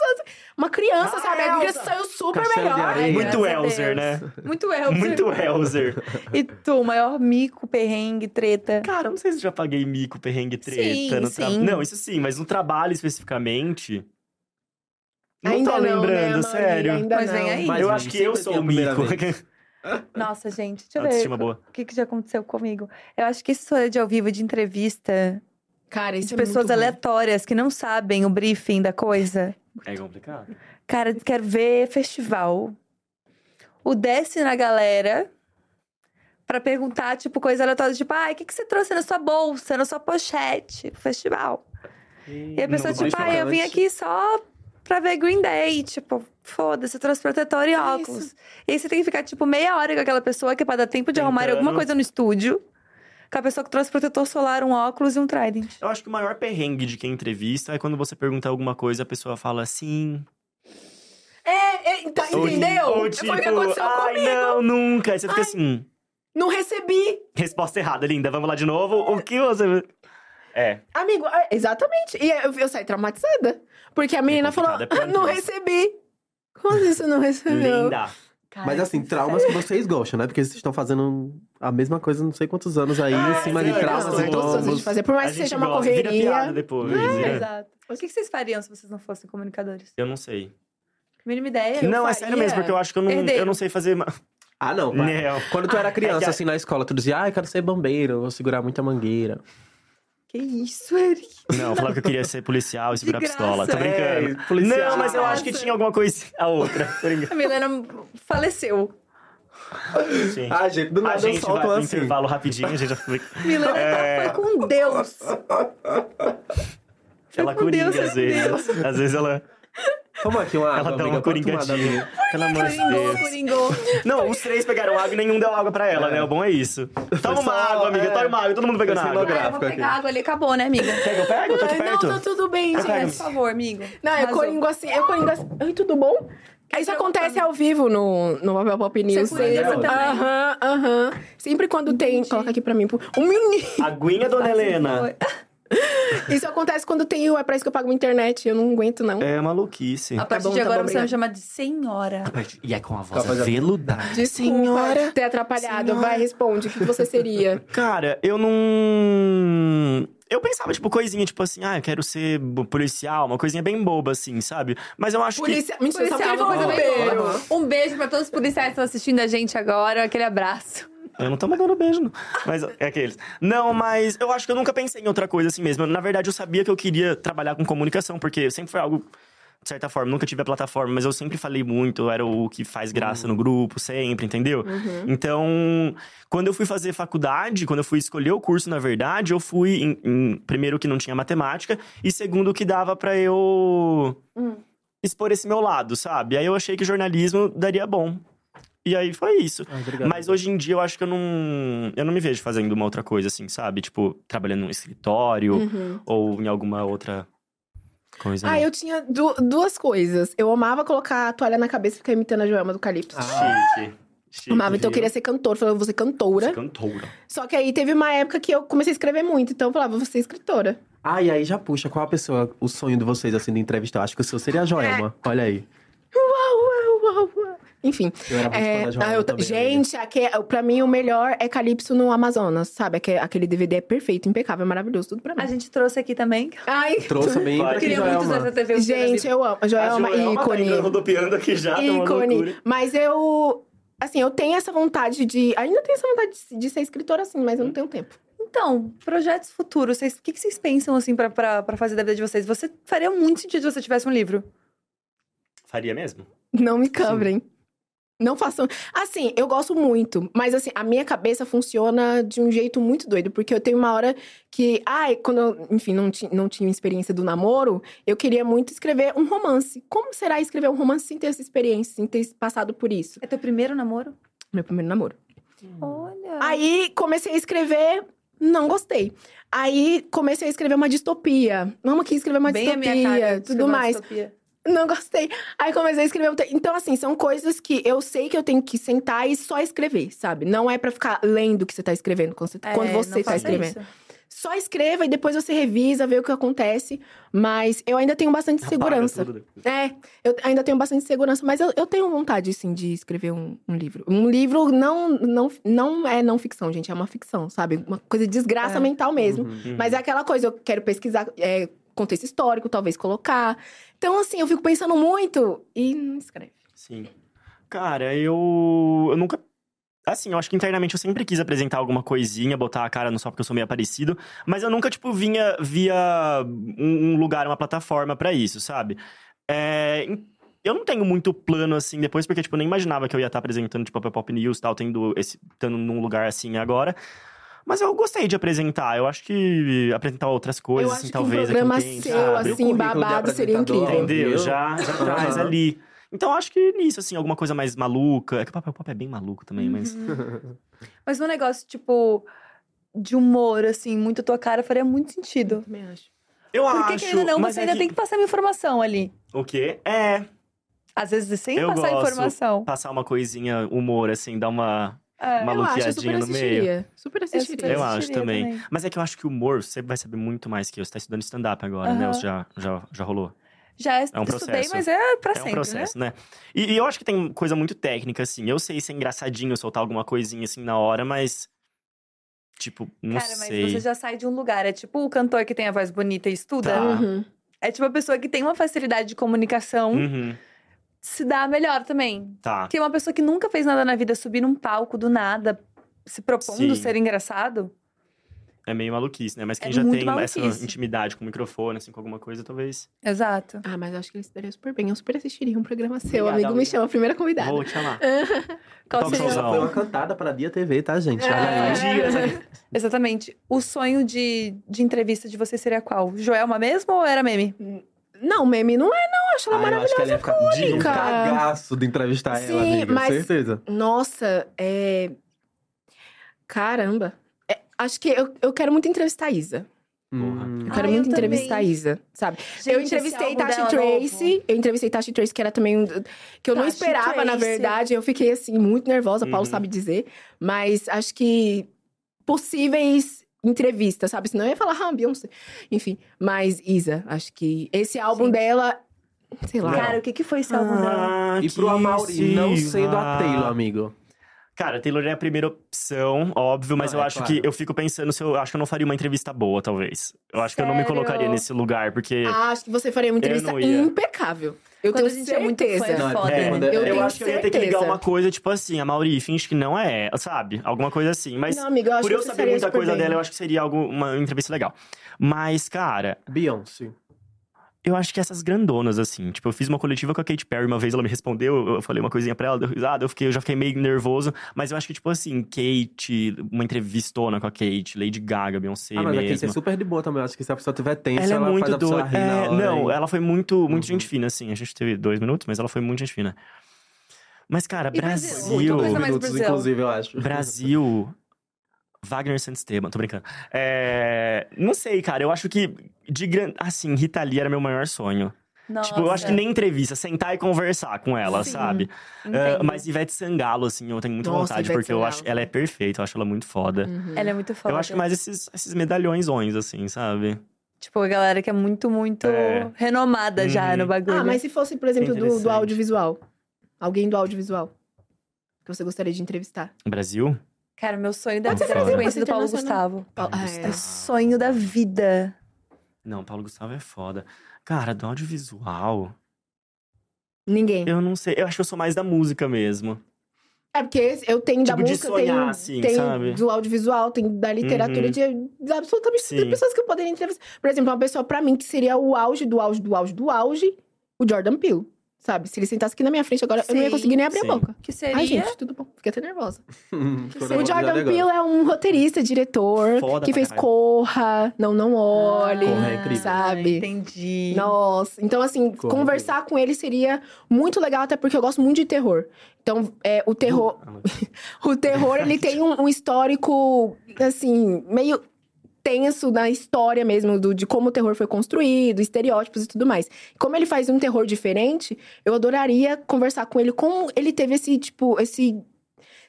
D: Uma criança,
C: Ai,
D: sabe? A
C: Elsa.
D: criança saiu super
B: Castelo de
D: melhor.
B: areia.
C: Muito
A: Graças a
C: Elzer, né?
A: Muito erro.
C: Muito Elzer.
A: E tu, maior mico, perrengue, treta.
C: Cara, eu não sei se eu já paguei mico, perrengue, treta.
A: Sim,
C: no tra-
A: sim.
C: Não, isso sim, mas no trabalho especificamente. Não
D: Ainda
C: tô
D: né,
C: lembrando,
D: Mauri?
C: sério.
D: Ainda
A: Mas vem
D: não.
A: aí.
B: Mas
C: eu
B: vem,
C: acho que eu
B: sempre
C: sou
B: tem
C: o
B: a primeira
C: mico.
A: Nossa, gente, deixa eu
C: Autoestima
A: ver.
C: boa.
A: O que, que já aconteceu comigo? Eu acho que isso é de ao vivo, de entrevista,
D: Cara, isso
A: de
D: é
A: pessoas
D: muito ruim.
A: aleatórias que não sabem o briefing da coisa.
C: É complicado.
A: Cara, quero ver festival. O desce na galera, pra perguntar, tipo, coisa aleatória, tipo, ai, o que, que você trouxe na sua bolsa, na sua pochete pro festival? E a pessoa,
B: Não,
A: tipo,
B: mas
A: ai, eu vim
B: antes-
A: aqui só pra ver Green Day, tipo, foda-se, eu trouxe protetor e óculos. E aí você tem que ficar, tipo, meia hora com aquela pessoa que é pra dar tempo de arrumar
C: Tentando.
A: alguma coisa no estúdio. Com a pessoa que trouxe protetor solar, um óculos e um trident.
C: Eu acho que o maior perrengue de quem entrevista é quando você pergunta alguma coisa, a pessoa fala sim.
D: É, é, tá,
C: ou-
D: entendeu?
C: Ou
D: Foi
C: tipo,
D: o que aconteceu
C: ai,
D: comigo.
C: não, nunca. Aí você fica assim,
D: Não recebi.
C: resposta errada, linda. Vamos lá de novo. O que você. É.
D: Amigo, ah, exatamente. E eu, eu saí traumatizada. Porque a menina falou,
C: complicado, é pior
D: "Ah, não
C: mesmo."
D: recebi. Como assim você não recebeu?
C: Linda.
B: Mas assim, traumas que vocês gostam, né? Porque vocês estão fazendo a mesma coisa não sei quantos anos aí, em cima de
C: sim,
B: traumas
C: é
B: e
C: gostoso
B: tombos.
D: de fazer. Por mais
C: A
D: que
C: gente
D: seja uma
C: gosta, Vira piada
D: correria.
C: depois. né?
A: Exato. O que que vocês fariam se vocês não fossem comunicadores?
C: Eu não sei.
A: Mínima ideia.
C: não, é
D: faria.
C: sério mesmo, porque eu acho que eu não,
A: Herdeiro.
C: eu não sei fazer. ma-
B: Ah, não. pá.
C: Não.
B: Quando tu era
C: é que
B: criança,
C: a-
B: assim, na escola, tu dizia, ah, eu quero ser bombeiro, vou segurar muita mangueira.
A: Que isso, Eric?
C: Não, eu falava que eu queria ser policial e segurar
A: De
C: pistola.
A: graça.
C: Tô brincando.
B: É, policial.
C: Não, mas eu acho que tinha alguma coisa. A outra. Tô brincando.
A: A Milena faleceu.
C: Gente.
B: Ah, gente, do
C: A
B: nada eu
C: gente vai
B: solto
C: pro
B: assim.
C: intervalo rapidinho, a gente já foi. É,
A: Milena tá- foi com Deus.
C: Ela
A: com
C: é coringa
A: Deus,
C: às vezes.
A: Deus.
C: Às vezes ela,
B: Toma aqui uma água,
C: ela dá
B: amiga,
C: uma
B: pode tomar da
C: coringadinha.
B: minha.
C: Pelo amor de
A: Coringou,
C: Deus.
A: coringou.
C: Não, os três pegaram água e nenhum deu água pra ela, né? O bom é isso. Toma uma
B: só-
C: água, amiga.
B: é.
C: Toma uma água. Todo mundo pegando
B: Foi só-
C: água.
A: Ah, eu vou
B: Gráfico
A: pegar
B: aqui.
A: água ali, acabou, né, amiga?
C: Pega, eu pego, eu tô aqui
D: Ai, não,
C: perto.
D: tá tudo bem,
C: Pega,
D: gente.
A: Por favor, amigo.
D: Não, eu é
A: Arrasou.
D: coringo assim, eu coringo assim. Oi, tudo bom? Isso acontece ao vivo no, no Papel Pop News.
A: coringa
D: Aham,
B: também?
D: aham. Sempre quando tem. Coloca aqui pra mim. pô. Um menino.
C: Aguinha, dona Helena.
D: Isso acontece quando tem o É pra isso que eu pago minha internet. Eu não aguento, não.
C: É maluquice.
A: A partir
D: bom,
A: de
D: tá
A: agora
D: bom,
A: você vai
D: obrigada.
A: me chamar de senhora.
C: E é com a
B: Tá fazendo-
C: veludada.
D: De É. senhora. Ter atrapalhado. Vai, responde. O que você seria?
C: Cara, eu não. Eu pensava, tipo, coisinha, tipo assim, ah, eu quero ser bo- policial, uma coisinha bem boba, assim, sabe? Mas eu acho
D: Polícia. Mentira, só porque
A: Policial,
D: ele falou
A: é uma coisa bem
D: bombeiro.
A: boa. Um beijo pra todos os policiais que estão assistindo a gente agora. Aquele abraço.
C: que. Eu não tô mandando beijo, não. Mas é aqueles. Não, mas eu acho que eu nunca pensei em outra coisa assim mesmo. Na verdade, eu sabia que eu queria trabalhar com comunicação, porque sempre foi algo. De certa forma, nunca tive a plataforma, mas eu sempre falei muito, eu era o que faz
B: Uhum.
C: graça no grupo, sempre, entendeu? Então, quando eu fui fazer faculdade, quando eu fui escolher o curso, na verdade, eu fui em- em- primeiro que não tinha matemática e segundo que dava pra eu
B: Hum.
C: expor esse meu lado, sabe? Aí eu achei que jornalismo daria bom. E aí foi isso.
B: Ah, obrigado.
C: Mas hoje em dia eu acho que eu não, eu não me vejo fazendo uma outra coisa assim, sabe? Tipo, trabalhando num escritório
B: Uhum.
C: ou em alguma outra coisa.
D: Ah,
C: né?
D: eu tinha du- duas coisas. Eu amava colocar a toalha na cabeça e ficar imitando a Joelma do Calypso.
C: Ah, Chique. Chique.
D: Amava, então eu
C: viu?
D: queria ser cantora. Falei, eu vou ser cantora.
C: Cantora.
D: Só que aí teve uma época que eu comecei a escrever muito, então eu falava, vou ser escritora.
B: Ah, e aí já puxa, qual a pessoa, o sonho de vocês, assim, de entrevistar? Acho que o seu seria a Joelma, olha aí.
D: Uau, uau, uau, uau. Enfim.
B: Eu era muito
D: É,
B: fã da Joelma
D: ah, eu ta-
B: também, né? amiga.
D: gente, aque, ah, pra mim o melhor é Calypso no Amazonas, sabe? Aque- aquele DVD é perfeito, impecável, maravilhoso, tudo pra mim.
A: A gente trouxe aqui também.
D: Ai,
B: Trouxe bem pra
C: Queria
A: Queria
B: Joelma.
A: muito usar essa um TV.
D: é gente, eu amo. A Joelma,
B: é
D: ícone.
C: tá rodopiando aqui já, tá
D: ícone. Mas eu. Assim, eu tenho essa vontade de. Ainda tenho essa vontade de- de ser escritora, assim, mas
B: Hum.
D: eu não tenho tempo.
A: Então, projetos futuros. vocês- O que, que vocês pensam, assim, pra, pra, pra fazer da vida de vocês? Você faria muito sentido se você tivesse um livro.
C: Faria mesmo?
D: Não me cobrem. Não façam. Assim, eu gosto muito, mas assim, a minha cabeça funciona de um jeito muito doido, porque eu tenho uma hora que, ai, quando eu, enfim, não, ti- não tinha experiência do namoro, eu queria muito escrever um romance. Como será escrever um romance sem ter essa experiência, sem ter passado por isso?
A: É teu primeiro namoro?
D: Meu primeiro namoro. Hum.
A: Olha.
D: Aí comecei a escrever, não gostei. Aí comecei a escrever uma distopia. Vamos aqui escrever é uma
A: Bem a minha
D: distopia,
A: cara, escrever
D: tudo
A: uma
D: mais.
A: distopia.
D: Não gostei. Aí comecei a escrever. um te- Então, assim, são coisas que eu sei que eu tenho que sentar e só escrever, sabe? Não é pra ficar lendo o que você tá escrevendo quando você, quando
A: É,
D: você
A: não
D: tá
A: faça
D: escrevendo.
A: isso.
D: Só escreva e depois você revisa, vê o que acontece. Mas eu ainda tenho bastante segurança.
C: Apaga tudo.
D: É, eu ainda tenho bastante segurança, mas eu, eu tenho vontade, sim, de escrever um, um livro. Um livro não, não, não é não ficção, gente, é uma ficção, sabe? Uma coisa de desgraça
A: É.
D: mental mesmo.
C: Uhum.
D: Mas é aquela coisa, eu quero pesquisar é, contexto histórico, talvez colocar. Então, assim, eu fico pensando muito e não escreve.
C: Sim. Cara, eu. Eu nunca. Assim, eu acho que internamente eu sempre quis apresentar alguma coisinha, botar a cara no sol porque eu sou meio aparecido. Mas eu nunca, tipo, vinha via um, um lugar, uma plataforma pra isso, sabe? É, em- Eu não tenho muito plano assim depois, porque, tipo, eu nem imaginava que eu ia estar apresentando, tipo, a Pop News e tal, tendo esse, estando num lugar assim agora. Mas eu gostei de apresentar. Eu acho que apresentar outras coisas,
D: Eu acho
C: assim,
D: que
C: talvez.
D: um programa
C: aqui no Quente,
D: seu,
C: sabe?
D: assim,
B: currículo de
D: babado, seria
B: apresentador.
D: incrível.
C: Entendeu?
B: Entendeu?
C: Já, já traz
B: Aham.
C: ali. Então eu acho que nisso, assim, alguma coisa mais maluca. É que o Papel Pop é bem maluco também,
A: Uhum.
C: mas.
A: Mas um negócio, tipo, de humor, assim, muito tua cara, faria muito sentido.
D: Também acho.
C: Eu
A: Porque,
C: acho.
A: querendo ou não,
C: mas
A: você
C: é
A: ainda
C: que-
A: tem que passar uma informação ali.
C: O quê? É,
A: Às vezes, sem
C: Eu
A: passar
C: gosto.
A: informação.
C: passar uma coisinha, humor, assim, dar uma.
A: É.
C: Uma
D: Eu acho, eu super
C: maluquiadinha no meio.
D: assistiria. Super
A: Eu super
D: assistiria.
C: Eu acho
A: assistiria
C: também. Mas é que eu acho que o humor, você vai saber muito mais que eu. Você tá estudando stand-up agora, né?
A: Aham.
C: Você já, já, já rolou.
A: Já
C: É um
A: estudei,
C: processo.
A: mas é pra
C: é
A: sempre,
C: um processo, né? E, e eu acho que tem coisa muito técnica, assim. Eu sei ser engraçadinho, soltar alguma coisinha assim na hora, mas. Tipo, não
A: né? Cara, mas
C: sei.
A: você já sai de um lugar. É tipo o cantor que tem a voz bonita e estuda.
C: Tá.
D: Uhum.
A: É tipo a pessoa que tem uma facilidade de comunicação,
C: Uhum,
A: se dá melhor também.
C: tá.
A: Que uma pessoa que nunca fez nada na vida subir num palco do nada, se propondo
C: Sim.
A: ser engraçado.
C: É meio maluquice, né? Mas quem
A: É
C: já
A: muito
C: tem essa
A: maluquice.
C: intimidade com o microfone, assim, com alguma coisa, talvez.
A: Exato.
D: Ah, mas eu acho que ele se daria super bem. Eu super assistiria um programa seu.
C: Obrigada,
D: amigo me
C: amiga.
D: chama, primeira convidada.
C: Vou te chamar.
D: É.
A: Qual
C: Talk
A: seria?
C: showzão.
B: Essa foi uma cantada pra Dia TV, tá, gente? Olha
A: É.
B: aí.
C: Mentira.
A: Exatamente. O sonho de, de entrevista de você seria qual? Joelma mesmo ou era meme?
D: Não, meme não é, não. Eu Acho ela
B: Ah, eu
D: maravilhosa.
B: acho que ela ia ficar de um
D: única.
B: cagaço de entrevistar
D: Sim,
B: ela, amiga.
D: mas-
B: Certeza.
D: Nossa, é. Caramba. É, acho que eu, eu quero muito entrevistar a Isa.
C: Porra.
B: Hum.
D: Eu quero
A: Ah, eu
D: muito
A: também.
D: entrevistar a Isa, sabe? eu
A: Gente, esse
D: entrevistei
A: álbum
D: Tashi
A: dela é
D: Trace.
A: novo.
D: Eu entrevistei Tashi Trace, que era também um. Que eu não
A: Tashi
D: esperava, na
A: Tracy.
D: verdade. Eu fiquei, assim, muito nervosa, Paulo
C: Uhum.
D: sabe dizer. Mas acho que possíveis entrevistas, sabe? Senão eu ia falar, ah, Beyoncé. Enfim, mas Isa, acho que esse álbum
A: Gente.
D: dela. Sei lá.
A: Cara, o que, que foi esse álbum dela?
C: Ah,
B: E pro
C: que
B: Amaury não
C: sirva.
B: sendo a
C: Ah.
B: Taylor, amigo.
C: Cara, Taylor é a primeira opção, óbvio, mas
B: Não,
C: eu
B: é
C: acho
B: claro.
C: que eu fico pensando se eu acho que eu não faria uma entrevista boa, talvez. Eu acho que eu não me
A: Sério?
C: colocaria nesse lugar, porque.
D: Acho que você faria uma
C: Eu
D: entrevista
C: não ia.
D: impecável. Eu
A: Quando
D: tenho
A: a gente é muito
D: certeza.
A: fã, é foda,
C: É,
A: né?
B: quando é-
D: Eu tenho
C: acho que eu ia ter que ligar
D: certeza.
C: uma coisa, tipo assim, a Mauri, finge que não é, sabe? Alguma coisa assim. Mas
D: não, amiga, eu acho
C: por
D: que
C: eu
D: você
C: saber
D: faria
C: muita
D: super
C: coisa
D: bem.
C: dela, eu acho que seria algo, uma entrevista legal. Mas, cara,
B: Beyoncé.
C: eu acho que essas grandonas, assim. Tipo, eu fiz uma coletiva com a Katy Perry uma vez, ela me respondeu, eu falei uma coisinha pra ela, deu risada, eu, fiquei, eu já fiquei meio nervoso. Mas eu acho que, tipo assim, Kate, uma entrevistona com a Kate, Lady Gaga, Beyoncé
B: Ah, mas a Kate
C: mesmo.
B: é super de boa também. Eu acho que se a pessoa tiver tensa,
C: Ela é
B: ela faz
C: muito
B: a pessoa
C: doida.
B: rir na
C: É,
B: hora,
C: não,
B: e-
C: ela foi muito,
B: Uhum.
C: muito gente fina, assim. A gente teve dois minutos, mas ela foi muito gente fina. Mas, cara,
A: E Brasil?
C: Brasil.
B: Muito
A: Coisa
B: dois
A: mais
B: minutos,
A: Brasil.
B: inclusive, eu acho.
C: Brasil. Wagner Santisteban, tô brincando. É, não sei, cara. Eu acho que de gran... assim, Rita Lee era meu maior sonho.
A: Nossa,
C: Tipo, eu acho que nem entrevista, sentar e conversar com ela,
D: Sim.
C: sabe? É,
A: entendo.
C: mas Ivete Sangalo, assim, eu tenho muita
D: Nossa,
C: vontade,
D: Ivete
C: porque eu acho
D: Sangalo.
C: ela é perfeita, eu acho ela muito foda.
A: Ela é muito foda.
C: Eu acho que mais esses, esses medalhões, assim, sabe?
A: Tipo, a galera que é muito, muito
C: É.
A: renomada já
C: Uhum.
A: no bagulho.
D: Ah, mas se fosse, por exemplo, do, do
C: Interessante.
D: audiovisual. Alguém do audiovisual. Que você gostaria de entrevistar.
C: Brasil?
A: Cara, meu sonho da
C: Pode
A: vida é
C: ser
A: era ter
C: brasileiro,
A: conhecido
D: pode
A: Paulo
D: ser internacional.
A: Gustavo.
C: Paulo
D: Ah,
A: É
C: Gustavo.
D: é.
A: sonho da vida.
C: Não, Paulo Gustavo é foda. Cara, do audiovisual,
D: Ninguém.
C: eu não sei. Eu acho que eu sou mais da música mesmo.
D: É porque esse- eu tenho da
C: Tipo, de
D: música,
C: sonhar,
D: tenho,
C: assim,
D: tenho
C: sabe?
D: do audiovisual, tenho da literatura,
C: Uhum.
D: de absolutamente todas
C: Sim.
D: as pessoas que eu poderia entrevistar. Por exemplo, uma pessoa pra mim que seria o auge do auge do auge do auge, o Jordan Peele, sabe? Se ele sentasse aqui na minha frente agora, eu não ia
A: Sim.
D: conseguir nem abrir
C: Sim.
D: a boca.
A: Que seria.
D: Ai, gente, tudo bom. Fiquei até nervosa.
B: Quando eu
D: O
B: vou
D: Jordan
B: olhar agora.
D: Peele é um roteirista, diretor,
C: Foda
D: que
C: pra
D: fez
C: caralho.
D: Corra, Não Não Olhe,
B: Corra é incrível.
D: sabe?
A: Ah, Entendi.
D: Nossa, então assim,
B: Corra é
D: conversar com ele seria muito legal, até porque eu gosto muito de terror. Então, é, o terror, o terror ele tem um, um histórico assim, meio tenso na história mesmo do, de como o terror foi construído, estereótipos e tudo mais. Como ele faz um terror diferente, eu adoraria conversar com ele como ele teve esse tipo, esse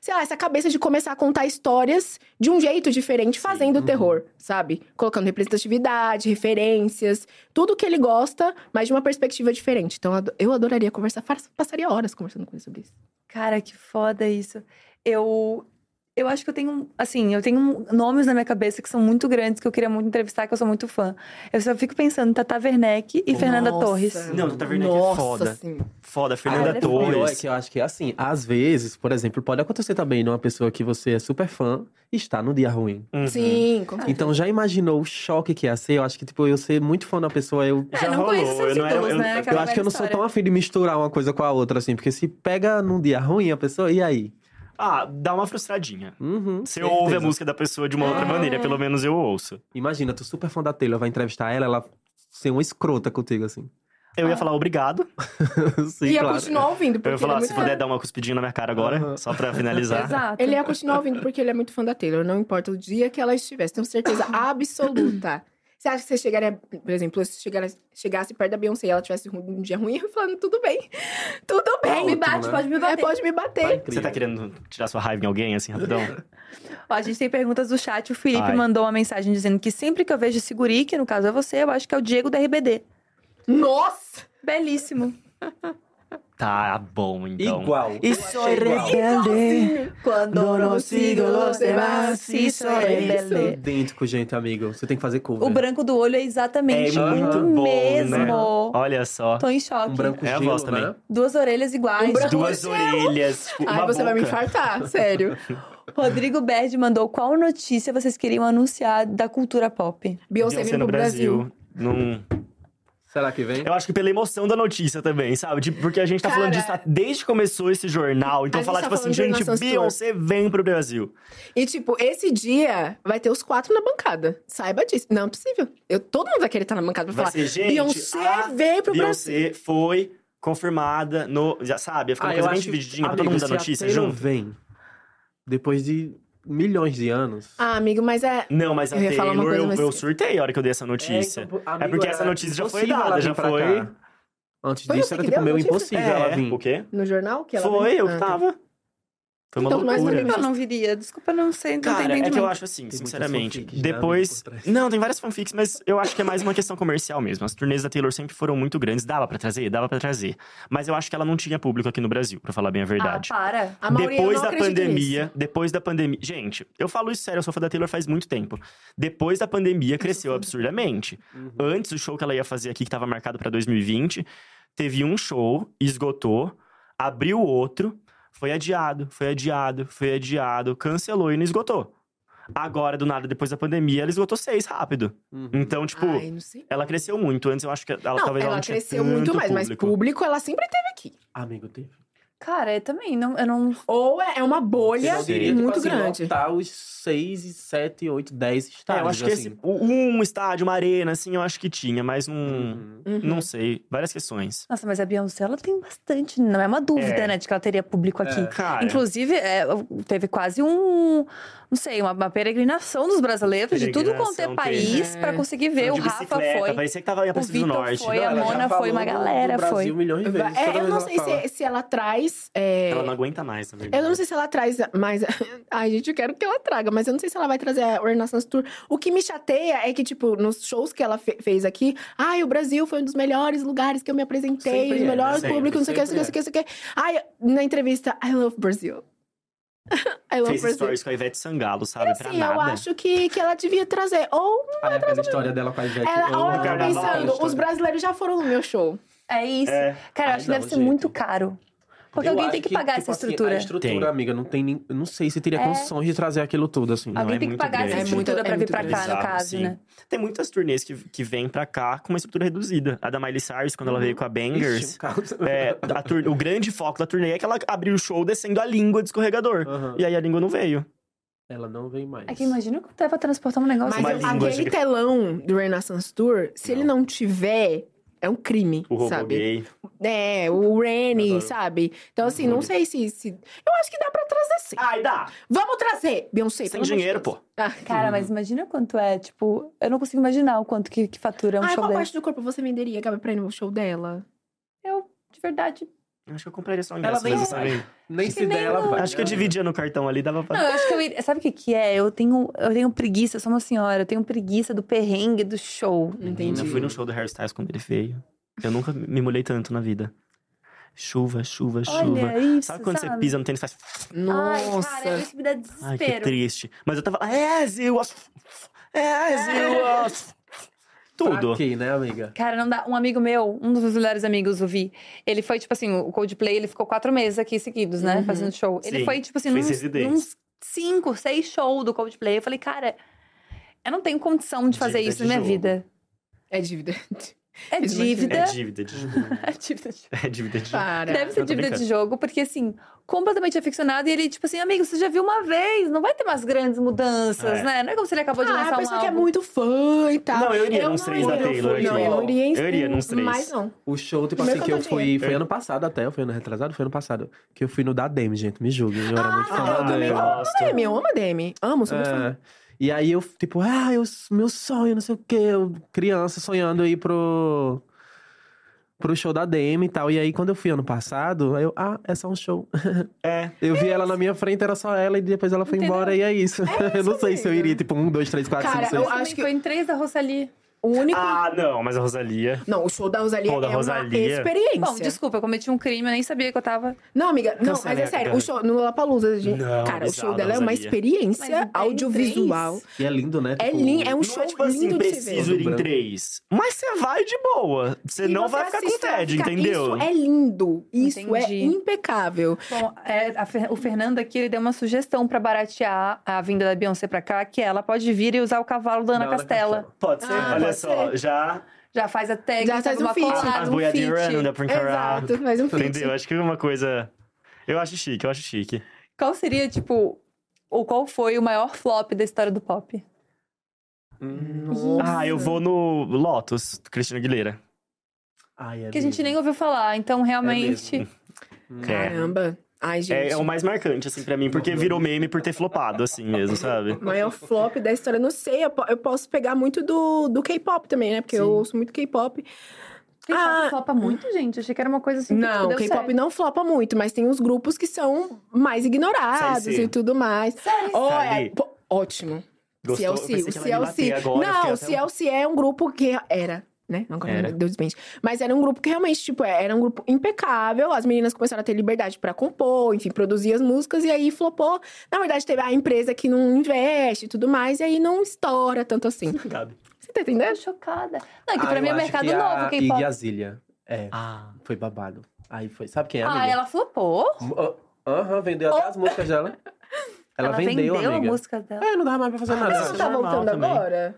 D: sei lá, essa cabeça de começar a contar histórias de um jeito diferente, fazendo o
B: uhum.
D: terror, sabe? Colocando representatividade, referências, tudo que ele gosta, mas de uma perspectiva diferente. Então, eu ado- eu adoraria conversar, fa- passaria horas conversando com ele sobre isso.
A: Cara, que foda isso. Eu. Eu acho que eu tenho, assim, eu tenho nomes na minha cabeça que são muito grandes, que eu queria muito entrevistar, que eu sou muito fã. Eu só fico pensando em Tata Werneck e Fernanda
D: Nossa.
A: Torres.
C: Não, Tata Werneck é
D: Nossa,
C: foda.
D: Sim.
C: Foda,
A: Ah,
C: Fernanda
A: ela é
B: O pior é
C: Torres.
B: que eu acho que é assim, às vezes, por exemplo, pode acontecer também de uma pessoa que você é super fã e está no dia ruim.
A: Ah,
C: Uhum.
D: Sim, com
B: Então já imaginou o choque que ia ser? Eu acho que, tipo, eu ser muito fã da pessoa, eu.
A: É,
C: Já
A: não
C: rolou,
A: conheço seus
C: eu não era-
A: ídolos,
C: eu-
A: né?
C: eu
B: Eu acho que eu não sou tão afim de misturar uma coisa com a outra, assim, porque se pega num dia ruim a pessoa, e aí?
C: Ah, dá uma frustradinha.
B: Uhum,
C: Você
B: certeza.
C: ouve a música da pessoa de uma outra maneira, pelo menos eu ouço.
B: Imagina, tu super fã da Taylor, vai entrevistar ela, ela ser uma escrota contigo, assim.
C: Eu ia falar obrigado.
B: Sim,
D: E ia
B: claro.
D: continuar ouvindo, porque
C: Eu ia
D: ele é
C: falar,
D: muito
C: se
D: fã.
C: puder dar uma cuspidinha na minha cara agora,
B: Aham.
C: só pra finalizar.
A: Exato.
D: Ele ia continuar ouvindo porque ele é muito fã da Taylor, não importa o dia que ela estivesse, tenho certeza absoluta. Você acha que você chegaria, por exemplo, se chegar- chegasse perto da Beyoncé e ela tivesse ru- um dia ruim, eu ia falando, tudo bem,
C: Tá
D: tudo bem,
A: Me
B: Ótimo,
A: bate,
B: né?
A: pode me
D: é,
A: bater.
D: pode me
B: Tá
D: bater.
C: Você
B: incrível.
C: tá querendo tirar sua raiva em alguém, assim, rapidão?
A: Ó, a gente tem perguntas do chat. O Felipe
C: Ai.
A: mandou uma mensagem dizendo que sempre que eu vejo esse guri, que no caso é você, eu acho que é o Diego da RBD.
D: Nossa!
A: Belíssimo.
C: tá bom, então.
B: Igual.
C: Isso é
B: Igual.
C: rebelde.
A: Quando
C: No consigo, você vai
A: se
B: É
A: sorrir.
B: idêntico, gente, amigo. Você tem que fazer cover.
A: O branco do olho é exatamente
C: É
A: o
C: muito bom, né?
A: mesmo.
C: Olha só.
A: Tô em choque.
B: Um branco
C: É a
B: gelo,
C: voz também.
B: né?
A: Duas orelhas iguais.
C: Duas orelhas. tipo,
D: Ai,
C: uma
D: você vai me
C: boca.
D: infartar, sério.
A: Rodrigo Berg mandou qual notícia vocês queriam anunciar da cultura pop?
D: Beyoncé
C: Beyoncé
D: vindo
C: no
D: pro Brasil.
C: Brasil. Num...
B: Será que vem?
C: Eu acho que pela emoção da notícia também, sabe? De- porque a gente tá
D: Cara,
C: falando disso desde que começou esse jornal. Então
D: a gente
C: falar,
D: tá
C: tipo assim,
D: falando de
C: gente,
D: Renaissance
C: Beyoncé vem pro Brasil.
D: E, tipo, esse dia vai ter os quatro na bancada. Saiba disso. Não é possível. Eu, todo mundo vai querer estar na bancada pra
C: Vai
D: falar.
C: ser, gente,
D: Beyoncé
C: a
D: veio pro Brasil.
C: Beyoncé foi confirmada no. Já sabe,
D: Ah,
C: ia ficar uma
B: Ah,
C: coisa bem divididinha pra todo mundo da notícia
B: não
C: junto.
B: vem depois de milhões de anos.
D: Ah, amigo, mas é.
C: Não, mas a
D: Eu ia falar uma
C: Taylor,
D: coisa,
C: eu,
D: mas-
C: eu surtei a hora que eu dei essa notícia.
D: então,
C: é porque essa notícia já foi dada, já foi. É.
B: Antes
D: Foi
B: disso,
D: você
B: era
D: que
B: tipo
D: deu a
B: meio
D: notícia?
B: impossível ela vir.
C: O quê?
D: No jornal que ela
C: Foi,
D: veio?
C: eu
D: Ah,
C: que
D: tá.
C: tava. Foi uma
D: Então, nós
C: loucura.
D: também
A: Eu não viria. Desculpa, não sei, não tenho
C: Cara, é que
A: entendimento.
C: eu acho assim,
B: muitas
C: sinceramente,
B: fanfics, né,
C: depois...
B: por trás.
C: Não, tem várias fanfics, mas eu acho que é mais uma questão comercial mesmo. As turnês da Taylor sempre foram muito grandes, dava pra trazer, dava pra trazer. Mas eu acho que ela não tinha público aqui no Brasil, pra falar bem a verdade.
A: Ah, para.
D: A maioria
C: Depois
D: não
C: da
D: acredita
C: pandemia,
D: nisso.
C: depois da pandemia. Gente, eu falo isso sério, eu sou fã da Taylor faz muito tempo. Depois da pandemia cresceu absurdamente. Antes, o show que ela ia fazer aqui, que estava marcado para 2020, teve um show, esgotou, abriu outro, foi adiado, foi adiado, foi adiado, cancelou e não esgotou. Agora, do nada, depois da pandemia, ela esgotou seis rápido.
B: Uhum.
C: Então, tipo,
D: Ai, não sei.
C: ela cresceu muito. Antes eu acho que ela
D: Não,
C: talvez ela,
D: ela
C: não tinha
D: cresceu
C: tanto
D: muito mais, mas
C: público.
D: público ela sempre teve aqui.
B: Ah, Amigo, teve.
A: Cara, eu também não. Eu não...
D: Ou é é uma bolha
B: Eu diria, tipo
D: muito
B: assim,
D: grande.
B: lotar os 6, 7, 8, 10
C: É,
B: estádios.
C: eu acho que
B: assim.
C: esse, um estádio, uma arena, assim, eu acho que tinha, mas um.
B: Uhum.
D: Uhum.
C: Não sei, várias questões.
A: Nossa, mas a Beyoncé, ela tem bastante. Não é uma dúvida,
C: É.
A: né, de que ela teria público aqui.
C: Cara,
A: Inclusive, é, teve quase um. Não sei, uma, uma peregrinação dos brasileiros de tudo quanto é
C: Peregrinação
A: país
D: teve.
A: pra conseguir
C: foi
A: ver. O
C: de
A: Rafa
C: bicicleta,
A: foi.
C: Parecia que tava em Aparecida do
A: Vitor
C: Norte.
A: foi,
C: Não,
A: a
C: ela já-
A: Mona foi,
B: já falou
A: uma
B: do- do
A: galera
B: Brasil
A: foi.
B: milhões de vezes.
D: É,
B: toda
D: eu
B: vez
D: não
B: ela
D: sei
B: fala.
D: se, se ela traz. é,
C: Ela não aguenta mais, na verdade.
D: Eu não sei se ela traz mais. Ai, gente, eu quero que ela traga, mas eu não sei se ela vai trazer a Renaissance Tour. O que me chateia é que, tipo, nos shows que ela fe- fez aqui, ai, o Brasil foi um dos melhores lugares que eu me apresentei,
B: Sempre
D: os
B: é, né?
D: melhores
B: Sempre,
D: públicos, não sei o que, não sei o que,
B: sempre
D: não sei o que. Ai, na entrevista, I love Brazil. I love
C: Fez
D: Brazil.
C: stories com a Ivete Sangalo, sabe? pra
D: Sim,
C: nada.
D: assim, eu acho que, que ela devia trazer. Ou um
B: Ah, é aquela história dela com a Ivete.
D: ela,
B: eu
D: ou ela tá
B: amo aquela
D: pensando, os
B: história.
D: brasileiros já foram no meu show.
A: É isso.
C: É.
A: Cara, eu
B: Ai,
A: acho que
B: não,
A: deve ser
B: gente.
A: muito caro. Porque
B: Eu
A: alguém
B: acho
A: tem que pagar essa
B: tipo assim,
A: estrutura.
B: a estrutura,
C: Tem.
B: amiga, não tem nem... eu Não sei se teria
A: É.
B: condições de trazer aquilo tudo, assim.
C: Ah,
A: alguém
C: é
A: tem que
C: muito
A: pagar essa
C: grande.
A: estrutura
D: É
A: pra vir
D: muito- é
A: pra
D: muito
A: cá, no
C: Bizarro,
A: caso,
C: sim.
A: né?
C: Tem muitas turnês que, que vêm pra cá com uma estrutura reduzida. A da Miley Cyrus, quando ela veio com a Bangers.
B: Ixi, um carro-
C: é, a tur- o grande foco da turnê é que ela abriu o show descendo a língua do escorregador.
B: Aham.
C: E aí a língua não veio.
B: Ela não vem mais.
A: É que imagina que dá pra transportar um negócio.
D: Mas
C: uma
D: eu-
C: língua
D: aquele
C: gigante.
D: telão do Renaissance Tour, se ele não tiver, é um crime,
C: O robô
D: sabe?
C: gay.
D: É, o Rennie,
C: Adoro.
D: sabe? Então, assim,
C: Uhum.
D: não sei se, se- Eu acho que dá pra trazer sim.
C: Ai, dá!
D: Vamos trazer! Beyoncé,
C: Sem
D: pelo amor de
C: dinheiro,
D: Deus.
C: pô.
D: Ah,
A: Cara, mas imagina quanto é, tipo, eu não consigo imaginar o quanto que, que fatura um
D: Ai,
A: show
D: Ah, qual
A: desse.
D: parte do corpo você venderia, Gabi, pra ir no show dela?
A: Eu, de verdade.
C: Eu acho que eu compraria só um ingresso
B: nem
C: mesmo,
B: vai.
C: sabe?
B: Nem
A: que
B: se
A: nem
B: dela
A: no-
B: vai.
C: Acho que é eu dividia no cartão ali, dava pra.
A: Não, eu acho que eu iria. Sabe o que, que é? Eu tenho, eu tenho preguiça, eu sou uma senhora, eu tenho preguiça do perrengue do show.
C: Eu fui no show do Harry Styles quando ele veio. Eu nunca me molhei tanto na vida. chuva, chuva, chuva.
A: Olha isso,
C: sabe quando você pisa no tênis e faz.
D: Nossa.
A: Ai, cara, isso me dá desespero.
C: Ai, que triste. Mas eu tava "É lá, as you was- as
D: É.
C: you was- é Tudo.
B: Aqui, né, amiga?
A: Cara, não dá. Um amigo meu, um dos meus melhores amigos, o Vi, ele foi, tipo assim, o Coldplay, ele ficou quatro meses aqui seguidos, né? Fazendo show.
C: Uhum. Sim,
A: Ele foi, tipo assim,
C: fez
A: uns,
C: residência.
A: uns cinco, seis shows do Coldplay. Eu falei, cara, eu não tenho condição de fazer
B: Dívida
A: isso
B: de
A: na minha
B: jogo.
A: vida.
D: É dívida.
A: É
D: Fiz uma
A: dívida.
C: É dívida de jogo.
A: É dívida de
C: É dívida de jogo.
D: Para.
A: Deve ser
C: Eu tô
A: dívida de
C: brincando.
A: jogo, porque assim, completamente aficionado. E ele, tipo assim, amigo, você já viu uma vez, não vai ter mais grandes mudanças,
C: É.
A: né? Não é como se ele acabou de
D: Ah,
A: lançar
D: a
A: um
D: pessoa que é
A: álbum.
D: muito fã e tal.
C: Não, eu iria nos
D: não
C: três da
D: iria,
C: Taylor
D: fui, Não,
C: aqui.
D: eu iria, em-
C: Eu iria nos três.
D: Mas não.
B: O show, tipo
D: Meu
B: assim, que eu fui.
D: cantadinho.
B: Foi ano passado até, foi ano retrasado? Foi ano passado. Que eu fui no da Demi, gente. Me julguem. Eu
A: Ah,
B: era muito fã
C: eu
B: da
C: também
B: Demi.
C: gosto. Ah.
D: Demi, eu amo a Demi. Amo, sou muito fã.
B: É. E aí eu, tipo, ah, eu, meu sonho, não sei o quê. Eu, criança sonhando ir pro. Pro show da DM e tal. E aí, quando eu fui ano passado, aí eu, ah, é só um show.
C: É.
B: Eu vi ela na minha frente, era só ela, e depois ela foi
A: Entendeu?
B: embora, e é isso. eu não sei se eu
D: amiga.
B: iria, tipo, um, dois, três, quatro,
D: Cara,
B: cinco,
A: Eu
B: seis.
D: acho
A: acho que
D: que-
A: foi em três da Rosalie.
D: O único.
C: Ah, não, mas a Rosalia.
D: Não, o show da Rosalia
C: Pô, da
D: é
C: Rosalía.
D: uma experiência.
A: Bom, desculpa, eu cometi um crime, eu nem sabia que eu tava.
D: Não, amiga, não,
C: Cancela
D: mas é
C: ela,
D: sério.
C: cara.
D: O show no Lollapalooza, gente.
C: Não,
D: cara, o
C: bizarro
D: show
C: da
D: dela é uma
A: Mas
C: Rosalia.
D: experiência
A: tem
D: audiovisual.
A: três?
B: E é lindo, né?
D: É
B: Tipo,
D: lindo, é um
C: Não
D: show
C: é tipo assim,
D: lindo de se
C: preciso
D: ver.
C: ir em três. Mas você vai de boa. Você
D: E
C: não
D: você
C: vai ficar com
D: assiste, vai
C: tédio,
D: ficar-
C: entendeu?
D: Isso é lindo. Isso é
A: Entendi.
D: impecável.
A: Bom, é, a Fer- o Fernando aqui, ele deu uma sugestão pra baratear a vinda da Beyoncé pra cá, que ela pode vir e usar o cavalo da Ana
B: da Ana
A: Castela.
B: Castela.
C: Pode ser?
D: Ah,
C: Olha
D: pode
C: só,
D: ser.
C: já
A: Já faz a tag,
D: Já faz um
A: uma
D: feat.
A: colada,
C: as
A: um
C: boiadeiras
A: feat.
C: não dá pra encarar.
D: Exato, mas um feat.
C: Entendeu? Acho que é uma coisa. Eu acho chique, eu acho chique.
A: Qual seria, tipo, ou qual foi o maior flop da história do pop?
B: Nossa.
C: Ah, eu vou no Lotus, do Cristina Aguilera.
B: Ai, é
A: Que a gente nem
B: lindo.
A: ouviu falar, então realmente.
B: mesmo.
C: É.
D: Caramba. Ai, gente.
C: É, é o mais marcante, assim, pra mim, porque virou meme por ter flopado, assim mesmo, sabe?
D: Maior é flop da história. Não sei, eu, po- eu posso pegar muito do, do K-pop também, né? Porque eu ouço muito K-pop.
A: K-pop
D: Ah.
A: flopa muito, gente. Achei que era uma coisa assim. que,
D: Não,
A: tipo, deu
D: K-pop
A: certo.
D: não flopa muito, mas tem uns grupos que são mais ignorados
C: Sei, sei.
D: e tudo mais.
A: Sério?
D: Oh,
C: Sally.
D: é, pô, ótimo.
C: Gostou? Eu
D: CLC,
C: pensei
D: o
C: que ela ia me
D: CLC.
C: bater agora, eu fiquei
D: não,
C: até um-
D: CLC é um grupo que era, né? Não,
C: Era.
D: era. Deus desmente. Mas era um grupo que realmente, tipo, era um grupo impecável. As meninas começaram a ter liberdade pra compor, enfim, produzir as músicas. E aí flopou. Na verdade, teve a empresa que não investe e tudo mais. E aí não estoura tanto assim.
C: Sabe?
D: Você tá
A: Eu
D: entendendo?
A: tô chocada. Não, é que
B: Ah,
A: pra
B: eu
A: mim é
B: acho
A: mercado
B: que
A: novo,
B: a Iggy
A: K-pop.
B: Azalea. É,
C: Ah.
B: foi babado. Aí foi. Sabe quem é, amiga?
A: Ah, ela flopou?
B: Ah, Aham, vendeu até as músicas dela. Ela, vendeu,
A: a
B: amiga.
A: música dela.
B: É, não dava mais pra fazer
A: Ah,
B: nada.
D: Mas não
C: isso
D: tá
C: é normal
D: voltando
C: também.
D: agora?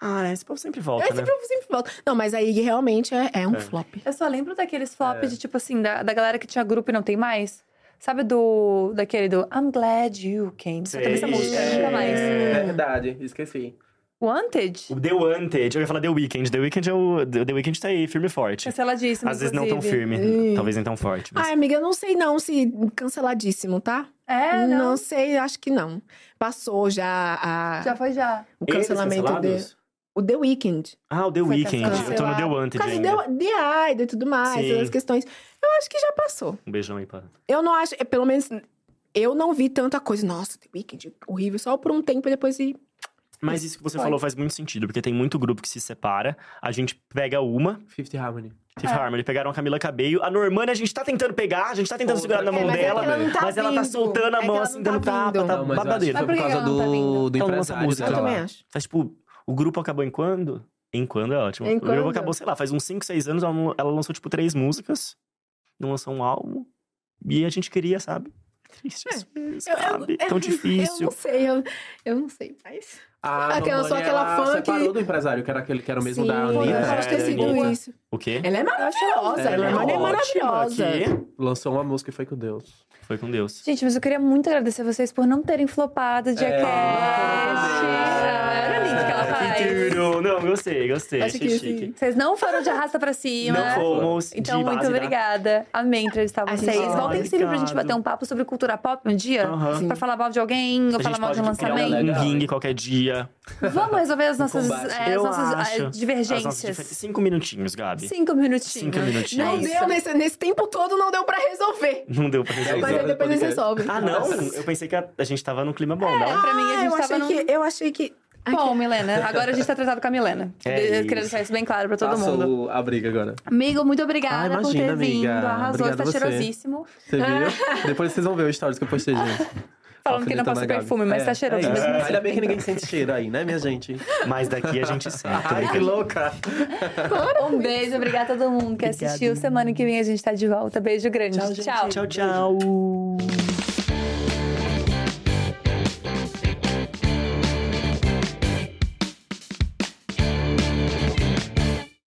C: Ah, né? Esse povo sempre volta,
D: Esse
C: né?
D: grupo sempre volta. Não, mas a Iggy realmente é, é um
C: É.
D: flop.
A: Eu só lembro daqueles flops de, tipo assim, da, da galera que tinha grupo e não tem mais. Sabe do. daquele do I'm glad you came. Só tem essa
C: Sei.
A: música,
C: É.
A: nunca mais.
B: É verdade, esqueci.
A: Wanted?
C: O The Wanted, eu ia falar The Weeknd. The Weeknd, é o... The Weeknd tá aí, firme e forte.
A: Canceladíssima.
C: Às vezes não tão
A: inclusive.
C: firme, talvez nem tão forte. Mas...
D: Ai, amiga, eu não sei não se canceladíssimo, tá?
A: É,
D: não.
A: não.
D: sei, acho que não. Passou já, a-
A: Já foi já.
D: o
C: Eles
D: cancelamento
C: cancelados?
D: de, o The Weeknd.
C: Ah, o The
A: Foi
C: Weeknd. Eu tô no The
D: cancelado. Por
C: Wanted
D: causa
C: ainda.
D: do The Idol e tudo mais,
C: Sim.
D: as questões. Eu acho que já passou.
C: Um beijão aí pra...
D: Eu não acho, é, pelo menos eu não vi tanta coisa. Nossa, The Weeknd, horrível. Só por um tempo e depois e
C: Mas isso que você
A: Foi.
C: falou faz muito sentido, porque tem muito grupo que se separa. A gente pega uma,
B: Fifth Harmony.
D: É.
C: Fifth Harmony, pegaram a Camila Cabello. A Normana a gente tá tentando pegar, a gente tá tentando segurar na
B: É,
C: mão
B: mas é que
C: dela.
B: ela
D: não tá
C: mas ela tá
D: vindo.
C: soltando a
D: É que
C: mão
D: ela
C: assim,
D: não tá
C: dando tapa,
D: vindo.
C: tá
B: Não, mas eu acho que
C: babadeira.
A: Mas por
B: foi por
A: que
B: causa
A: ela não tá
B: do,
A: vindo? Ah,
B: do
C: Ela não lança
B: empresário
C: música,
D: eu
B: dela
D: também
B: lá.
D: acho.
C: Faz tipo, o grupo acabou em quando? Em quando é ótimo.
D: Em
C: O
D: quando?
C: grupo acabou, sei lá, faz uns 5, 6 anos, ela, não- ela lançou tipo três músicas, não lançou um álbum. E a gente queria, sabe? Triste, às vezes,
D: É. Eu- eu-
C: sabe? Tão
D: Eu
C: difícil.
D: não sei, eu, eu não sei, mas.
B: Ah,
A: é
D: Aquela-
B: Normani,
D: só aquela
B: ela
D: fã que-
B: separou do empresário, que era aquele que era o mesmo da
D: Sim,
B: Anitta. né?
D: pode
C: é,
D: ter
C: da
D: sido
C: Anitta.
D: isso.
C: O quê?
D: Ela é maravilhosa,
B: Ela
D: ela
B: é
D: é,
C: ótima,
D: maravilhosa.
C: que
B: Lançou uma música e foi com Deus.
C: Foi com Deus.
A: Gente, mas eu queria muito agradecer vocês por não terem flopado de
B: É,
A: Jackass.
B: não foram
A: Ah, Era lindo que ela faz.
C: Que tudo! Não, gostei, gostei.
D: Acho
C: Achei
D: que
C: chique.
D: sim.
A: Vocês não foram de arrasta pra cima.
C: Não fomos
A: Então,
C: de
A: muito
C: base, né?
A: obrigada. Amei entrevistar
D: A gente
A: vocês.
D: adora.
A: Voltem sempre pra gente
C: Obrigado.
A: bater um papo sobre cultura pop um dia.
C: Aham.
A: Pra falar mal de alguém, ou
C: A
A: falar
C: gente
A: mal de
C: pode
A: um
C: criar
A: lançamento.
C: um
B: Legal,
C: ring
B: hein?
C: qualquer dia.
A: Vamos resolver as nossas,
B: combate.
A: eh, as
C: Eu
A: nossas, eh,
C: acho. As
A: divergências.
C: nossas difer- Cinco minutinhos, Gabi.
A: Cinco minutinhos.
C: Cinco minutinhos.
D: Não
A: É isso.
D: deu, nesse, nesse tempo todo não deu pra resolver.
C: Não deu pra resolver.
D: Mas aí
B: horas de
D: depois eles
B: podcast.
D: resolvem.
C: Ah, não? Eu pensei que a, a gente tava num clima bom,
A: É,
C: não?
A: pra mim, a
D: Ah,
A: gente
D: eu
A: tava
D: achei
A: num...
D: que, eu achei que
A: Tá Bom, Milena, agora a gente tá tratado com a Milena.
C: É
A: eu
C: isso.
A: queria deixar isso bem claro pra todo
B: Passou
A: mundo.
B: a briga agora.
A: Amigo, muito obrigada
B: Ah,
A: por ter
B: imagina,
A: vindo.
B: amiga.
A: Arrasou,
B: Obrigado
A: está
B: você.
A: cheirosíssimo.
B: Você viu? Depois vocês vão ver o stories que eu postei, gente.
A: Ah. Falando que não
B: Alfinetando
A: passa
B: a Gabi.
A: perfume, mas tá cheiroso.
B: É, isso.
A: mesmo assim.
B: Ainda bem que ninguém sente cheiro aí, né, minha gente?
C: Mas daqui a gente sente.
B: Ai, que louca!
A: Um beijo, obrigada a todo mundo que assistiu. Semana que vem a gente tá de volta. Beijo grande. Tchau.
C: Tchau, tchau.